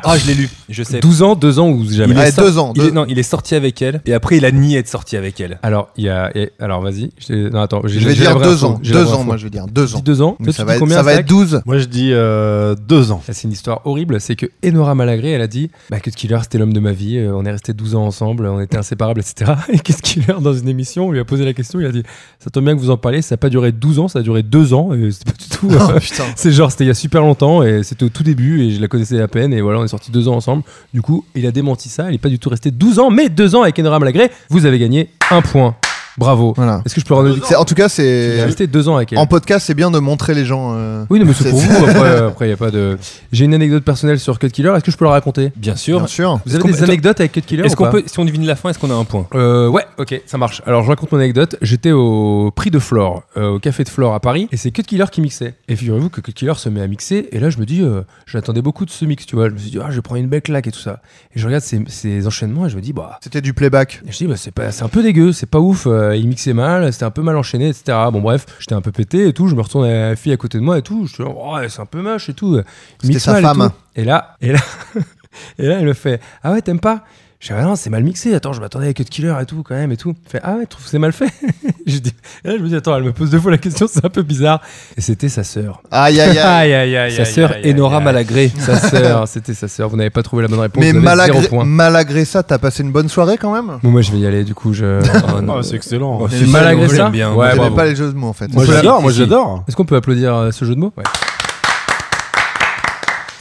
S1: Ah, je l'ai lu. Je sais.
S2: 12 ans, 2 ans ou jamais. Ah,
S1: Il
S4: Ouais,
S1: est sorti-
S4: deux ans,
S1: il
S4: deux-
S1: est- non, il est sorti avec elle et après il a nié être sorti avec elle.
S2: Alors, il y a. et- Alors, vas-y. Je t'ai- Non, attends. j'ai-
S4: Je vais
S2: j'ai la
S4: dire
S2: vraie
S4: deux
S2: info,
S4: ans.
S2: j'ai la
S4: Deux
S2: vraie
S4: ans,
S2: info.
S4: moi, je veux dire. Deux
S2: Tu
S4: ans.
S2: dis deux ans.
S4: Donc
S2: Toi, tu
S4: ça va,
S2: dis
S4: être,
S2: combien,
S4: ça va
S2: Zach
S4: être 12.
S3: Moi, je dis euh, deux ans.
S2: Ça, c'est une histoire horrible. C'est que Enora Malagré, elle a dit bah, que Killer, c'était l'homme de ma vie. euh, on est restés 12 ans ensemble, on était inséparables, etc. Et Kid Killer, dans une émission, on lui a posé la question. Il a dit Ça tombe bien que vous en parlez. Ça n'a pas duré 12 ans, ça a duré 2 ans. Et c'était pas du tout. euh,
S4: Oh, putain.
S2: C'est genre, c'était il y a super longtemps et c'était au tout début et je la connaissais à peine et voilà, on est sortis deux ans ensemble. Du coup, il a démenti ça, il est pas du tout resté 12 ans, mais deux ans avec Enora Malagré, vous avez gagné un point. Bravo.
S4: Voilà.
S2: Est-ce que je peux rendre
S4: C'est- En tout cas,
S2: Il est
S4: c'est.
S2: resté deux ans avec elle.
S4: En podcast, c'est bien de montrer les gens. euh,
S2: Oui, non, mais c'est pour vous. Après, euh, après, il y a pas de. J'ai une anecdote personnelle sur Cut Killer, est-ce que je peux la raconter
S1: Bien
S4: Bien
S1: sûr.
S4: sûr.
S2: Vous avez
S1: qu'on-
S2: des anecdotes avec Cut Killer
S1: Est-ce
S2: ou
S1: qu'on
S2: pas
S1: peut, si on devine la fin, est-ce qu'on a un point
S2: Euh, ouais, ok, ça marche. Alors je raconte mon anecdote. J'étais au prix de Flore, euh, au café de Flore à Paris, et c'est Cut Killer qui mixait. Et figurez-vous que Cut Killer se met à mixer, et là je me dis, euh, j'attendais beaucoup de ce mix, tu vois. Je me suis dit, ah, je vais prendre une belle claque et tout ça. Et je regarde ces, ces enchaînements, et je me dis, bah.
S4: C'était du playback.
S2: et je dis, bah, c'est pas- c'est un peu dégueu, c'est pas ouf, euh, il mixait mal, c'était un peu mal enchaîné, etc. Bon, bref, j'étais un peu pété et tout, je me retourne à la fille à côté de moi et tout, je suis là, ouais, c'est un peu moche et tout. Il
S4: C'était
S2: mixe
S4: sa
S2: mal et
S4: femme.
S2: tout. Et, là, et là, et là, elle me fait, ah ouais, t'aimes pas Je dis, ah non, c'est mal mixé, attends, je m'attendais à Cut Killer et tout, quand même, et tout. Elle fait, ah ouais, tu trouves que c'est mal fait je dis, et là, je me dis, attends, elle me pose deux fois la question, c'est un peu bizarre. Et c'était sa sœur.
S4: Aïe, aïe, aïe.
S2: Aïe, aïe, aïe.
S1: Sa
S2: aïe,
S1: sœur
S2: aïe, aïe,
S1: Enora
S2: aïe.
S1: Malagré.
S2: Sa sœur, c'était sa sœur, vous n'avez pas trouvé la bonne réponse,
S4: Mais
S2: vous avez zéro
S4: malagré,
S2: point.
S4: malagré ça, t'as passé une bonne soirée quand même
S2: Bon, moi je vais y aller, du coup, je.
S1: Oh, non.
S3: c'est excellent.
S1: Oh,
S4: Mais
S1: c'est
S4: si,
S2: malagré
S1: j'aime
S2: ça
S1: bien.
S2: Ouais,
S4: J'aimais
S2: bravo.
S4: pas les jeux de mots en fait.
S3: Moi,
S2: On peut
S3: j'adore.
S2: la-
S3: Moi,
S2: si,
S3: j'adore.
S2: Est-ce qu'on peut applaudir euh, ce jeu de mots ouais.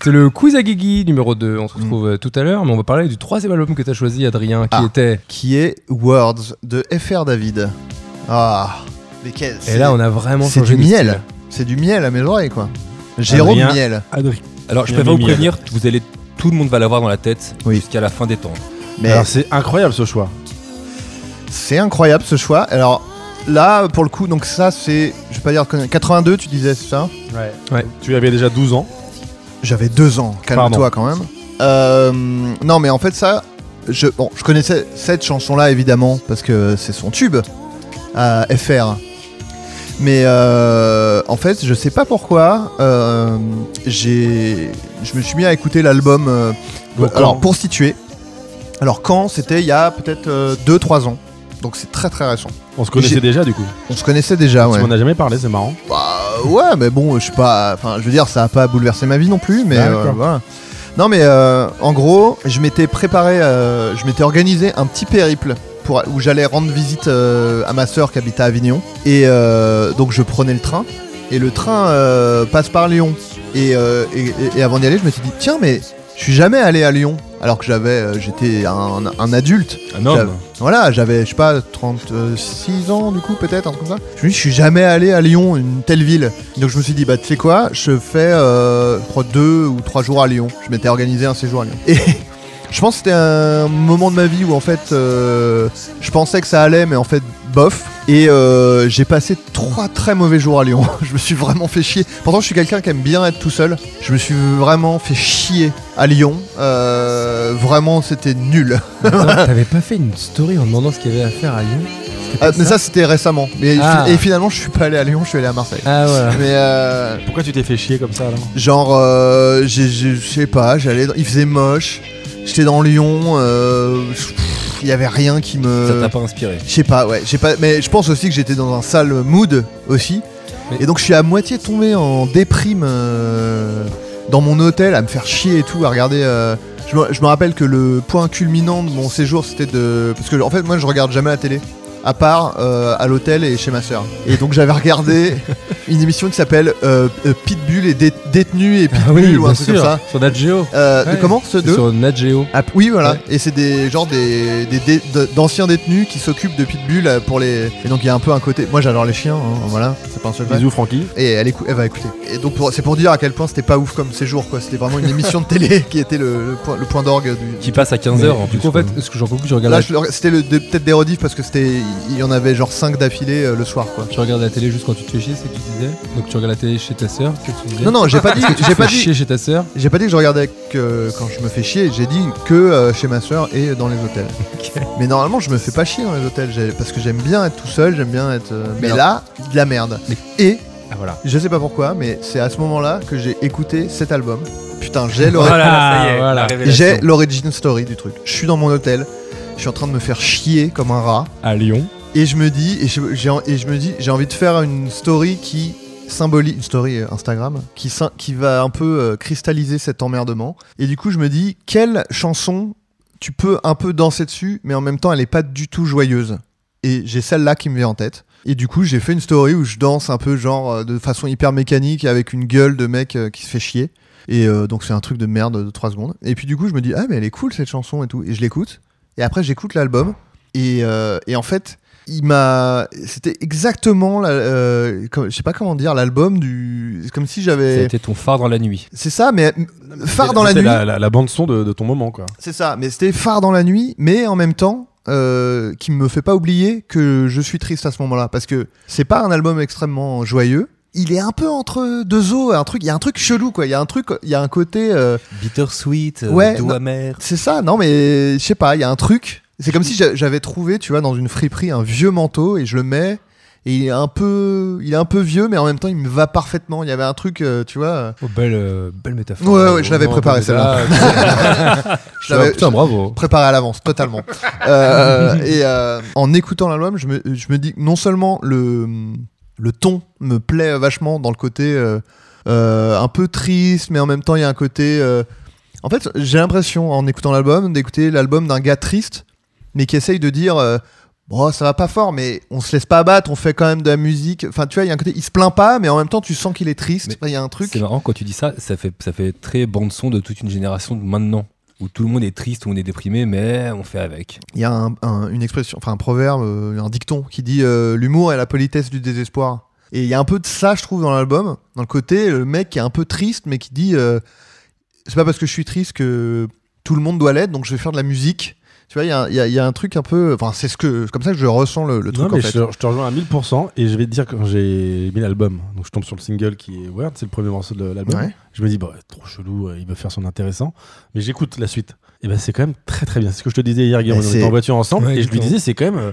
S2: C'est le quiz à Guigui numéro 2. On se retrouve euh, tout à l'heure, mais on va parler du troisième album que tu as choisi, Adrien, qui
S4: Ah.
S2: était.
S4: Qui est Words de FR David. Ah, mais quel.
S2: Et là, on a vraiment
S4: C'est
S2: changé
S4: du
S2: de style.
S4: miel. C'est du miel à mes oreilles quoi. Jérôme
S3: Adrien.
S4: Miel.
S3: Adrien.
S1: Alors, je
S3: Bien
S1: préfère vous
S3: mis,
S1: prévenir, vous allez, tout le monde va l'avoir dans la tête
S4: Oui.
S1: jusqu'à la fin des temps.
S4: Mais
S3: Alors, c'est incroyable ce choix.
S4: c'est incroyable ce choix. Alors là, pour le coup, donc ça, c'est. Je vais pas dire. de conneries. 82, tu disais, c'est ça
S3: Ouais.
S2: Ouais.
S3: Tu avais déjà 12 ans.
S4: J'avais deux ans, calme-toi quand même. Euh, non, mais en fait, ça, je, bon, je connaissais cette chanson-là évidemment parce que c'est son tube à FR. Mais euh, en fait, je sais pas pourquoi, euh, j'ai, je me suis mis à écouter l'album. euh,
S3: Donc,
S4: alors,
S3: quand
S4: pour situer, alors quand c'était il y a peut-être 2-3 ans, donc c'est très très récent.
S3: On se connaissait
S4: J'ai-
S3: déjà, du coup.
S4: On se connaissait déjà, ouais.
S3: On n'a jamais parlé, c'est marrant.
S4: Bah ouais, mais bon, je suis pas. Enfin, je veux dire, ça a pas bouleversé ma vie non plus, mais
S3: D'accord.
S4: euh, voilà. Non, mais euh, en gros, je m'étais préparé, euh, je m'étais organisé un petit périple pour, où j'allais rendre visite euh, à ma sœur qui habitait à Avignon. Et euh, donc, je prenais le train. Et le train euh, passe par Lyon. Et, euh, et- et- et avant d'y aller, je me suis dit, tiens, mais je suis jamais allé à Lyon. Alors que j'avais, euh, j'étais un- un adulte.
S1: Un homme.
S4: Voilà, j'avais, je sais pas, 36 ans du coup, peut-être, un truc comme ça. Je me suis dit, je suis jamais allé à Lyon, une telle ville. Donc je me suis dit, bah tu sais quoi, je fais, euh, je crois, deux ou trois jours à Lyon. Je m'étais organisé un séjour à Lyon. Et je pense que c'était un moment de ma vie où en fait, euh, je pensais que ça allait, mais en fait, bof. Et euh, j'ai passé trois très mauvais jours à Lyon. je me suis vraiment fait chier. Pourtant, je suis quelqu'un qui aime bien être tout seul. Je me suis vraiment fait chier à Lyon. Euh, vraiment, c'était nul.
S2: Attends, T'avais pas fait une story en demandant ce qu'il y avait à faire à Lyon C'était pas
S4: Ah, mais ça, c'était récemment. Mais
S2: Ah.
S4: fi- Et finalement, je suis pas allé à Lyon, je suis allé à Marseille.
S2: Ah, voilà.
S4: Mais euh,
S3: Pourquoi tu t'es fait chier comme ça, là
S4: genre, euh, j'ai- j'ai- je sais pas, j'allais, dans- il faisait moche. J'étais dans Lyon, euh, je- pff, il y avait rien qui
S1: Ça t'a
S4: me.
S1: pas inspiré.
S4: Je sais pas, ouais, j'ai pas. Mais je pense aussi que j'étais dans un sale mood aussi.
S2: Mais-
S4: Et donc, je suis à moitié tombé en déprime euh, dans mon hôtel, à me faire chier et tout, à regarder. euh, je me, je me rappelle que le point culminant de mon séjour, c'était de. Parce que, en fait, moi, je regarde jamais la télé. À part euh, à l'hôtel et chez ma sœur. Et donc, j'avais regardé une émission qui s'appelle euh, euh, Pitbull et dé- détenu et Pitbull
S2: Ah oui,
S4: ou un
S2: bien
S4: truc comme ça.
S2: sûr, sur Nat Geo.
S4: Euh,
S2: Ouais.
S4: Comment ce
S2: C'est
S4: deux
S2: Sur Nat Geo.
S4: ah, p- oui, voilà.
S2: Ouais.
S4: Et c'est des genre des des- des- de- d'anciens détenus qui s'occupent de Pitbull euh, pour les. Et donc il y a un peu un côté. Moi j'adore les chiens, hein, voilà. C'est pas un seul
S3: Bisous, Francky.
S4: Et elle, écou- elle va écouter. Et donc pour- c'est pour dire à quel point c'était pas ouf comme séjour quoi. C'était vraiment une émission de télé qui était le, le point, le point d'orgue du.
S1: Qui passe à 15h en
S2: Du
S1: plus.
S2: coup, en
S1: quoi.
S2: fait, ce que j'en conclus, je regarde
S4: Là je le- c'était le- des- peut-être des rediffs parce que c'était il y en avait genre 5 d'affilée euh, le soir quoi.
S2: Tu regardes la télé juste quand tu te fais chier, c'est ce que tu disais. Donc tu regardes la télé chez ta sœur, c'est ce que tu disais.
S4: Non non, j'ai pas dit
S2: Tu te
S4: j'ai
S2: fais
S4: pas dit
S2: chier chez ta sœur.
S4: j'ai pas dit que je regardais que quand je me fais chier, j'ai dit que euh, chez ma soeur et dans les hôtels. Mais normalement, je me fais pas chier dans les hôtels j'ai- parce que j'aime bien être tout seul, j'aime bien être euh, mais
S2: alors-
S4: là, de la merde. Et
S2: Ah voilà.
S4: je sais pas pourquoi, mais c'est à ce moment-là que j'ai écouté cet album. Putain, j'ai l'ori-
S2: Voilà, ça y est, la
S4: j'ai l'origin story du truc. Je suis dans mon hôtel, je suis en train de me faire chier comme un rat.
S2: À Lyon.
S4: Et je me dis, et je, j'ai en- et je me dis, j'ai envie de faire une story qui symbolise une story euh, Instagram qui syn- qui va un peu euh, cristalliser cet emmerdement. Et du coup, je me dis, quelle chanson tu peux un peu danser dessus, mais en même temps, elle est pas du tout joyeuse. Et j'ai celle-là qui me vient en tête. Et du coup, j'ai fait une story où je danse un peu genre euh, de façon hyper mécanique avec une gueule de mec euh, qui se fait chier. Et euh, donc c'est un truc de merde de 3 secondes. Et puis du coup, je me dis ah mais elle est cool cette chanson et tout. Et je l'écoute. Et après, j'écoute l'album. Et, euh, et en fait, il m'a. C'était exactement, la, euh, comme- je sais pas comment dire, l'album du. C'est comme si
S1: Ça a
S4: j'avais.
S1: été ton phare dans la nuit.
S4: C'est ça, mais phare
S3: C'est-
S4: dans la
S3: c'est
S4: nuit.
S3: La, la- la bande son de, de ton moment, quoi.
S4: C'est ça, mais c'était phare dans la nuit, mais en même temps, euh, qui me fait pas oublier que je suis triste à ce moment-là, parce que c'est pas un album extrêmement joyeux. Il est un peu entre deux eaux, un truc, il y a un truc chelou quoi, il y a un truc, il y a un côté, euh,
S1: Bittersweet,
S4: euh, Ouais, doux,
S1: doux
S4: non.
S1: amer.
S4: c'est ça, non mais je sais pas, il y a un truc. C'est comme si j'a- j'avais trouvé, tu vois, dans une friperie un vieux manteau et je le mets et il est un peu, il est un peu vieux, mais en même temps il me va parfaitement. Il y avait un truc, euh, tu vois, euh,
S2: Oh, belle, euh, belle métaphore.
S4: Ouais, ouais, je l'avais
S2: Oh,
S4: préparé,
S2: belle
S4: celle-là.
S2: métaphore.
S4: je l'avais-
S2: Ah, Putain, bravo.
S4: préparé à l'avance, totalement. Euh, et euh, en écoutant l'album, je me, je me dis que non seulement le, le ton me plaît vachement dans le côté euh, euh, un peu triste, mais en même temps, il y a un côté. euh, En fait, j'ai l'impression, en écoutant l'album, d'écouter l'album d'un gars triste, mais qui essaye de dire. euh, Bon, ça va pas fort, mais on se laisse pas abattre, on fait quand même de la musique. Enfin, tu vois, il y a un côté, il se plaint pas, mais en même temps, tu sens qu'il est triste.
S1: Mais
S4: Enfin, Il y a un truc.
S1: C'est marrant quand tu dis ça, ça fait, ça fait très bande son de toute une génération de maintenant. Où tout le monde est triste, où on est déprimé, mais on fait avec.
S4: Il y a un- un- une expression, enfin un proverbe, euh, un dicton qui dit euh, l'humour est la politesse du désespoir. Et il y a un peu de ça, je trouve, dans l'album, dans le côté le mec qui est un peu triste, mais qui dit euh, c'est pas parce que je suis triste que tout le monde doit l'être, donc je vais faire de la musique. Tu vois, il y a, il y a- il y a un truc un peu, enfin c'est ce que, c'est comme ça que je ressens le, le
S3: Non,
S4: truc en
S3: mais
S4: fait.
S3: je, te- je te rejoins à 1000% et je vais te dire quand j'ai mis l'album. Donc je tombe sur le single qui est Word, c'est le premier morceau de l'album.
S4: Ouais.
S3: Je me dis, bah, trop chelou, euh, il veut faire son intéressant. Mais j'écoute la suite. Et ben c'est quand même très très bien. C'est ce que je te disais hier, Guillaume.
S4: Mais
S3: On
S4: c'est-
S3: était en voiture ensemble
S2: Ouais,
S3: et je lui
S2: exactement.
S3: disais, c'est quand même. euh,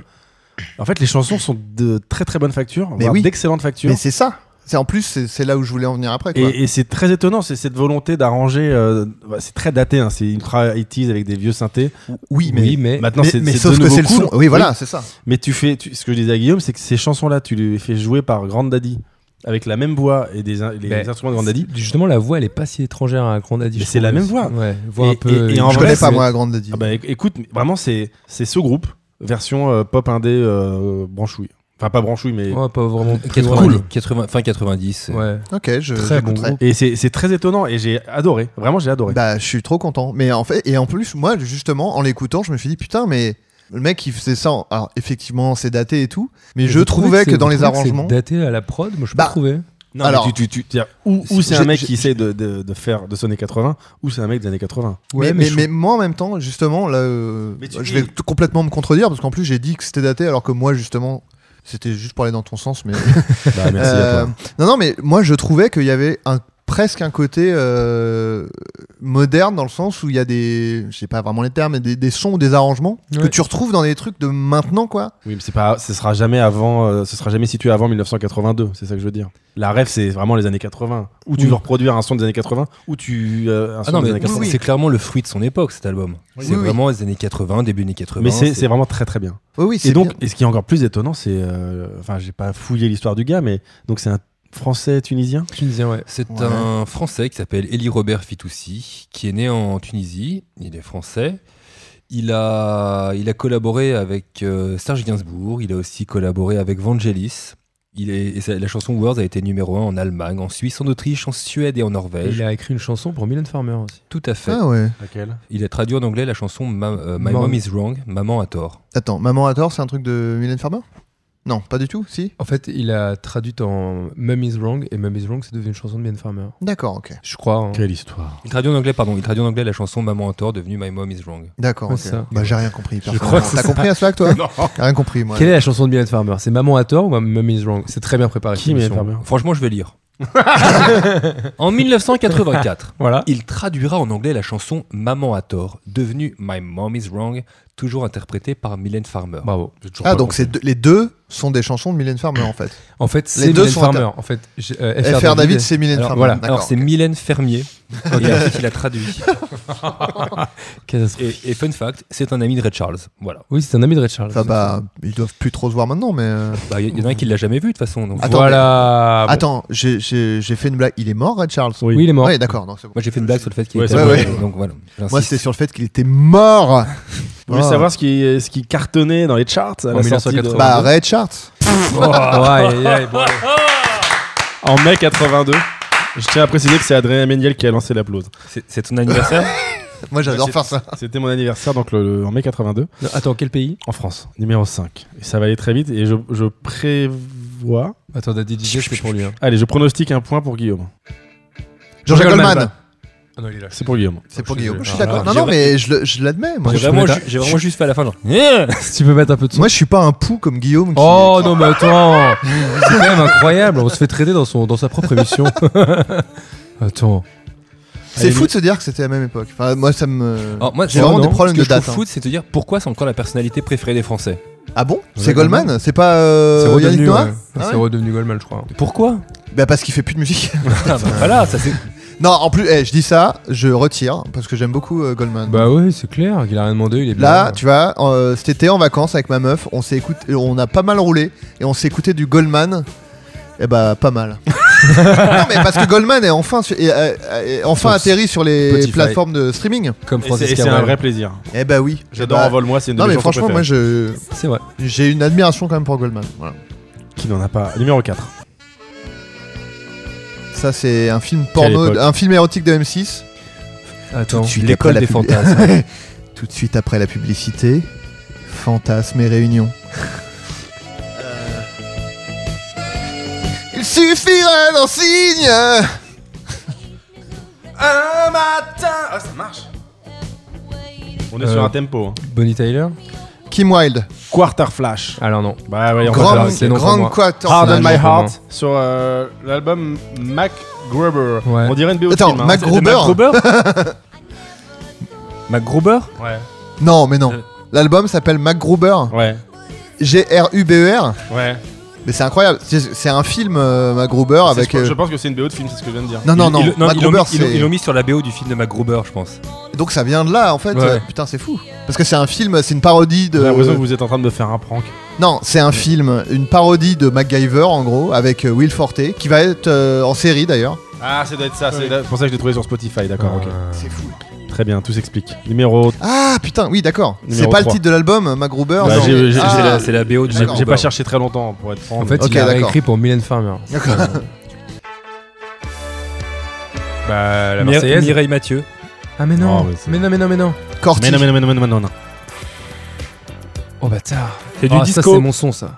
S3: En fait, les chansons sont de très très bonne facture,
S4: Mais
S3: voire
S4: oui.
S3: d'excellente facture.
S4: Mais c'est ça. C'est en plus c'est c'est là où je voulais en venir après. Quoi.
S3: Et, et c'est très étonnant, c'est cette volonté d'arranger. euh, bah, c'est très daté, hein, c'est ultra 80s avec des vieux synthés.
S4: oui, mais,
S2: Oui, mais.
S3: Maintenant,
S4: mais-
S3: c'est
S4: mais
S3: c'est
S4: sauf
S3: de
S4: que
S3: nouveau
S4: c'est le
S3: cool.
S4: son. Oui, voilà, c'est ça.
S3: Mais tu fais, tu- ce que je disais à Guillaume, c'est que ces chansons-là, tu les fais jouer par Grand Daddy avec la même voix et des in- les
S2: Ben,
S3: instruments de Grand Daddy.
S2: Justement, la voix, elle est pas si étrangère à Grand Daddy.
S3: Mais
S2: je
S3: c'est
S2: trouve.
S3: la même voix.
S2: Ouais, voix un
S3: Et-
S2: peu.
S3: et- et en
S4: je
S3: vrai,
S4: connais
S3: c'est-
S4: pas moi Grande Daddy.
S3: Ah bah, éc- écoute, mais vraiment, c'est c'est ce groupe version euh, pop indé euh, branchouille. Enfin, pas branchouille, mais
S2: Ouais, pas vraiment. plus
S1: 80,
S2: loin.
S1: 80 fin 90. euh,
S2: Ouais.
S4: ok, je
S2: Très bon
S4: j'écouterai.
S2: groupe.
S3: et c'est c'est très étonnant et j'ai adoré. Vraiment, j'ai adoré.
S4: Bah, je suis trop content. Mais en fait, et en plus, moi, justement, en l'écoutant, je me suis dit, putain, mais le mec, il faisait ça. en- Alors, effectivement, c'est daté et tout. Mais je
S2: Vous trouvez
S4: trouvais que,
S2: c'est-
S4: dans
S2: vous
S4: les
S2: trouvez que
S4: arrangements.
S2: c'est daté à la prod, moi je
S4: Bah,
S2: pas trouvé.
S3: Non, mais
S4: alors-
S3: tu, tu, tu- c'est-à-dire, ou, ou c'est
S4: J'ai-
S3: un mec
S4: j'ai-
S3: qui essaie de, de, de faire de sonner 80, ou c'est un mec des années 80.
S4: mais,
S2: Ouais,
S4: mais,
S2: je-
S4: mais moi, en même temps, justement, là, euh,
S3: Mais tu
S4: je
S3: dis-
S4: vais tout- complètement me contredire parce qu'en plus, j'ai dit que c'était daté alors que moi, justement. C'était juste pour aller dans ton sens, mais.
S3: Bah, merci à
S4: Euh,
S3: toi.
S4: Non, non, mais moi, je trouvais qu'il y avait un presque un côté euh, moderne dans le sens où il y a des je sais pas vraiment les termes mais des, des sons ou des arrangements que
S2: Ouais.
S4: tu retrouves dans des trucs de maintenant quoi
S3: Oui, mais c'est pas, ce sera jamais avant, euh, ce sera jamais situé avant 1982. C'est ça que je veux dire. La rêve, c'est vraiment les années 80. Ou tu
S2: Oui.
S3: veux reproduire un son des années 80, ou tu euh, un son
S1: Ah non,
S3: des
S1: mais
S3: années 80.
S1: c'est clairement le fruit de son époque, cet album.
S4: Oui,
S1: c'est
S4: oui,
S1: vraiment les années 80, début années 80.
S3: Mais c'est c'est vraiment très très bien.
S4: oui oui
S3: Et
S4: c'est
S3: donc,
S4: bien.
S3: et ce qui est encore plus étonnant, c'est, euh, enfin, j'ai pas fouillé l'histoire du gars, mais donc c'est un Français tunisien.
S2: Tunisien, ouais.
S1: C'est
S4: Ouais.
S1: un Français qui s'appelle Eli Robert Fitoussi, qui est né en Tunisie. Il est français. Il a, il a collaboré avec euh, Serge Gainsbourg. Il a aussi collaboré avec Vangelis. Il est, et sa- la chanson Words a été numéro 1 en Allemagne, en Suisse, en Autriche, en Suède et en
S2: Et
S1: Norvège.
S2: il a écrit une chanson pour Mylène Farmer aussi.
S1: Tout à fait.
S4: ah ouais
S3: Laquelle
S1: Il a traduit en anglais la chanson Ma- euh, My
S2: Maman.
S1: Mom is Wrong, Maman a tort.
S4: attends maman à tort c'est un truc de Mylène Farmer Non, pas du tout, si
S2: En fait, il a traduit en Mum is Wrong, et Mum is Wrong, c'est devenu une chanson de Bien Farmer.
S4: D'accord, ok.
S2: Je crois. hein.
S3: Quelle histoire.
S1: Il traduit en anglais, pardon, il traduit en anglais la chanson Maman a tort devenue My Mom is Wrong.
S4: D'accord,
S2: Ouais,
S4: ok.
S2: c'est ça.
S4: Bah, j'ai rien compris. personnellement.
S1: crois que c'est
S4: T'as
S1: ça.
S4: compris à cela, toi T'as rien compris, moi.
S2: Quelle est la chanson de Bien Farmer C'est Maman a tort ou Mum is Wrong C'est très bien préparé.
S3: Qui,
S2: cette
S3: Mylène
S2: émission.
S3: Farmer
S1: Franchement, je vais lire. en 1984,
S2: Voilà.
S1: il traduira en anglais la chanson Maman a tort, devenue My Mom is Wrong, toujours interprétée par Mylène Farmer.
S2: Bravo.
S4: Ah, donc c'est deux- les deux sont des chansons de Mylène Farmer, en fait.
S2: En fait, c'est
S4: deux
S2: Mylène
S4: sont
S2: Farmer. En fait, j'ai- euh,
S4: FR, David, c'est Mylène
S2: Alors,
S4: Farmer.
S2: voilà.
S4: D'accord,
S1: Alors c'est
S4: ok.
S1: Mylène Fermier, et ensuite il a traduit.
S2: Catastrophe.
S1: Et, et fun fact, c'est un ami de Red Charles. Voilà.
S2: Oui, c'est un ami de Red Charles.
S4: Enfin, bah, ils doivent plus trop se voir maintenant, mais. euh,
S1: Bah, Il y, en a un qui l'a jamais vu de toute façon. donc-
S4: Attends,
S2: voilà. Ah Bon.
S4: Attends, j'ai- j'ai j'ai fait une blague. Il est mort, Red Charles
S2: Oui, il est mort.
S4: Ouais, d'accord, non, c'est bon.
S1: Moi j'ai fait une blague sur le fait qu'il
S3: Ouais,
S1: était
S4: c'est
S1: mort,
S4: vrai.
S1: donc voilà.
S4: Moi,
S1: J'insiste.
S4: c'était sur le fait qu'il était mort
S3: Vous voulez
S4: Ah.
S3: savoir ce qui, ce qui cartonnait dans les charts à
S2: En
S3: la sortie de-
S2: 1982.
S4: Bah, Red Charles
S2: Aïe, aïe, aïe, bon.
S3: En mai 82. Je tiens à préciser que c'est Adrien Méniel qui a lancé l'applause.
S1: C'est- c'est ton anniversaire
S4: Moi, j'adore faire ça.
S3: C'était mon anniversaire donc le- le- en mai 82
S2: Non, Attends, quel pays
S3: en France, numéro 5. Et ça va aller très vite et je, je prévois.
S2: Attends, Daddy DJ, c'est pour lui. hein.
S3: Allez, je pronostique un point pour Guillaume.
S4: Jean-Jacques
S2: Goldman.
S4: Goldman
S2: Ah non, il est là.
S3: C'est pour Guillaume.
S4: C'est pour
S2: Je suis
S4: Guillaume. Je suis
S2: désolé.
S4: d'accord.
S1: Ah,
S4: Non,
S1: j'ai-
S4: non, mais je le- je l'admets, moi.
S1: J'ai
S2: je
S1: vraiment,
S2: mets ta-
S1: ju- j'ai vraiment juste fait à la fin genre. Yeah
S2: Si tu peux mettre un peu de son.
S4: Moi, je suis pas un pou comme Guillaume. qui-
S2: Oh non mais attends C'est quand même incroyable, on se fait traiter dans, son, dans sa propre émission. attends.
S4: C'est fou de se dire que c'était à la même époque. Enfin, moi, ça me.
S2: Oh.
S1: Alors, moi,
S4: J'ai
S1: non,
S4: vraiment
S1: non,
S4: des problèmes
S1: ce
S4: de
S1: que je trouve
S4: date, hein.
S1: fou, c'est de te dire pourquoi c'est encore la personnalité préférée des Français.
S4: Ah bon C'est
S2: Jacques Goldman.
S4: Goldman C'est pas euh, Yannick Noah
S2: ouais.
S4: Ah
S2: C'est
S4: ouais
S2: redevenu Goldman je crois.
S1: Pourquoi
S4: Bah, parce qu'il fait plus de musique.
S1: Ah, bah, Voilà, ça c'est.
S4: non, en plus, eh, je dis ça, je retire, parce que j'aime beaucoup euh, Goldman.
S2: Bah ouais c'est clair, qu'il a rien demandé, il est
S4: Là,
S2: bien.
S4: tu vois, euh, cet été en vacances avec ma meuf, on s'est écouté, on a pas mal roulé et on s'est écouté du Goldman. Et bah, pas mal. non, mais parce que Goldman est enfin, su- est, euh, est
S2: Sur
S4: enfin atterri sur les
S2: Spotify.
S4: plateformes de streaming.
S2: Comme
S3: Et c'est-
S2: Francis
S3: et c'est un
S2: Cabrel.
S3: vrai plaisir.
S4: Eh bah oui.
S3: J'adore
S4: Eh bah,
S3: Envole-moi, c'est une de
S4: Non,
S3: mes
S4: mais
S3: chansons
S4: franchement, moi,
S3: préférées.
S4: je,
S2: C'est vrai.
S4: j'ai une admiration quand même pour Goldman. Voilà.
S3: Qui n'en a pas. Numéro 4.
S4: Ça, c'est un film porno,
S3: époque.
S4: un film érotique de M6.
S2: Attends.
S4: Tout de suite
S1: l'école
S4: après
S1: des
S4: la pub- Tout de suite après la publicité, fantasmes et réunions.
S3: Euh.
S4: Il suffirait d'un signe
S3: Un matin Ah, ça marche On est
S2: Euh,
S3: sur un tempo. hein.
S2: Bonnie Tyler
S4: Kim Wilde,
S3: Quarter Flash.
S2: Alors non.
S3: Bah ouais, on
S2: Grand-
S3: va
S4: grande
S3: faire-
S2: c'est hein. non pour moi.
S4: quarter.
S3: Hard on
S2: non,
S3: My
S2: non,
S3: Heart sur euh, l'album Mac Gruber.
S2: Ouais.
S3: On dirait une BO de
S4: Attends,
S3: film, hein.
S4: Mac
S3: C'est de
S4: Gruber
S3: Mac Gruber
S1: Mac Gruber
S3: Ouais.
S4: Non, mais
S1: Euh.
S4: non. L'album s'appelle MacGruber,
S3: Ouais.
S4: G-R-U-B-E-R,
S3: Ouais.
S4: E mais c'est incroyable. C'est c'est un film, euh, MacGruber,
S3: C'est-
S4: avec.
S3: je,
S4: euh,
S3: je pense que c'est une BO de film, c'est ce que je viens de dire.
S4: Non, non,
S1: Ils-
S4: non,
S1: ils- ils l'ont
S4: MacGruber,
S1: mis- ils l'ont-
S4: c'est-
S1: ils l'ont mis sur la BO du film de Mac Gruber, je pense.
S4: Donc ça vient de là, en fait.
S1: Ouais.
S4: Putain, c'est fou. Parce que c'est un film, c'est une parodie de.
S3: J'ai l'impression que vous êtes en train de me faire un prank.
S4: Non, c'est un film, une parodie de MacGyver en gros, avec euh, Will Forte, qui va être euh, en série d'ailleurs.
S3: Ah, ça doit être ça. C'est pour ça que je l'ai trouvé sur Spotify, d'accord. ok.
S2: Euh,
S4: C'est fou.
S3: Très bien, tout s'explique. Numéro.
S4: Ah putain, oui d'accord. C'est
S3: Numéro
S4: pas le
S3: trois.
S4: titre de l'album, MacGruber.
S3: Bah,
S4: non.
S3: j'ai- j'ai-
S1: C'est
S4: Ah,
S1: la, c'est la BO de
S3: J'ai
S1: Mac
S3: j'ai
S1: Gruber.
S3: pas cherché très longtemps pour être franc.
S2: En
S3: mais-
S2: fait
S4: Ok,
S2: il a
S4: d'accord.
S2: écrit pour Mylène Farmer.
S4: D'accord.
S2: Euh, Bah la
S1: Mire-
S2: Marseillaise.
S1: Mireille Mathieu.
S2: Ah mais non,
S3: Oh, ouais, c'est-
S2: mais non, mais non, mais non.
S4: Corti.
S3: Mais non, mais non, mais non, mais non, non, non.
S2: Oh bâtard.
S1: C'est du
S2: Ah, ça
S1: disco.
S2: c'est mon son ça.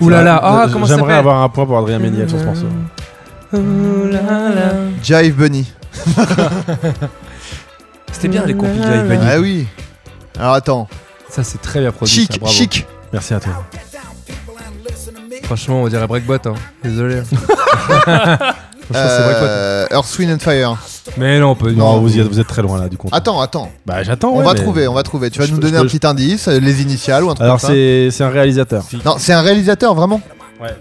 S2: Ouh là là, ah
S3: Je-
S2: comment ça s'appelle
S3: euh,
S2: Euh,
S3: J'aimerais avoir un point pour Adrien Méniel sur ce morceau.
S2: Ouh là là.
S4: Jive Bunny.
S1: C'était bien les compliqués avec Vanille.
S4: Ah oui. Alors attends,
S2: Ça c'est très bien produit.
S4: chic,
S2: ça, bravo.
S4: chic.
S3: Merci à toi.
S2: Franchement, on dirait Breakbot. Hein. Désolé. Franchement, c'est Breakbot.
S4: Euh, Earth, Wind and Fire.
S2: Mais non, on peut.
S3: Non,
S4: Non,
S3: vous, y êtes, vous êtes très loin là du compte.
S4: Attends, attends.
S3: Bah j'attends.
S4: on
S3: ouais,
S4: va
S3: mais-
S4: trouver, on va trouver. Tu vas
S3: Je
S4: nous
S3: peux-
S4: donner
S3: je
S4: un
S3: peux-
S4: petit indice, euh, les initiales ou un truc
S3: Alors
S4: comme ça.
S3: c'est c'est un réalisateur.
S4: Non, c'est un réalisateur vraiment.
S3: Ouais.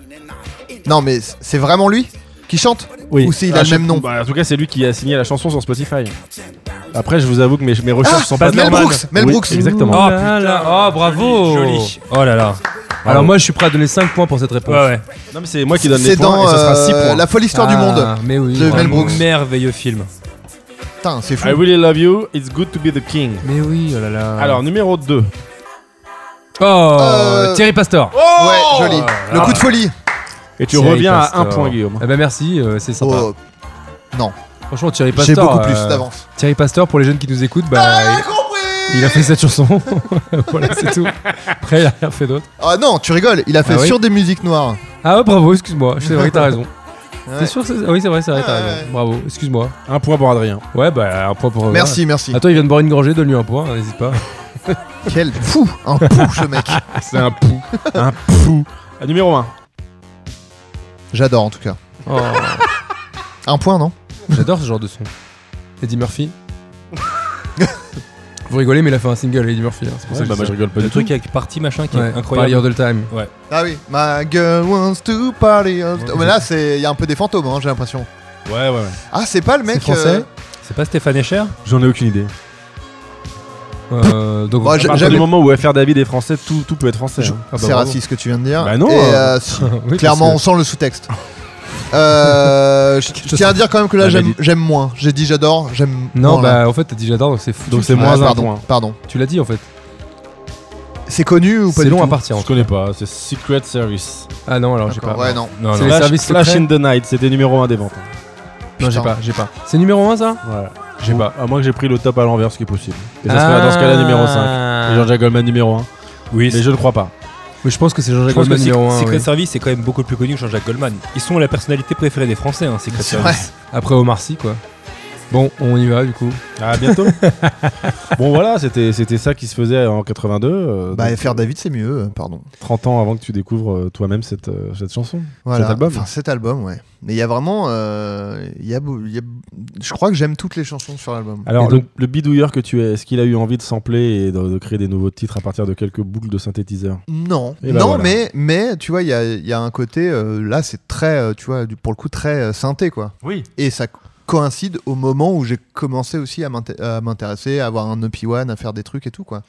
S4: Non mais c- c'est vraiment lui qui chante.
S3: Oui.
S4: Ou s'il a le
S3: je-
S4: même nom.
S3: bah, en tout cas, c'est lui qui a signé la chanson sur Spotify. Après, je vous avoue que mes, mes recherches sont pas
S4: Ah, Mel
S3: normales.
S4: Brooks, Mel
S3: Oui,
S4: Brooks.
S3: Exactement.
S1: Ah,
S2: Oh, là là. oh bravo.
S1: Joli, joli. Oh là là.
S2: Alors moi, je suis prêt à donner 5 points pour cette réponse.
S1: Ouais, ouais.
S3: Non, mais c'est moi qui donne les
S4: C'est
S3: points
S4: dans
S3: et ça sera
S4: euh,
S3: 6 points.
S4: La folle histoire du
S2: Ah,
S4: monde.
S2: Mais oui.
S4: De
S2: Ah,
S4: Mel
S1: Un
S4: Brooks.
S1: Merveilleux film.
S4: Putain, c'est fou.
S3: I really love you, it's good to be the king.
S2: Mais oui, oh là là.
S3: Alors, numéro 2.
S2: Oh,
S4: Euh,
S2: Thierry Pastor.
S3: Ah,
S4: Ouais, joli.
S3: Oh
S4: Le coup de folie.
S3: Et tu
S2: Thierry
S3: reviens à
S2: Pastor.
S3: 1 point, Guillaume.
S2: Ah bah merci, euh, c'est sympa.
S4: Oh,
S2: Franchement, Thierry
S4: J'ai
S2: Pastor.
S4: beaucoup plus
S2: euh,
S4: d'avance.
S2: Thierry Pastor, pour les jeunes qui nous écoutent, bah.
S4: Ah, compris
S2: Il a fait cette chanson. voilà, c'est tout. Après, il a rien fait d'autre.
S4: Ah Oh, non, tu rigoles, il a fait
S2: Ah oui
S4: sur des musiques noires.
S2: Ah ouais, bravo, excuse-moi. C'est vrai que t'as raison. T'es
S4: Ouais.
S2: sûr que c'est- ah Oui, c'est vrai, c'est vrai, t'as
S4: Ouais,
S2: raison.
S4: ouais.
S2: Bravo, excuse-moi.
S3: Un point pour Adrien.
S2: Ouais, bah, un point pour.
S4: Merci, merci.
S2: Attends, il vient de boire une gorgée, donne-lui un point, hein, n'hésite pas.
S4: Quel fou, un pou ce mec.
S3: C'est un pou. un pou. Ah, numéro 1.
S4: J'adore en tout cas.
S2: Oh,
S4: Un point, non
S2: J'adore ce genre de son. Eddie Murphy. Vous rigolez, mais il a fait un single, Eddie Murphy. hein, C'est pour ça que je dis
S3: bah, rigole pas
S1: Le truc avec party machin qui
S2: ça. Ouais,
S1: est bah, incroyable.
S2: Party All the Time.
S4: Ah oui. My girl wants to party. all the- Mais là, c'est il y a un peu des fantômes, hein, j'ai l'impression.
S3: Ouais, ouais, ouais.
S4: Ah, c'est pas le mec.
S2: C'est français
S4: euh,
S1: C'est pas Stéphane Escher
S3: J'en ai aucune idée.
S2: Euh, donc,
S4: Moi,
S3: À
S4: j'ai-
S3: partir
S4: Ah, j'avais-
S3: du moment où FR David est français, tout, tout peut être français. hein.
S2: Ah bah,
S4: c'est
S2: bravo.
S4: raciste ce que tu viens de dire.
S3: Bah non,
S4: Et,
S3: euh,
S4: euh, si-
S2: Oui, parce
S4: clairement,
S2: que-
S4: on sent le sous-texte. Euh, je je tiens à dire quand même que là,
S3: Ah, mais
S4: j'aime j'aime moins. J'ai dit j'adore, j'aime
S2: Non,
S4: moins, là.
S2: bah en fait, t'as dit j'adore, donc c'est fou.
S3: Donc c'est
S4: Ah,
S3: moins un
S4: pardon,
S3: point.
S4: Pardon.
S2: Tu l'as dit en fait.
S4: C'est connu ou pas
S2: C'est
S4: du
S2: long à
S4: tout
S2: partir. en
S3: Je
S2: fait.
S3: connais pas, c'est Secret Service.
S2: Ah non, alors j'ai
S4: D'accord,
S2: pas.
S4: Ouais, non.
S1: Non,
S2: C'est
S1: non.
S2: les
S3: Flash,
S2: services
S3: Flash
S2: secrets.
S3: in the Night, c'était numéro 1 des ventes. hein.
S2: Non, j'ai
S4: Putain.
S2: pas, j'ai pas. C'est numéro 1 ça
S3: Voilà.
S2: J'ai
S3: Ou-
S2: pas.
S3: À moins que j'ai Ah. pris le top à l'envers, ce qui est possible. Et ça serait dans ce cas-là numéro 5.
S2: Euh,
S3: Et Jean-Jacques Goldman numéro 1.
S1: Oui,
S3: Mais je ne crois pas.
S2: Mais je pense que c'est
S1: Je
S2: Jean-Jacques
S1: pense que
S2: Goldman
S1: Sec-
S2: numéro 1.
S1: Secret Service est quand même beaucoup plus connu que Jean-Jacques Goldman. Ils sont la personnalité préférée des Français, hein, Secret
S4: C'est
S1: Service.
S2: Après Omar Sy, quoi. Bon, on y va du coup.
S3: À bientôt. bon voilà, c'était c'était ça qui se faisait en 82. euh,
S4: Bah,
S3: donc,
S4: FR David, c'est mieux, euh, pardon.
S3: 30 ans avant que tu découvres euh, toi-même cette, euh, cette chanson.
S4: Voilà.
S3: Cet album.
S4: Enfin, cet album, ouais. Mais il y a vraiment. euh, il y a, beau- il y a- je crois que j'aime toutes les chansons sur l'album.
S3: Alors
S2: Et donc-
S3: le, le bidouilleur que tu es, est-ce qu'il a eu envie de sampler et de, de créer des nouveaux titres à partir de quelques boucles de synthétiseurs
S4: Non,
S3: Et bah
S4: non,
S3: voilà.
S4: mais, mais tu vois, il y a, il y a un côté. euh, là, c'est très. euh, tu vois, du- pour le coup, très euh, synthé, quoi.
S3: Oui.
S4: Et ça co- coïncide au moment où j'ai commencé aussi à m'inté- à m'intéresser, à avoir un EP1, à faire des trucs et tout, quoi.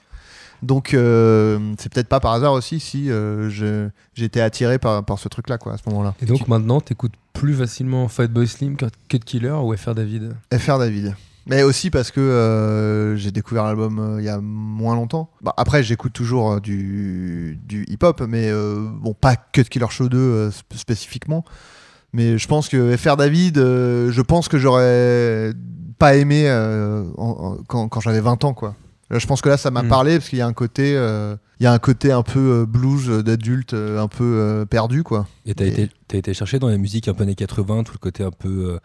S4: Donc, euh, c'est peut-être pas par hasard aussi si euh, je- j'étais attiré par, par ce truc-là, quoi, à ce moment-là.
S2: Et donc maintenant, t'écoutes plus facilement Fatboy Slim, Cut Cut Killer ou FR David
S4: FR David. Mais aussi parce que euh, j'ai découvert l'album euh, il y a moins longtemps. Bah, après, j'écoute toujours euh, du, du hip-hop, mais euh, bon, pas que de Killer Show 2 euh, sp- spécifiquement. Mais je pense que FR David, euh, je pense que j'aurais pas aimé euh, en- en- quand, quand j'avais 20 ans, quoi. Là, je pense que là, ça m'a
S2: Mm.
S4: parlé parce qu'il y a un côté, euh, il y a un côté un peu euh, blues euh, d'adulte, euh, un peu euh, perdu, quoi.
S1: Et t'as
S4: Et-
S1: été, t'as été chercher dans la musique un peu années 80, tout le côté un peu euh,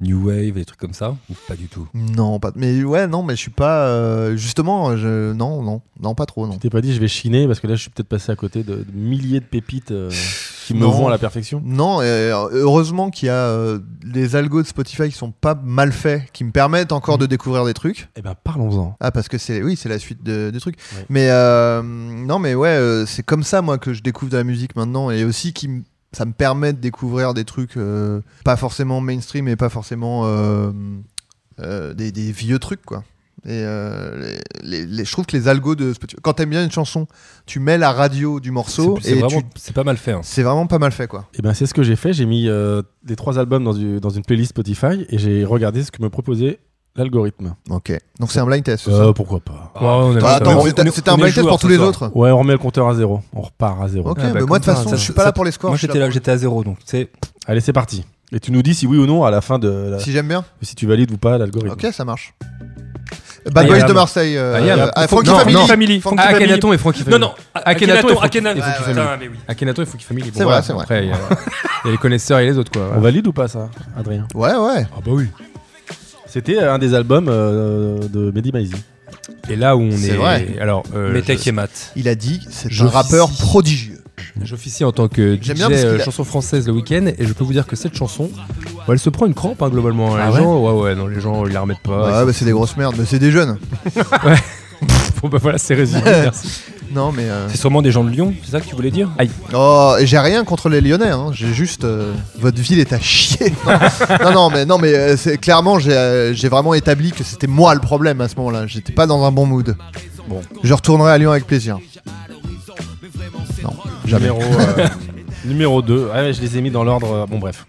S1: new wave, des trucs comme ça Ou pas du tout
S4: Non, pas. Mais ouais, non, mais je suis pas. euh, justement, je, non, non, non, pas trop, non.
S3: Tu t'es pas dit je vais chiner parce que là je suis peut-être passé à côté de, de milliers de pépites euh, qui me
S4: Non.
S3: vont à la perfection.
S4: Non, euh, heureusement qu'il y a euh, les algos de Spotify qui sont pas mal faits, qui me permettent encore de découvrir des trucs.
S3: Mm. Eh ben parlons-en.
S4: Ah, parce que c'est oui, c'est la suite de, des trucs.
S3: Ouais.
S4: Mais euh, non, mais ouais, euh, c'est comme ça moi que je découvre de la musique maintenant et aussi qui m- ça me permet de découvrir des trucs euh, pas forcément mainstream et pas forcément euh, euh, des, des vieux trucs quoi. Et euh, les, les- les- je trouve que les algos de Spotify, quand t'aimes bien une chanson, tu mets la radio du morceau
S1: C'est c'est
S4: et
S1: vraiment,
S4: tu-
S1: c'est pas mal fait. hein.
S4: c'est vraiment pas mal fait quoi.
S3: Et ben c'est ce que j'ai fait, j'ai mis euh, les trois albums dans, du- dans une playlist Spotify et j'ai regardé ce que me proposait l'algorithme.
S4: Ok. Donc c'est un blind test. c'est ça
S3: Euh, pourquoi pas
S2: Ouais, on aime
S4: Bah,
S2: ça.
S4: attends,
S1: on est-
S4: c'était-
S1: on est-
S4: c'était
S1: on
S4: un
S1: est
S4: blind test
S1: joueurs
S4: pour tous
S1: ce
S4: les
S1: soir.
S4: autres.
S3: Ouais, on remet le compteur à zéro. On repart à zéro.
S4: Ok,
S2: Ah, bah,
S4: mais moi
S2: comme
S4: de toute
S2: ça,
S4: façon,
S2: ça-
S4: je suis pas
S2: ça-
S4: là pour les scores.
S1: Moi
S4: je suis
S1: j'étais là,
S4: pour-
S1: j'étais à zéro, donc c'est
S3: Allez, c'est parti. Et tu nous dis si oui ou non à la fin de la-
S4: Si j'aime bien,
S3: si tu valides ou pas l'algorithme.
S4: ok, ça marche. Bad
S2: I
S4: Boys
S2: am.
S4: de Marseille. euh,
S2: I am.
S4: euh, ah,
S2: Faut-
S4: Frankie
S2: non,
S4: Family.
S2: non.
S1: Family.
S4: Frankie
S2: Ah,
S4: Family.
S2: Akhenaton et Frankie Family. Akhenaton,
S1: Akhenaton,
S2: Akhenaton, il faut qu'il
S1: Akhenaton.
S2: fasse-
S1: Putain, mais oui.
S2: Akhenaton, il faut qu'il famille.
S4: C'est vrai, c'est vrai.
S2: Après, il y, a- il y a les connaisseurs et les autres, quoi.
S3: On valide ou pas ça, Adrien
S4: Ouais, ouais.
S2: Ah bah oui.
S3: C'était un des albums euh, de Mehdi Maizi.
S2: Et là où on est.
S4: C'est vrai.
S2: Alors, euh,
S1: Mais tech
S2: je-
S1: et maths.
S4: Il a dit, c'est un
S2: J'officie.
S4: rappeur prodigieux.
S2: j'officie en tant que DJ
S4: J'aime bien parce qu'il
S2: euh,
S4: a-
S2: chanson française le week-end et je peux vous dire que cette chanson, bah, elle se prend une crampe hein, globalement.
S1: Ah
S2: les
S1: ouais
S2: gens, ouais, ouais, non, les gens ils la remettent
S4: Ouais,
S2: pas.
S4: bah, c'est des grosses merdes, mais c'est des jeunes.
S2: Bon bah voilà, c'est résumé. Merci.
S4: Non, mais. euh,
S1: C'est sûrement des gens de Lyon, c'est ça que tu voulais dire
S4: Oh, et j'ai rien contre les Lyonnais, hein. j'ai juste. euh, Votre ville est à chier. Non, non, non, mais, non, mais euh, c'est- clairement, j'ai euh, j'ai vraiment établi que c'était moi le problème à ce moment-là. J'étais pas dans un bon mood.
S3: Bon.
S4: Je retournerai à Lyon avec plaisir. Non, jamais.
S3: Numéro, euh, numéro 2. Ah ouais, je les ai mis dans l'ordre. euh, Bon, bref.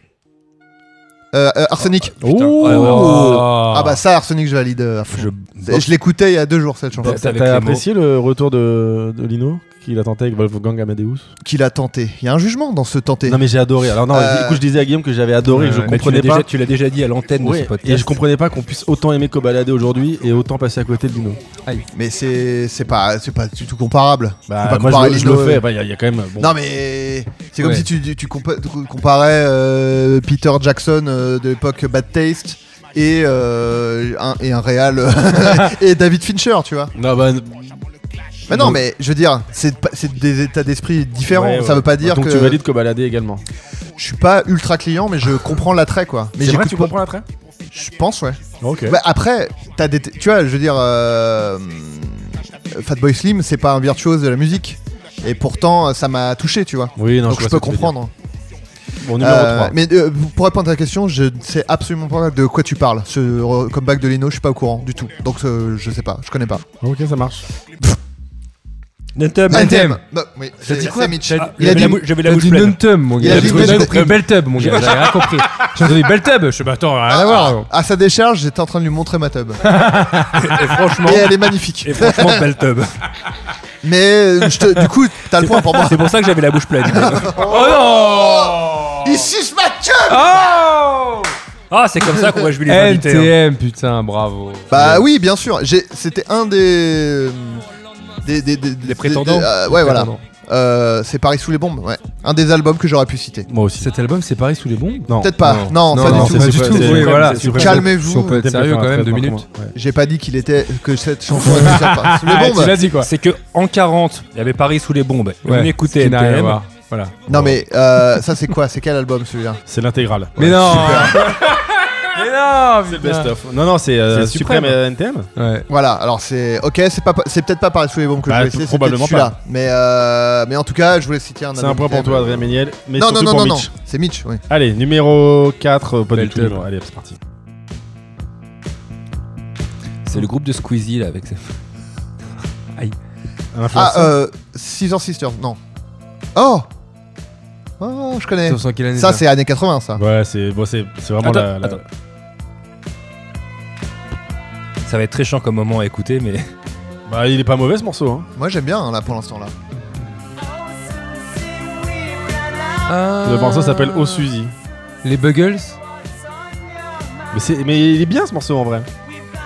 S4: Euh, euh, Arsenic.
S1: Oh.
S4: Ah bah ça, Arsenic, je valide euh, à fond.
S1: Je
S3: Bah.
S4: Je l'écoutais il y a deux jours cette chanson.
S1: Boxe avec
S3: T'as
S1: les mots.
S3: apprécié le retour de, de Lino qu'il a tenté avec Wolfgang Amadeus
S4: qu'il a tenté. Il y a un jugement dans ce tenter.
S3: Non mais j'ai adoré. Alors non,
S4: Euh,
S3: du coup je disais à Guillaume que j'avais adoré,
S2: Ouais,
S3: je
S2: mais
S3: comprenais
S1: Euh, tu l'as
S3: pas.
S1: déjà- tu l'as déjà dit à l'antenne
S3: Ouais,
S1: de ce podcast.
S3: et je comprenais pas qu'on puisse autant aimer Cobalade aujourd'hui et autant passer à côté de Lino.
S4: Mais c'est c'est pas c'est pas du tout comparable.
S3: Bah,
S4: Faut pas
S3: moi
S4: comparer
S3: je, le- je
S4: Lino,
S3: le
S4: ouais.
S3: fais. Bah, Il y, a- il y a quand même. bon.
S4: Non mais c'est comme
S2: Ouais.
S4: si tu, tu compa- tu comparais euh, Peter Jackson euh, de l'époque Bad Taste et euh, un et un réal et David Fincher, tu vois.
S3: Non, bah,
S4: Mais non, mais je veux dire, c'est pas- c'est des états d'esprit différents.
S3: ouais, ouais.
S4: Ça veut pas dire
S3: Donc
S4: que
S3: tu valides Cobalade également.
S4: je suis pas ultra client, mais je comprends l'attrait quoi. Mais
S3: C'est vrai,
S4: j'écoute
S3: tu
S4: pas-
S3: comprends l'attrait
S4: Je pense ouais.
S3: Ok.
S4: Bah, après, t'as des, tu vois, je veux dire, euh, Fatboy Slim, c'est pas un virtuose de la musique. Et pourtant, ça m'a touché, tu vois.
S3: oui, non,
S4: Donc
S3: je, vois
S4: Bah, je
S3: ce
S4: peux
S3: que tu veux
S4: comprendre.
S3: dire. Bon, numéro
S4: Euh,
S3: 3.
S4: mais euh, pour répondre à ta question, je ne sais absolument pas de quoi tu parles. Ce re- comeback de Lino, je suis pas au courant du tout. Donc euh, je sais pas, je connais pas.
S3: Ok, ça marche.
S1: Euh,
S2: Nuntum.
S4: Non, Bah, oui,
S2: T'as
S4: c'est
S2: dit quoi
S4: c'est Mitch. Ah,
S2: T'as-
S4: Il a
S2: j'avais
S4: dit-
S2: la mou- J'avais la t'as bouche dit pleine. Nuntum, mon
S4: Il a
S2: gars.
S4: dit
S2: J'avais
S4: Bel-
S2: pas compris. Bel tub, mon gars. J'ai rien compris. J'ai entendu bel tub. Je suis bah attends,
S1: Ah,
S2: rien à voir.
S4: à sa décharge, j'étais en train de lui montrer ma tub.
S1: Et franchement,
S4: Et elle est magnifique.
S1: et franchement, belle tub.
S4: Mais euh, je te- du coup, t'as le point pour moi.
S1: C'est pour ça que j'avais la bouche pleine. Oh
S2: Oh
S4: Il suce ma tub
S2: non
S1: Ah, c'est comme ça qu'on va jouer les invités. hein.
S2: NTM, putain, bravo.
S4: Bah oui, bien sûr. J'ai- C'était un des euh, des, des, des- des-
S1: prétendants.
S4: des- euh, ouais, voilà.
S2: Attends,
S4: Euh, c'est Paris sous les bombes. Ouais. Un des albums que j'aurais pu citer.
S3: Moi aussi.
S2: Cet album, c'est Paris sous les bombes
S3: Non.
S4: Peut-être pas. Non,
S2: Non,
S4: pas
S2: non,
S4: du
S2: c'est
S4: tout.
S2: pas du
S3: Suprême,
S2: tout.
S3: c'est
S2: Oui,
S3: Suprême,
S2: voilà.
S3: c'est Suprême.
S4: Calmez-vous.
S2: Si on peut être sérieux quand même, deux minutes.
S4: J'ai pas dit qu'il était que cette chanson était sur
S3: Ah,
S4: Paris sous les
S2: Ouais,
S4: bombes.
S2: Ah, tu l'as dit quoi
S1: C'est que en 40, il y avait Paris sous les bombes. et
S2: Ouais,
S1: On écoutait
S2: ce qui n'a rien à
S1: NTM.
S2: voir. Voilà.
S4: non mais euh, ça c'est quoi C'est quel album celui-là
S3: C'est l'intégrale.
S2: Mais non Mais non
S3: C'est le best-of. Non, non, c'est euh,
S2: C'est
S3: Suprême
S2: Suprême.
S3: euh, NTM.
S2: Ouais.
S4: Voilà. Alors c'est ok. C'est pas c'est peut-être pas Paris sous les bombes que
S3: Bah,
S4: je
S3: tout-
S4: voulais citer. c'est
S3: probablement
S4: peut-être celui-là. Mais euh, mais en tout cas, je voulais citer un.
S3: C'est
S4: album
S3: un point
S4: qui
S3: pour toi,
S4: t'aime.
S3: Adrien Méniel. Mais
S4: Non non
S3: surtout
S4: non
S3: pour
S4: non non.
S3: Mitch.
S4: C'est Mitch. Oui.
S3: Allez, numéro 4, pas
S2: Belle
S3: du tout.
S2: tub.
S3: numéro- Allez, c'est parti.
S1: C'est le groupe de Squeezie là avec. ses-
S3: Un
S4: Ah
S3: influenceur.
S4: euh, Scissor Sisters. Non. Oh. Oh, je connais.
S2: Sauf sans qu'il année
S4: Ça, c'est années 80, ça.
S3: Ouais, c'est bon, c'est c'est vraiment
S1: Attends,
S3: la. la-
S1: attends. Ça va être très chiant comme moment à écouter, mais.
S3: Bah, il est pas mauvais ce morceau. Hein.
S4: Moi, j'aime bien, là, pour l'instant, là.
S2: Ah,
S3: Le
S4: Euh.
S3: morceau s'appelle Oh Suzy.
S2: Les Buggles
S3: Mais, c'est- mais il est bien ce morceau en vrai.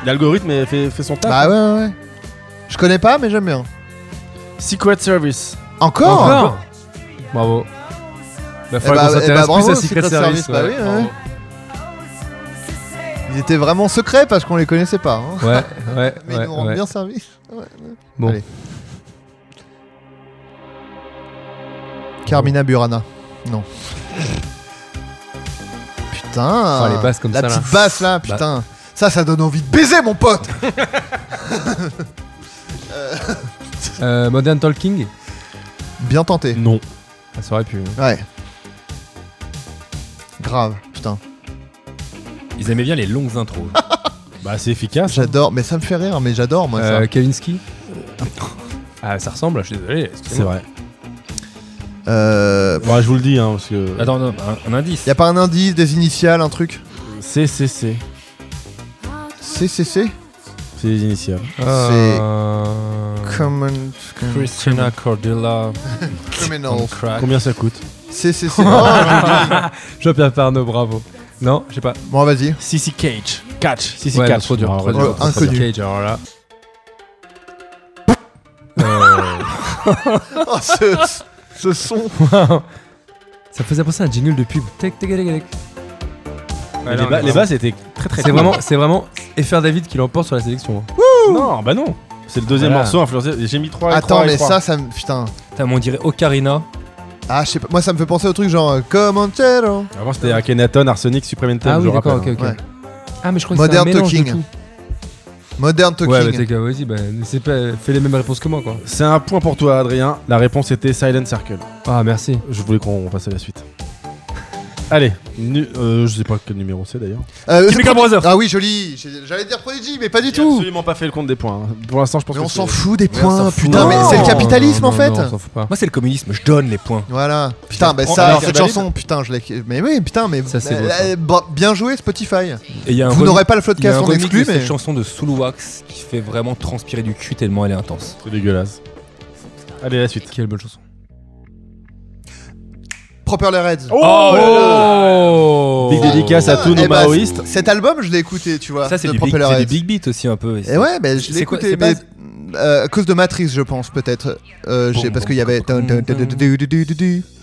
S3: L'algorithme est- fait, fait son taf.
S4: Bah ouais, ouais, ouais. Je connais pas, mais j'aime bien.
S3: Secret Service.
S4: Encore,
S2: Ah, Encore Bravo. Bah,
S4: Ah, bah. Eh bah,
S2: faudrait qu'on
S4: eh bah,
S2: s'intéresse
S4: bravo,
S2: plus à Secret Service.
S4: Bah
S2: ouais.
S4: oui, ouais. Ils étaient vraiment secrets parce qu'on les connaissait pas. hein.
S2: Ouais, ouais,
S4: Mais ils
S2: ouais,
S4: nous rendent
S2: ouais.
S4: bien service. Ouais.
S2: Bon.
S4: Allez. Carmina Burana. Non. Putain.
S2: Oh, les basses comme
S4: La
S2: ça, là. Bah.
S4: petite basse, là, putain. Ça, ça donne envie de baiser, mon pote.
S2: Euh, Modern Talking
S4: Bien tenté.
S3: Non.
S2: Ah, Ça aurait pu.
S4: Ouais. Grave, putain.
S1: Ils aimaient bien les longues intros.
S3: Bah, c'est efficace.
S4: J'adore, mais ça me fait rire, mais j'adore moi
S2: Euh, Kavinsky Ah, ça ressemble, je suis désolé.
S3: C'est vrai.
S4: ça. Euh,
S3: Bah, je vous le dis, hein, parce que.
S1: Attends, non, un, un indice.
S4: y a pas un indice, des initiales, un truc
S3: CCC.
S4: CCC
S3: C'est les initiales.
S2: Euh, C'est.
S4: Common.
S1: Christina Cordula.
S4: Criminal.
S3: Combien ça coûte
S4: CCC. Oh,
S2: Jean-Pierre Parnot, bravo. Non, je sais pas.
S4: bon, vas-y.
S3: CC Cage. Catch. CC
S2: Ouais,
S3: Catch. Ah,
S2: trop dur.
S3: Non,
S2: Trop
S3: vraiment.
S2: dur.
S4: ouais, inconnu.
S2: Cage, alors là.
S4: Oh, ce, ce son.
S2: Ça faisait penser à un jingle de pub. Tec, tec, tec, tec.
S3: Mais les, bas, les basses étaient très très
S2: C'est
S3: cool.
S2: vraiment, c'est vraiment FR David qui l'emporte sur la sélection. hein.
S3: Non, bah non. C'est le deuxième
S2: Voilà.
S3: morceau influencé. J'ai mis 3 et
S4: Attends,
S3: trois et
S4: mais
S3: trois.
S4: ça, ça me. Putain.
S1: Putain, mais on dirait Ocarina.
S4: Ah, je sais pas. Moi, ça me fait penser au truc genre. euh, Comanchero.
S3: Avant, c'était Akhenaton, Arsenic, Supreme Anthem,
S2: Ah
S3: je
S2: oui, d'accord, ok,
S3: rappelle.
S2: ok.
S4: Ouais.
S2: Ah, mais je crois que c'est un
S4: Modern
S2: mélange de
S4: Talking.
S2: tout.
S4: Modern Talking.
S2: Ouais, bah, t'es quoi, vas-y, bah, c'est pas, fais les mêmes réponses que moi, quoi.
S3: C'est un point pour toi, Adrien. La réponse était Silent Circle.
S2: Ah, merci.
S3: Je voulais qu'on passe à la suite. Allez, nu- euh, je sais pas quel numéro c'est d'ailleurs.
S4: Euh,
S1: Chemical Brothers.
S4: ah oui, joli. J'ai- J'allais dire Prodigy, mais pas du
S3: J'ai
S4: tout.
S3: absolument pas fait le compte des points. hein. Pour l'instant, je pense
S4: Mais
S3: que
S4: on
S3: c'est-
S4: s'en fout des
S3: Mais on
S4: points.
S3: s'en fout.
S4: Putain, mais
S2: Non,
S4: c'est le
S2: non,
S4: capitalisme
S2: Oh non,
S4: en fait.
S2: Non, on s'en fout pas.
S1: Moi, c'est le communisme. Je donne les points.
S4: Voilà. Putain, bah
S1: Oh,
S4: ça,
S1: alors,
S4: cette
S1: Valide.
S4: chanson, putain, je l'ai. Mais oui, putain, mais.
S2: Ça, c'est beau,
S4: euh,
S2: ça.
S4: euh, bah, bien joué, Spotify.
S1: Et il y a un
S4: Vous
S1: remix-
S4: n'aurez pas le
S1: il y a
S4: podcast
S1: un
S4: en
S1: remix
S4: exclu,
S1: de
S4: mais.
S1: cette chanson de Soulwax qui fait vraiment transpirer du cul tellement elle est intense.
S3: C'est dégueulasse. Allez, la suite.
S2: Quelle bonne chanson.
S4: Properly Reds.
S1: Oh là
S2: Oh
S3: Big dédicace à tous nos
S4: Eh ben,
S3: maoïstes.
S4: Cet album, je l'ai écouté, tu vois.
S1: Ça, c'est
S4: de
S1: du, big,
S4: Propeller
S1: c'est du
S4: Heads.
S1: big beat aussi un peu.
S4: Et ouais, ben je l'ai
S1: C'est quoi-
S4: écouté,
S1: c'est
S4: mais
S1: pas-
S4: euh, à cause de Matrix, je pense, peut-être. Euh, j'ai-
S1: Boum,
S4: parce
S1: boum,
S4: qu'il y avait.
S1: boum,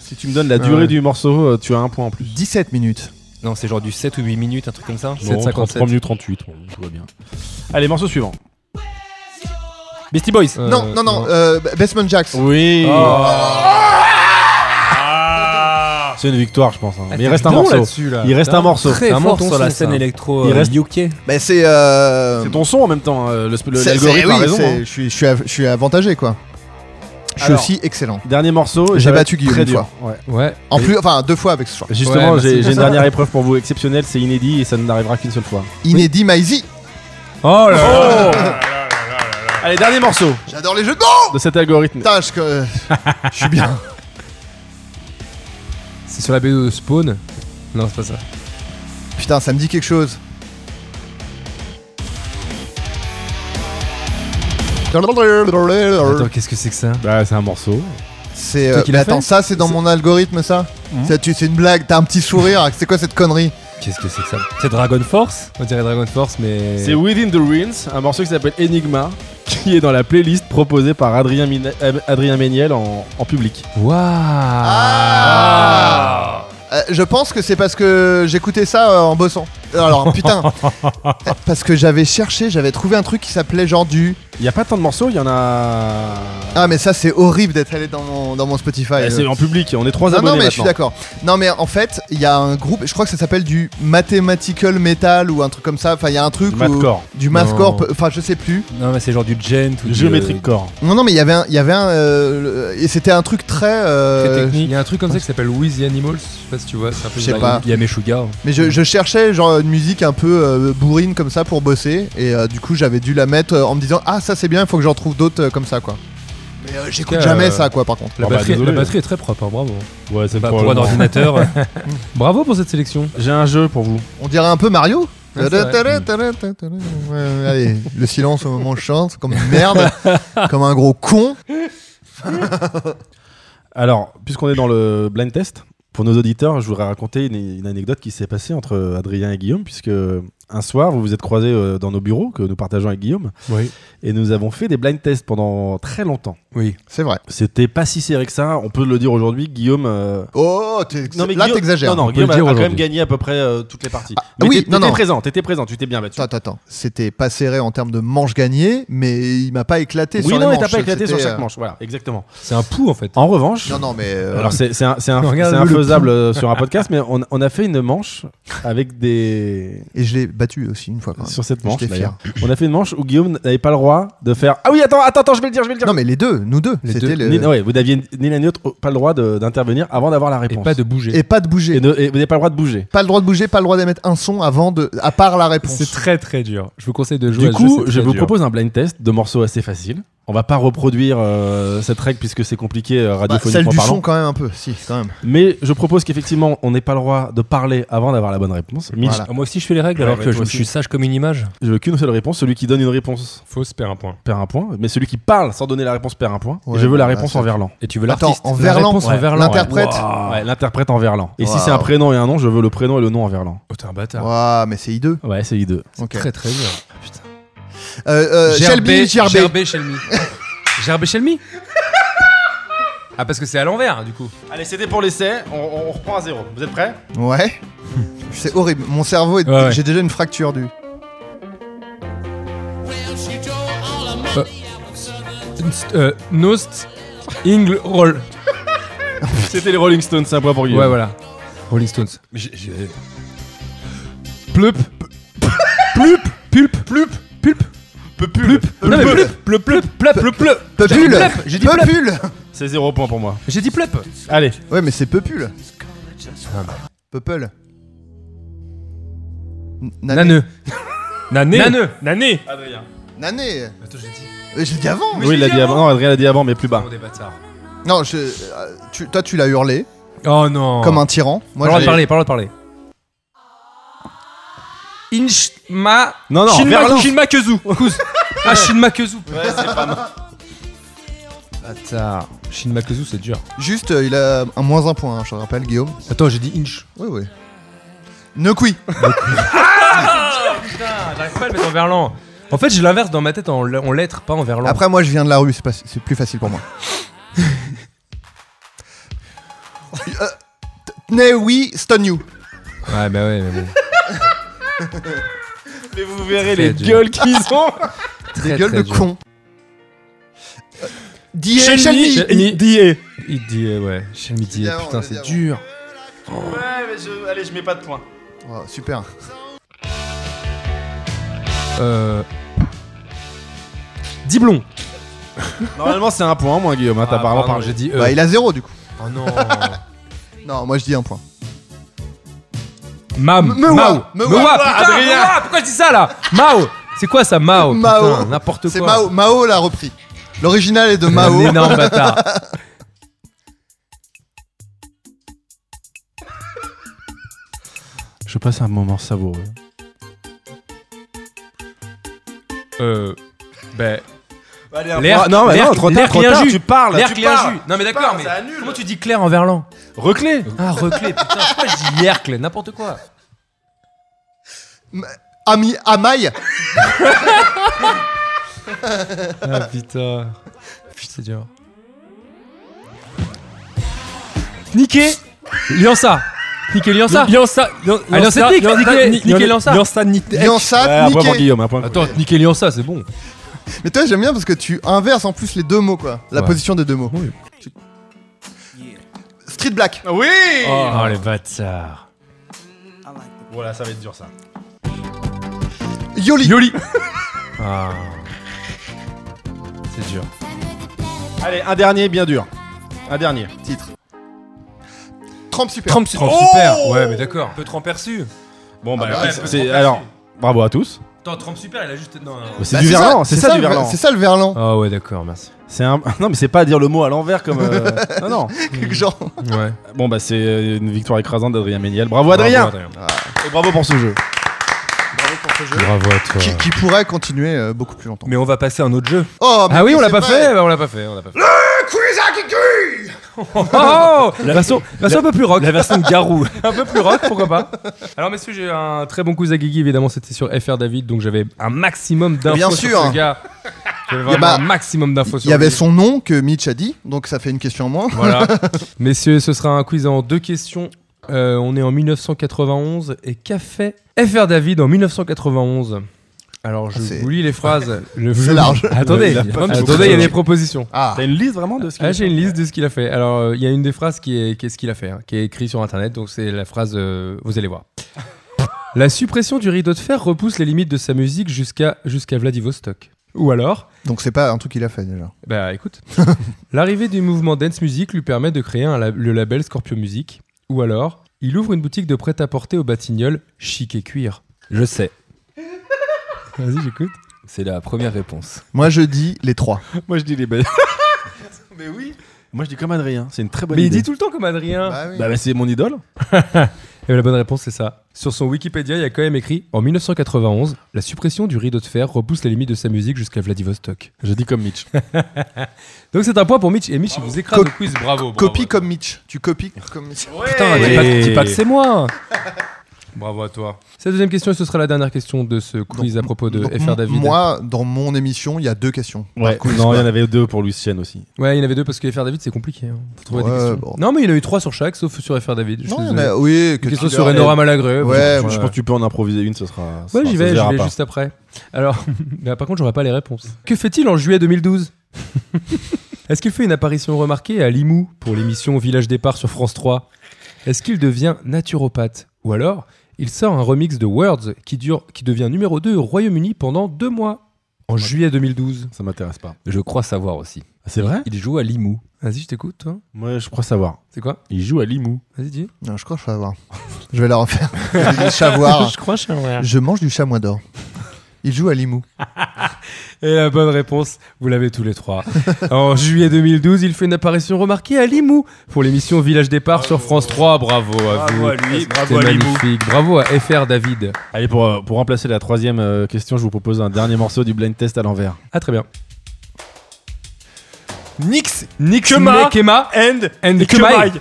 S3: Si tu me donnes la
S4: Ah
S3: durée
S4: ouais.
S3: du morceau, euh, tu as un point en plus.
S4: 17 minutes.
S1: Non, c'est genre du 7 ou 8 minutes, un truc comme ça.
S3: Non,
S2: 7,57.
S3: 33 minutes 38, bon, tout va bien. Allez, morceau suivant. Beastie Boys.
S2: Euh,
S4: non, non, non, euh, Basement Jax.
S3: Oui. C'est une victoire, je pense. hein. Mais il reste un morceau.
S2: là-dessus là.
S3: Il reste un morceau.
S1: Très
S2: C'est un
S1: fort
S2: menton,
S1: sur la
S2: ça.
S1: scène électro
S3: Il
S1: euh,
S3: reste-
S1: UK.
S4: Ben c'est. euh,
S3: C'est ton son en même temps. hein, le sp- le-
S4: c'est-
S3: L'algorithme
S4: c'est-
S3: a
S4: oui,
S3: raison.
S4: c'est-
S3: hein.
S4: Je suis- je suis av- je suis avantagé, quoi. Je suis
S3: Alors.
S4: aussi excellent.
S3: hein. Dernier morceau. et
S4: J'ai
S3: ça va
S4: battu
S3: être
S4: Guillaume
S3: très
S4: une
S3: dur. Ouais.
S2: Ouais.
S4: En plus, enfin, deux fois avec ce choix.
S3: Justement,
S2: Ouais,
S3: j'ai
S2: merci.
S3: j'ai une dernière épreuve pour vous exceptionnelle. C'est inédit et ça n'arrivera qu'une seule fois.
S4: Inédit Maizy.
S2: Oh là là
S3: Allez, dernier morceau
S4: J'adore les jeux de mots
S3: de cet algorithme.
S4: Putain, je euh, je suis bien.
S2: C'est sur la BO de Spawn Non, c'est pas ça.
S4: Putain, ça me dit quelque chose.
S2: Attends, qu'est-ce que c'est que ça
S3: Bah, c'est un morceau.
S4: C'est.
S2: toi
S4: euh,
S2: qui
S4: mais
S2: l'as
S4: attends,
S2: fait
S4: ça c'est dans mon algorithme ça Ça, tu- C'est une blague, t'as un petit sourire, c'est quoi cette connerie
S1: Qu'est-ce que c'est que ça C'est Dragon Force
S2: On dirait Dragon Force, mais.
S3: C'est Within the Ruins, un morceau qui s'appelle Enigma, qui est dans la playlist proposée par Adrien, Mina- Ad- Adrien Méniel en, en public.
S2: Waouh Ah.
S4: Ah, Euh, Je pense que c'est parce que j'écoutais ça euh, en bossant. Alors putain, parce que j'avais cherché, j'avais trouvé un truc qui s'appelait genre du.
S3: Il n'y a pas tant de morceaux, il y en a.
S4: Ah mais ça c'est horrible d'être allé dans mon, dans mon Spotify. euh.
S3: Eh, c'est en public, on est trois
S4: Non,
S3: abonnés.
S4: non, mais je suis
S3: maintenant.
S4: d'accord. Non, mais en fait, il y a un groupe, je crois que ça s'appelle du Mathematical Metal ou un truc comme ça. Enfin, il y a un truc.
S3: Du
S4: où-
S3: mathcore.
S4: Du mathcore,
S2: Non.
S4: pe- enfin, je sais plus.
S1: Non, mais c'est genre du Gent ou du-
S3: Géométrique corps.
S4: Non, non, mais il y avait un. il Y avait un euh, le- et c'était un truc très. euh,
S1: Très technique.
S2: Il y a un truc comme ça qui s'appelle With the Animals, je sais pas si tu vois, c'est un peu
S4: Je sais
S2: une-
S4: pas.
S1: Il y a Meshuga. hein.
S4: mais je, je cherchais genre une musique un peu euh, bourrine comme ça pour bosser. Et euh, du coup, j'avais dû la mettre euh, en me disant Ah, ça c'est bien, il faut que j'en trouve d'autres euh, comme ça, quoi. Mais euh, j'écoute
S2: cas,
S4: jamais
S2: euh,
S4: ça, quoi, par contre.
S2: La,
S3: Oh bah,
S2: batterie,
S3: désolé.
S2: la batterie est très propre, hein, bravo.
S3: Ouais, c'est
S1: Bah, pour un ordinateur.
S2: Bravo pour cette sélection.
S3: J'ai un jeu pour vous.
S4: On dirait un peu Mario.
S2: Ouais, c'est vrai.
S4: Ouais, Allez, le silence au moment où je chante, comme une merde, comme un gros con.
S3: Alors, puisqu'on est dans le blind test, pour nos auditeurs, je voudrais raconter une, une anecdote qui s'est passée entre Adrien et Guillaume, puisque un soir, vous vous êtes croisés euh, dans nos bureaux que nous partageons avec Guillaume,
S2: Oui.
S3: et nous avons fait des blind tests pendant très longtemps.
S2: Oui.
S4: C'est vrai.
S3: C'était pas si serré que ça, on peut le dire aujourd'hui, Guillaume... euh,
S4: Oh, t'ex- là
S3: Guillaume-
S4: t'exagères.
S3: Non, non,
S2: On peut le
S3: Guillaume a,
S2: dire
S3: a quand même
S2: aujourd'hui.
S3: gagné à peu près euh, toutes les parties.
S4: Ah, oui,
S3: t'es-
S4: non,
S3: t'étais
S4: non.
S3: présent, t'étais présent, tu t'es bien battu.
S4: Attends, attends, attends. C'était pas serré en termes de manche gagnée, mais il m'a pas éclaté
S3: oui,
S4: sur
S3: non,
S4: les manches.
S3: et t'as pas éclaté sur
S4: C'était,
S3: chaque
S4: euh,
S3: manche, voilà, exactement.
S2: C'est un pou en fait.
S3: En revanche...
S4: Non, non, mais. euh,
S3: Alors c'est c'est un- c'est un-
S2: Regarde
S3: c'est
S2: le
S3: infaisable euh, sur un podcast, mais on, on a fait une manche avec des...
S4: Et je l'ai battu aussi une fois. Quand même.
S3: Sur cette manche,
S4: J'étais
S3: d'ailleurs.
S4: fier.
S3: On a fait une manche où Guillaume n'avait pas le droit de faire. Ah oui, attends, attends, attends, je vais le dire, je vais le dire.
S4: Non, mais les deux, nous deux.
S2: Les
S4: C'était
S2: deux.
S4: le-
S3: Ni- ouais, vous n'aviez ni l'un ni l'autre pas le droit de- d'intervenir avant d'avoir la
S2: Et
S3: réponse.
S2: pas de bouger.
S4: Et pas de bouger.
S3: Et ne- et vous n'avez pas le droit de bouger.
S4: Pas le droit de bouger, pas le droit d'émettre un son avant de. à part la réponse.
S2: C'est très très dur. Je vous conseille de jouer
S3: Du
S2: à ce
S3: coup,
S2: jeu, c'est
S3: je
S2: très
S3: vous
S2: dur.
S3: propose un blind test de morceaux assez faciles. On va pas reproduire euh, cette règle puisque c'est compliqué euh,
S4: Bah, celle
S3: radiophoniquement
S4: du
S3: parlant.
S4: son, quand même, un peu. Si, quand même.
S3: Mais je propose qu'effectivement, on n'ait pas le droit de parler avant d'avoir la bonne réponse. Mitch,
S4: Voilà.
S1: Ah, Moi aussi, je fais les règles
S3: Ouais,
S1: alors
S3: ouais,
S1: que
S3: toi
S1: je, je
S3: aussi.
S1: suis sage comme une image.
S3: je veux qu'une seule réponse. Celui qui donne une réponse
S2: Fausse perd un point.
S3: perd un point, mais celui qui parle sans donner la réponse perd un point.
S4: Ouais,
S3: je veux la
S4: bah,
S3: réponse
S4: ça-
S3: en verlan.
S1: Et tu veux
S4: Attends,
S1: l'artiste
S4: en verlan.
S2: réponse en
S4: Ouais.
S2: verlan,
S4: L'interprète.
S3: Ouais, l'interprète en verlan. Et si
S4: Waouh.
S3: c'est un prénom et un nom, je veux le prénom et le nom en verlan.
S2: Oh, t'es un bâtard.
S4: Ouah, mais c'est hideux.
S3: Ouais, c'est les deux.
S4: Ok.
S2: Très très dur.
S4: Euh, euh, Shelby, Gerbet.
S2: Gerbet, Shelby. Gerbet, Shelby. Ah, parce que c'est à l'envers du coup.
S3: Allez, c'était pour l'essai. On, on- on reprend à zéro. Vous êtes prêts
S4: Ouais. C'est horrible. Mon cerveau, est-
S1: Ouais, ouais.
S4: j'ai déjà une fracture du.
S2: Euh, Nost Ingle Roll.
S3: C'était les Rolling Stones, c'est un point pour
S2: Ouais,
S3: Guillaume.
S2: voilà. Rolling Stones.
S3: Pleup.
S2: Pulp, pulp, pulp, pulp. Pulp, non mais pulp, pleup, pleup, pleup, pleup, pleup. J'ai dit
S4: Pepule
S2: pleup, J'ai dit pleup,
S4: Pepule
S3: C'est zéro point pour moi.
S2: j'ai dit pleup.
S3: Allez.
S4: Ouais, mais c'est Pepule.
S2: Ah, bah.
S4: Peuple. Nané.
S2: Naneux.
S1: Nané
S2: Naneux.
S1: Nané
S3: Adrien.
S4: Nané.
S2: Attends, j'ai dit.
S4: Euh, J'ai dit avant.
S3: Oui, il l'a dit avant. Non, Adrien l'a dit avant, mais plus bas.
S2: des bâtards.
S4: Non, je, euh, tu- toi, tu l'as hurlé
S2: Oh non.
S4: comme un tyran.
S2: Pas
S4: Moi,
S2: le droit
S4: j'ai-
S2: de parler, pas le droit de parler. Inch ma.
S3: Ah Non, non,
S2: Shinma,
S3: Verlan.
S2: Shinma Kezu. Kouz. Ah, Shinma Kezu.
S3: Ouais, c'est pas mal.
S4: Bâtard.
S2: Shin Makuzu, c'est dur.
S4: Juste, euh, il a un moins un point, hein, je te rappelle, Guillaume.
S2: Attends, j'ai dit inch.
S4: Oui, oui. Nokui.
S2: Ah, j'arrive pas à le mettre en verlan. En fait, j'ai l'inverse dans ma tête en, le- en lettres, pas en verlan.
S4: Après, moi, je viens de la rue, c'est pas- c'est plus facile pour moi. Euh, Tenez, oui, stun you.
S2: Ouais, bah ouais, mais bon.
S3: Mais vous verrez
S2: Très
S3: les
S2: dur.
S3: gueules qu'ils ont
S2: Très,
S4: Des gueules
S2: très
S4: de Euh,
S2: dur.
S4: con. Dis
S2: Shenmue. Shenmue.
S3: D.A.
S2: Il dit, euh, ouais, Shenmue dit,
S4: Évidemment,
S2: putain, c'est
S4: évidemment.
S2: dur.
S5: Ouais, mais je... allez, je mets pas de points.
S4: Oh, super.
S2: Euh. Diblon.
S3: Normalement, c'est un point, moi, Guillaume. hein, T'as pas vraiment
S2: pardon,
S3: parlé.
S2: J'ai dit E.
S4: Bah, il a zéro du coup.
S2: Oh non.
S4: Non, moi je dis un point.
S2: Mam.
S4: Mewa.
S2: Mao.
S4: Mewa.
S2: putain, Mewa, pourquoi je dis ça là Mao. C'est quoi ça, Mao
S4: Mao.
S2: Putain, N'importe quoi.
S4: C'est Mao, Mao l'a repris. L'original est de
S2: Un
S4: Mao.
S2: énorme bâtard.
S3: Je passe un moment savoureux.
S2: Euh. Ben.
S5: Allez, un
S2: L'air.
S3: non, mais
S2: l'air-
S3: non, trop tard,
S2: l'air
S3: trop
S2: qui
S3: tard,
S2: injure.
S3: tu parles,
S2: L'air
S3: tu
S2: qui
S3: parles.
S2: injure. Non, mais d'accord,
S5: point,
S2: mais.
S5: ça annule.
S2: Comment tu dis clair en verlan
S3: Reclé
S2: Ah, reclé, putain, pourquoi je dis Yercle N'importe quoi.
S4: Ami, Amai.
S2: Ah, putain. Putain, c'est dur.
S1: Niqué
S2: Liança Niquel Liança
S1: Liança
S2: Ah, Liança Nick, Nick, Nick et Liança.
S1: Liança Liança Nick.
S4: Yansat,
S3: Euh, un point pour
S4: Nikkei.
S3: Guillaume, un point pour
S2: Attends, Niquel Liança, c'est bon.
S4: Mais toi j'aime bien parce que tu inverses en plus les deux mots quoi. La
S2: Ouais.
S4: position des deux mots.
S2: Oui.
S4: Tu- Street Black.
S5: Oui
S2: Oh, les bâtards.
S3: Voilà, ça va être dur ça.
S4: Yoli.
S2: Yoli Ah. C'est dur.
S3: Allez, un dernier bien dur. Un dernier.
S4: Titre. Trump super.
S2: Trump, Trump super
S1: Oh
S2: Ouais, mais d'accord. Peu Trump perçu.
S3: Bon, bah,
S4: bah,
S3: après,
S4: ouais,
S3: c'est-
S2: bah,
S3: c'est-
S2: bah,
S3: alors, bravo à tous.
S2: Attends, Trump super, il a juste. Non, non.
S3: C'est
S4: Bah,
S3: du verlan, c'est ça, du
S4: le ver-
S3: verlan.
S4: C'est ça le verlan.
S2: Ah ouais, d'accord, merci.
S3: C'est un... Non, mais c'est pas dire le mot à l'envers comme. euh, non, non.
S4: Genre.
S2: Oh. Ouais.
S3: Bon, bah, c'est euh, une victoire écrasante d'Adrien Méniel. Bravo, Adrien
S2: Bravo, Adrien.
S3: Et bravo pour ce jeu.
S2: Bravo à toi.
S4: Qui, qui pourrait continuer euh, beaucoup plus longtemps.
S1: Mais on va passer à un autre jeu.
S4: Oh, mais
S2: Ah oui, on l'a
S4: c'est
S2: pas
S4: vrai.
S2: fait, bah, on l'a pas fait, on l'a pas fait. Oh, oh, version, version un peu plus rock. La version de Garou. un peu plus rock, pourquoi pas. Alors messieurs, j'ai eu un très bon coup Zagigi, évidemment, c'était sur FR David, donc j'avais un maximum d'infos
S4: Bien
S2: sur
S4: sûr.
S2: ce gars. J'avais vraiment
S4: bah,
S2: un maximum d'infos sur
S4: Il y avait
S2: lui.
S4: son nom que Mitch a dit, donc ça fait une question en moins.
S2: Voilà. Messieurs, ce sera un quiz en deux questions. Euh, on est en 1991 et qu'a fait FR David en 1991 alors je
S4: Ah, c'est-
S2: vous lis les phrases. Je-
S4: C'est
S2: je-
S4: large.
S2: Attendez,
S3: Il a pas fait
S2: attendez,
S3: beaucoup.
S2: il y a des propositions.
S4: Ah.
S3: T'as une liste vraiment de ce qu'il
S2: Ah,
S3: a
S2: j'ai
S3: fait
S2: une liste de ce qu'il a fait. Alors, euh, il y a une des phrases qui est, qui est ce qu'il a fait, hein, qui est écrite sur Internet. Donc, c'est la phrase, euh, vous allez voir. La suppression du rideau de fer repousse les limites de sa musique jusqu'à jusqu'à Vladivostok. Ou alors,
S4: Donc c'est pas un truc qu'il a fait déjà.
S2: bah écoute, l'arrivée du mouvement dance music lui permet de créer un lab- le label Scorpio Music. Ou alors, il ouvre une boutique de prêt-à-porter au Batignolles, chic et cuir.
S1: Je sais.
S2: Vas-y, j'écoute.
S1: C'est la première réponse.
S4: Moi je dis les trois.
S3: Moi, je dis les bêtes. mais oui Moi, je dis comme Adrien. C'est une très bonne
S2: Mais il
S3: idée.
S2: dit tout le temps comme Adrien.
S4: Bah oui.
S3: Bah, bah, c'est mon idole.
S2: Et la bonne réponse, c'est ça. Sur son Wikipédia, il y a quand même écrit En 1991, la suppression du rideau de fer repousse les limites de sa musique jusqu'à Vladivostok.
S3: Je dis comme Mitch.
S2: Donc c'est un point pour Mitch. Et Mitch, il vous écrase
S4: Co-
S2: le quiz. Bravo. bravo.
S4: Copie comme Mitch. Tu copies comme Mitch.
S5: Ouais.
S2: Putain, dis
S3: Ouais.
S2: pas, dis pas que c'est moi. bravo à toi. Cette deuxième question, et ce sera la dernière question de ce quiz à propos de
S4: Donc,
S2: FR
S4: m-
S2: David.
S4: Moi, dans mon émission, il y a deux questions.
S3: Ouais, non, il y en avait deux pour Lucien aussi.
S2: Ouais, il y en avait deux parce que FR David, c'est compliqué. hein. Faut trouver des
S4: Ouais,
S2: questions.
S4: bon.
S2: Non, mais il y en a eu trois sur chaque, sauf sur FR David. Je
S4: Non,
S2: suis
S4: il y en
S2: désolé.
S4: a. Oui,
S2: Une question
S4: Tinder
S2: sur
S4: est-
S2: Enora Malagré.
S4: Ouais,
S3: Je pense que tu peux en improviser une, ce sera. ce
S2: Ouais,
S3: sera-
S2: j'y
S3: ça se
S2: vais, j'y
S3: verra
S2: vais
S3: pas.
S2: juste après. Alors, bah, par contre, j'aurai pas les réponses. Que fait-il en juillet 2012 Est-ce qu'il fait une apparition remarquée à Limoux pour l'émission Village Départ sur France 3 Est-ce qu'il devient naturopathe Ou alors, il sort un remix de Words qui, dure, qui devient numéro 2 au Royaume-Uni pendant deux mois en juillet 2012
S3: Ça m'intéresse pas.
S1: Je crois savoir aussi.
S3: Ah, C'est vrai
S1: Il joue à Limoux.
S2: Vas-y, je t'écoute, toi.
S3: Moi, je crois savoir.
S2: C'est quoi
S3: Il joue à Limoux.
S2: Vas-y, dis.
S4: Non, je crois que je vais avoir. je vais la refaire. Je dis Chavoir.
S2: crois que c'est
S4: Je mange du chamois d'or. Il joue à Limoux.
S2: Et la bonne réponse, vous l'avez tous les trois. En juillet 2012, il fait une apparition remarquée à Limoux pour l'émission Village Départ sur France 3. Bravo à vous.
S5: Bravo à lui,
S2: C'est
S5: bravo à Limou.
S2: magnifique. Bravo à FR David.
S3: Allez, pour, euh, pour remplacer la troisième euh, question, je vous propose un dernier morceau du blind test à l'envers.
S2: Ah, très bien.
S1: Nix, Nikema
S2: Nekema
S5: And
S2: and
S5: et que
S2: Kemaï.
S5: Mike.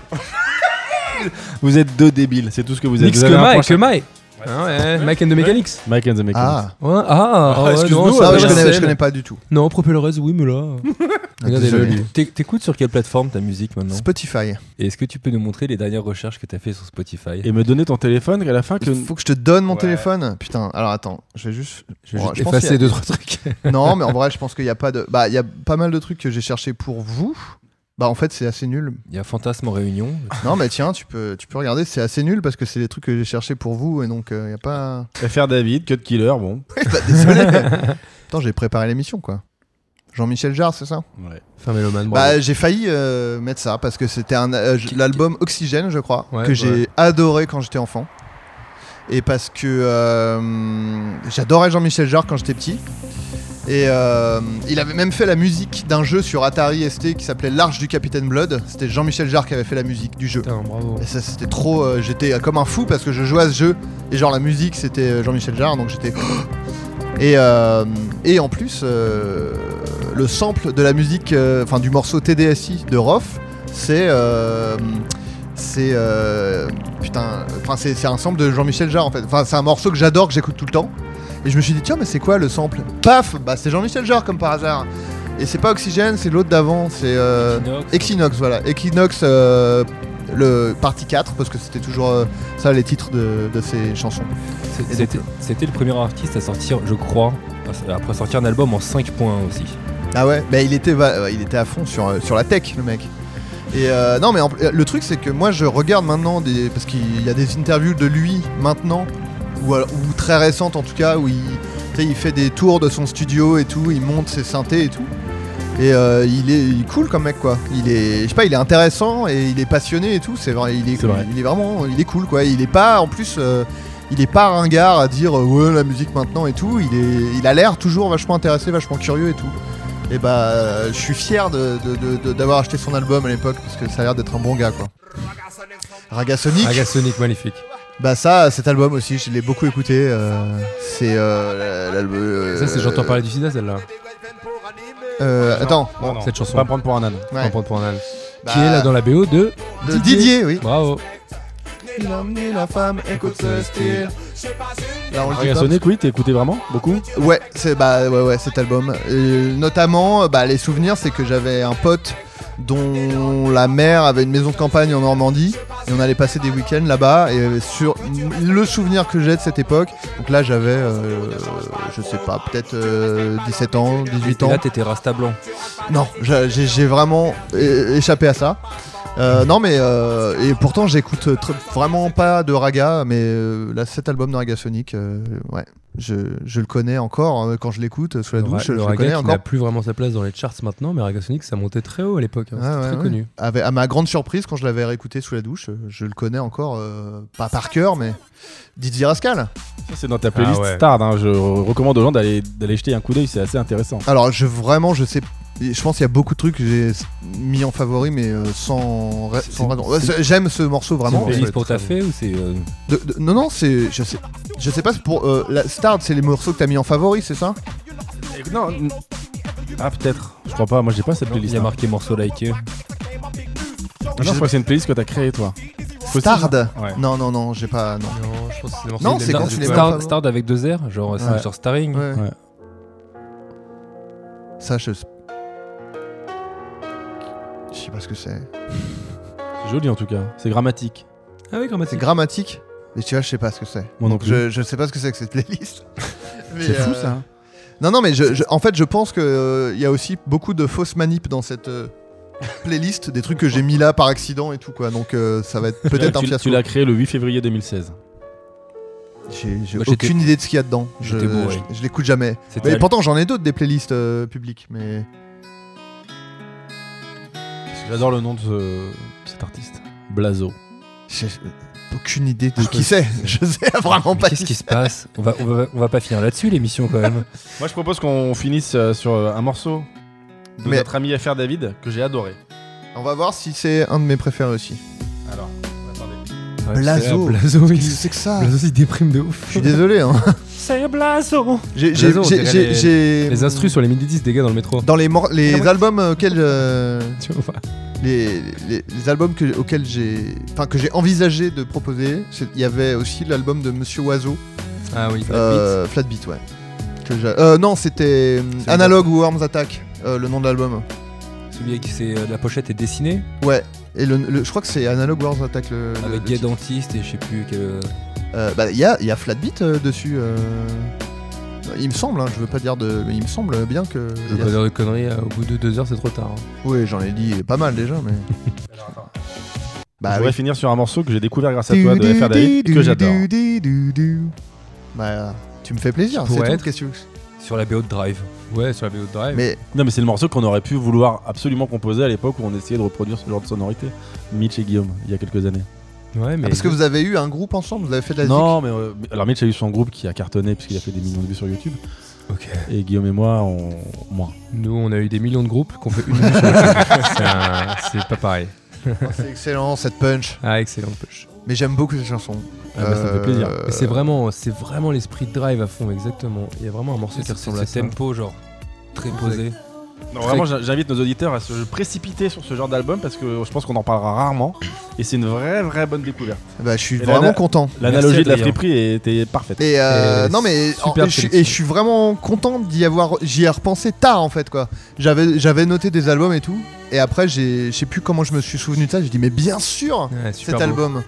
S3: Vous êtes deux débiles, c'est tout ce que vous êtes.
S2: Nix
S3: Vous avez un
S2: Kema et
S3: prochain-
S2: Kemaï. Ah ouais, Mike and the Mechanics.
S3: Mike and the Mechanics.
S4: Ah,
S2: Ouais, ah, ah, ouais,
S4: excuse-nous,
S2: non,
S4: ça,
S2: c'est
S4: je,
S2: pas
S4: connais,
S2: la
S4: je
S2: scène.
S4: connais pas du tout.
S2: Non, Propellerez, oui, mais là. Regardez-le,
S4: Désolé.
S2: lui.
S1: T'é- T'écoutes sur quelle plateforme ta musique maintenant
S4: Spotify.
S1: Et est-ce que tu peux nous montrer les dernières recherches que t'as fait sur Spotify
S3: Et me donner ton téléphone à la fin que.
S4: Il faut que je te donne mon
S1: Ouais.
S4: téléphone. Putain, alors attends, je vais juste.
S2: Je vais
S4: Bon,
S2: juste
S4: je pense qu'il
S2: effacer
S4: y a-
S2: euh, deux, trois trucs.
S4: Non, mais en vrai, je pense qu'il n'y a pas de. Bah, il y a pas mal de trucs que j'ai cherché pour vous. Bah, en fait, c'est assez nul.
S1: Il y a Fantasme en réunion.
S4: Non, mais tiens, tu peux, tu peux regarder, c'est assez nul parce que c'est des trucs que j'ai cherché pour vous et donc euh, il n'y a pas.
S3: FR David, Cut Killer, bon.
S4: Eh bah, désolé. Attends, j'ai préparé l'émission, quoi. Jean-Michel Jarre, c'est ça
S3: Ouais.
S2: Fin méloman, bravo.
S4: Bah, j'ai failli euh, mettre ça parce que c'était un euh, je- l'album Oxygène, je crois,
S2: Ouais,
S4: que j'ai
S2: ouais.
S4: adoré quand j'étais enfant. Et parce que euh, j'adorais Jean-Michel Jarre quand j'étais petit. Et euh, il avait même fait la musique d'un jeu sur Atari ST qui s'appelait L'Arche du Capitaine Blood. C'était Jean-Michel Jarre qui avait fait la musique du jeu.
S2: Putain, bravo.
S4: Et ça c'était trop. euh, j'étais euh, comme un fou parce que je jouais à ce jeu et genre la musique c'était euh, Jean-Michel Jarre donc j'étais. Et, euh, et en plus, euh, le sample de la musique, euh, enfin du morceau TDSI de Rof, c'est. euh, c'est. euh, putain, enfin c'est c'est un sample de Jean-Michel Jarre en fait. Enfin, c'est un morceau que j'adore, que j'écoute tout le temps. Et je me suis dit, tiens, mais c'est quoi le sample Paf Bah, c'est Jean-Michel Jarre comme par hasard. Et c'est pas Oxygène, c'est l'autre d'avant, c'est. euh,
S1: Equinox.
S4: Equinox, voilà. Equinox, euh, le partie 4, parce que c'était toujours euh, ça les titres de, de ces chansons.
S1: C'est-
S4: Et
S1: C'était
S4: donc,
S1: c'était le premier artiste à sortir, je crois, après sortir un album en 5.1 aussi.
S4: Ah ouais Bah, il était, va- euh, il était à fond sur, euh, sur la tech, le mec. Et euh, non, mais en- euh, le truc, c'est que moi, je regarde maintenant, des, parce qu'il y a des interviews de lui maintenant, ou, alors- ou très récentes en tout cas, où il, tu sais, il fait des tours de son studio et tout, il monte ses synthés et tout. Et euh, il est il est cool comme mec quoi. Il est, je sais pas, il est intéressant et il est passionné et tout. C'est vrai, il est,
S3: C'est vrai.
S4: il est vraiment, il est cool quoi. Il est pas, en plus, euh, il est pas ringard à dire euh, ouais la musique maintenant et tout. Il est, il a l'air toujours vachement intéressé, vachement curieux et tout. Et bah, euh, je suis fier de- de- de- de- d'avoir acheté son album à l'époque parce que ça a l'air d'être un bon gars quoi. Ragasonic,
S2: Ragasonic, magnifique.
S4: bah ça, cet album aussi, je l'ai beaucoup écouté. euh, c'est euh, l'album. euh,
S2: Ça, c'est j'entends parler du sida, celle-là.
S4: Euh, attends,
S3: Non, non,
S2: Cette chanson.
S3: Pas me prendre pour un âne.
S2: On
S4: ouais.
S2: prend pour un âne.
S4: Bah,
S2: Qui est là dans la BO de
S4: de Didier, oui.
S2: Bravo.
S4: Il a emmené la femme, écoute ce style. Ah, Là, on le dit
S3: Regarde
S4: pas.
S3: Sonic, oui, t'as écouté vraiment Beaucoup
S4: Ouais, c'est bah ouais ouais cet album. Euh, notamment, euh, bah, les souvenirs, c'est que j'avais un pote dont la mère avait une maison de campagne en Normandie et on allait passer des week-ends là-bas et euh, sur le souvenir que j'ai de cette époque. Donc là, j'avais, euh, je sais pas, peut-être euh, 17 ans, 18
S1: Et
S4: ans.
S1: là, t'étais Rasta Blanc.
S4: Non, j'a- j'ai j'ai vraiment é- échappé à ça. Euh, non mais euh, et pourtant j'écoute tr- vraiment pas de Raga mais euh, là cet album de Raga Sonic euh, ouais je, je le connais encore hein, quand je l'écoute euh, sous la
S2: Le,
S4: douche
S2: ra-
S4: je
S2: le
S4: le
S2: raga
S4: connais
S2: qui n'a
S4: encore
S2: plus vraiment sa place dans les charts maintenant, mais Ragasonic, ça montait très haut à l'époque. hein.
S4: Ah,
S2: C'était
S4: ouais,
S2: très
S4: ouais.
S2: connu.
S4: Avec- à ma grande surprise quand je l'avais réécouté sous la douche euh, je le connais encore euh, pas par cœur mais Didier Rascal
S3: Ça, c'est dans ta playlist
S2: Ah ouais.
S3: Stard. hein. Je recommande aux gens d'aller d'aller jeter un coup d'œil, c'est assez intéressant.
S4: alors je vraiment je sais je pense qu'il y a beaucoup de trucs que j'ai s- mis en favori mais euh, sans, ra-
S1: C'est-
S4: sans
S1: c'est-
S4: raison. Ouais, c'est- j'aime ce morceau
S1: C'est une
S4: vraiment
S1: playlist pour
S2: très
S1: ta fée ou c'est. euh,
S4: De- de- non, non, c'est. Je sais, je sais pas, c'est pour. euh, la Stard, c'est les morceaux que t'as mis en favori, c'est ça
S3: Non. Ah, peut-être. Je crois pas, moi j'ai pas cette
S1: non, Il
S3: playlist.
S1: y a
S3: hein.
S1: marqué morceau liké.
S3: Ah non, je crois que c'est une playlist que t'as créée, toi.
S4: Stard
S3: Ouais.
S4: Non, non, non, j'ai pas. Non.
S2: Non, je pense que c'est les morceaux
S4: Non,
S2: de
S4: c'est
S2: Lennart
S4: quand
S2: du
S4: tu les
S2: coup.
S4: mets en
S1: Stard,
S4: favori.
S1: Stard avec deux R, genre c'est
S3: Ouais.
S1: sur Starring.
S4: Ouais.
S3: Ouais.
S4: Ça, je. Je sais pas ce que c'est.
S3: C'est joli en tout cas. C'est grammatique.
S2: Ah oui,
S4: C'est
S2: grammatique.
S4: grammatique, mais tu vois, je sais pas ce que c'est.
S3: Moi non
S4: Donc, je, je sais pas ce que c'est que cette playlist. Mais,
S3: C'est fou
S4: euh,
S3: ça.
S4: Non, non, mais je, je- en fait, je pense qu'il y a aussi beaucoup de fausses manips dans cette. euh, playlist des trucs que j'ai mis là par accident et tout quoi donc euh, ça va être peut-être un
S3: Tu-
S4: fiasco
S3: Tu l'as créé le 8 février 2016.
S4: j'ai j'ai
S1: Moi, j'étais-
S4: aucune idée de ce qu'il y a dedans je,
S1: j'étais bourré.
S4: je- je l'écoute jamais
S1: C'était
S4: Mais
S1: à-
S4: pourtant, j'en ai d'autres des playlists euh, publiques, mais.
S3: J'adore le nom de ce- cet artiste. Blazo.
S4: J'ai aucune idée de qui c'est. Je sais vraiment
S1: Mais
S4: pas
S1: Qu'est-ce
S4: qui
S1: qui se passe on va, on, va, on va pas finir là-dessus l'émission quand même.
S3: Moi je propose qu'on finisse euh, sur euh, un morceau de
S4: Mais-
S3: notre ami FR David que j'ai adoré.
S4: c'est. On va voir si c'est un de mes préférés aussi.
S3: Alors, attendez.
S2: Ouais,
S4: Blazo.
S2: c'est- ah, Blazo, oui.
S4: que ça
S2: Blazo, il déprime de
S4: Je
S2: ouf.
S4: suis désolé, hein.
S2: c'est blason.
S4: J'ai- j'ai-
S2: Blason, on
S4: j'ai-
S2: dirait
S4: j'ai-
S2: les-
S4: j'ai-
S2: Les instrus sur les midi 10 des gars dans le métro.
S4: Dans les, mor- les
S2: Ah ouais.
S4: albums auxquels, euh,
S2: Tu vois.
S4: les, les- les albums que, auxquels j'ai, enfin que j'ai envisagé de proposer, c'est- il y avait aussi l'album de Monsieur Oiseau,
S2: Ah oui.
S4: euh, Flatbeat, ouais. Que j'a- euh, non, c'était euh,
S2: C'est
S4: Analog ou Worms Attack, euh, le nom de l'album.
S1: Celui avec c'est, euh, la pochette est dessinée
S4: Ouais. Et le, le- je crois que c'est Analog Worms Attack le. le-
S1: avec
S4: le
S1: Gay Dentiste et je sais plus quel.
S4: titre. Euh, bah, il y a, il y a Flatbeat euh, dessus. euh, Il me semble, hein, je veux pas dire de, mais il me semble bien que.
S2: Je
S4: il y
S2: veux
S4: a-
S2: pas dire de conneries, euh, au bout de deux heures c'est trop tard.
S4: Oui, j'en ai dit pas mal déjà, mais.
S3: je
S4: bah
S3: voudrais
S4: oui.
S3: finir sur un morceau que j'ai découvert grâce à toi de FR David, que j'adore.
S4: Bah, tu me fais plaisir,
S2: Tu
S4: c'est
S2: pourrais
S4: tout.
S2: être.
S4: qu'est-ce que tu
S1: Sur la BO de Drive.
S2: Ouais, sur la BO de
S4: veux
S2: Drive.
S4: Mais ah,
S3: Non, mais c'est le morceau qu'on aurait pu vouloir absolument composer à l'époque où on essayait de reproduire ce genre de sonorité. Mitch et Guillaume, il y a quelques années.
S2: Ouais, mais.
S4: ah, parce que vous avez eu un groupe ensemble, vous avez fait de la zik.
S3: Non, mais euh, alors Mitch a eu son groupe qui a cartonné puisqu'il a fait des millions de vues sur YouTube.
S2: Ok.
S3: Et Guillaume et moi, on. moins.
S2: Nous, on a eu des millions de groupes qu'on fait une vue sur YouTube. C'est un- C'est pas pareil.
S4: Oh, C'est excellent cette punch.
S2: Ah, excellent push.
S4: Mais j'aime beaucoup cette chanson.
S3: Ah bah, ça me fait plaisir.
S4: Euh,
S2: Mais C'est vraiment, c'est vraiment l'esprit de Drive à fond, exactement. Il y a vraiment un morceau qui ressemble à
S1: ce
S2: ça.
S1: tempo, genre très posé.
S3: Non,
S2: Très-
S3: vraiment, j'in- j'invite nos auditeurs à se précipiter sur ce genre d'album parce que je pense qu'on en parlera rarement. Et c'est une vraie, vraie bonne découverte.
S4: Bah, je suis
S3: Et
S4: vraiment
S3: Lana-
S4: content.
S3: L'analogie de la
S1: Adrien.
S3: friperie était parfaite.
S4: Et euh,
S2: Et
S4: non mais
S2: superbe
S4: en- et je, suis-
S2: sélection.
S4: et je suis vraiment content d'y avoir j'y ai repensé tard en fait quoi. J'avais j'avais noté des albums et tout et après j'ai je sais plus comment je me suis souvenu de ça, j'ai dit mais bien sûr
S2: Ouais, super
S4: cet
S2: beau.
S4: album.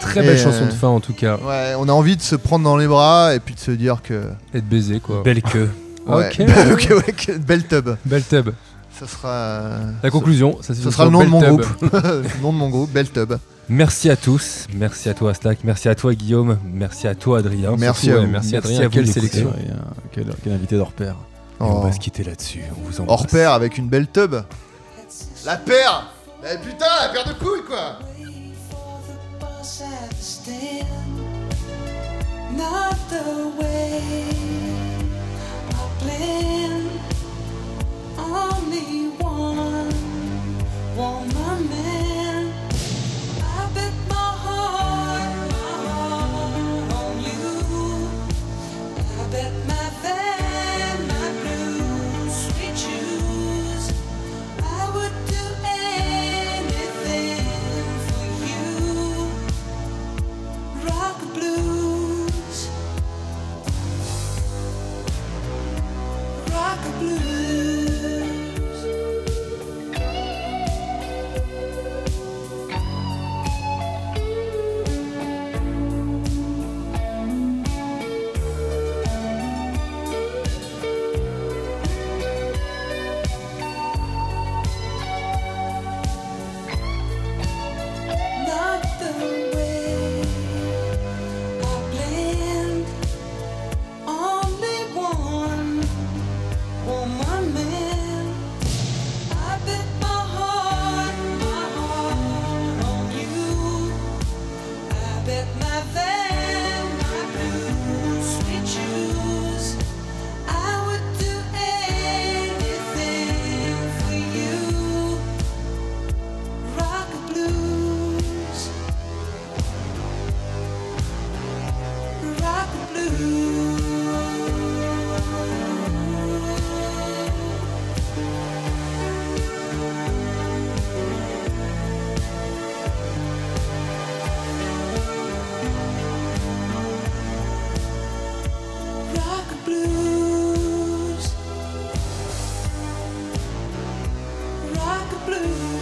S2: Très belle
S4: Et,
S2: chanson de
S4: euh,
S2: fin en tout cas.
S4: Ouais, on a envie de se prendre dans les bras et puis de se dire que
S2: Être baisé quoi.
S1: Belle queue.
S4: ouais,
S2: Ok.
S4: ok, ouais, que- belle tub.
S2: Belle tub.
S4: Ça sera
S2: La conclusion, ça, c'est
S4: Ça sera le nom de
S2: Belle
S4: mon
S2: Tub.
S4: groupe. le nom de mon groupe, belle tub.
S1: Merci à tous. Merci à toi, Stack. Merci à toi, Guillaume. Merci à toi, Adrien.
S4: Merci
S1: Surtout,
S4: à
S1: ouais,
S4: vous.
S1: Merci,
S2: Merci
S1: à
S2: à
S1: vous.
S2: quelle
S1: d'écouter.
S2: sélection.
S3: Et, euh, quel, quel invité d'hors pair.
S1: Et On
S4: Oh.
S1: va se quitter là-dessus. On vous embrasse.
S4: Hors pair avec une belle tub. La paire Eh putain, la paire de couilles quoi
S6: Waiting for the bus at the stand. Not the way I planned. Only one woman man. I bet my heart, my heart on you. I bet my van, my blue sweet shoes. I would do anything for you. Rock blues, rock blues. Not the way I planned. Only one woman man. I bet my heart, my heart on you. I bet my van, my blue sweet shoes. I would do anything for you. Rock blues. Rock blues. Rock blues. Rock blues.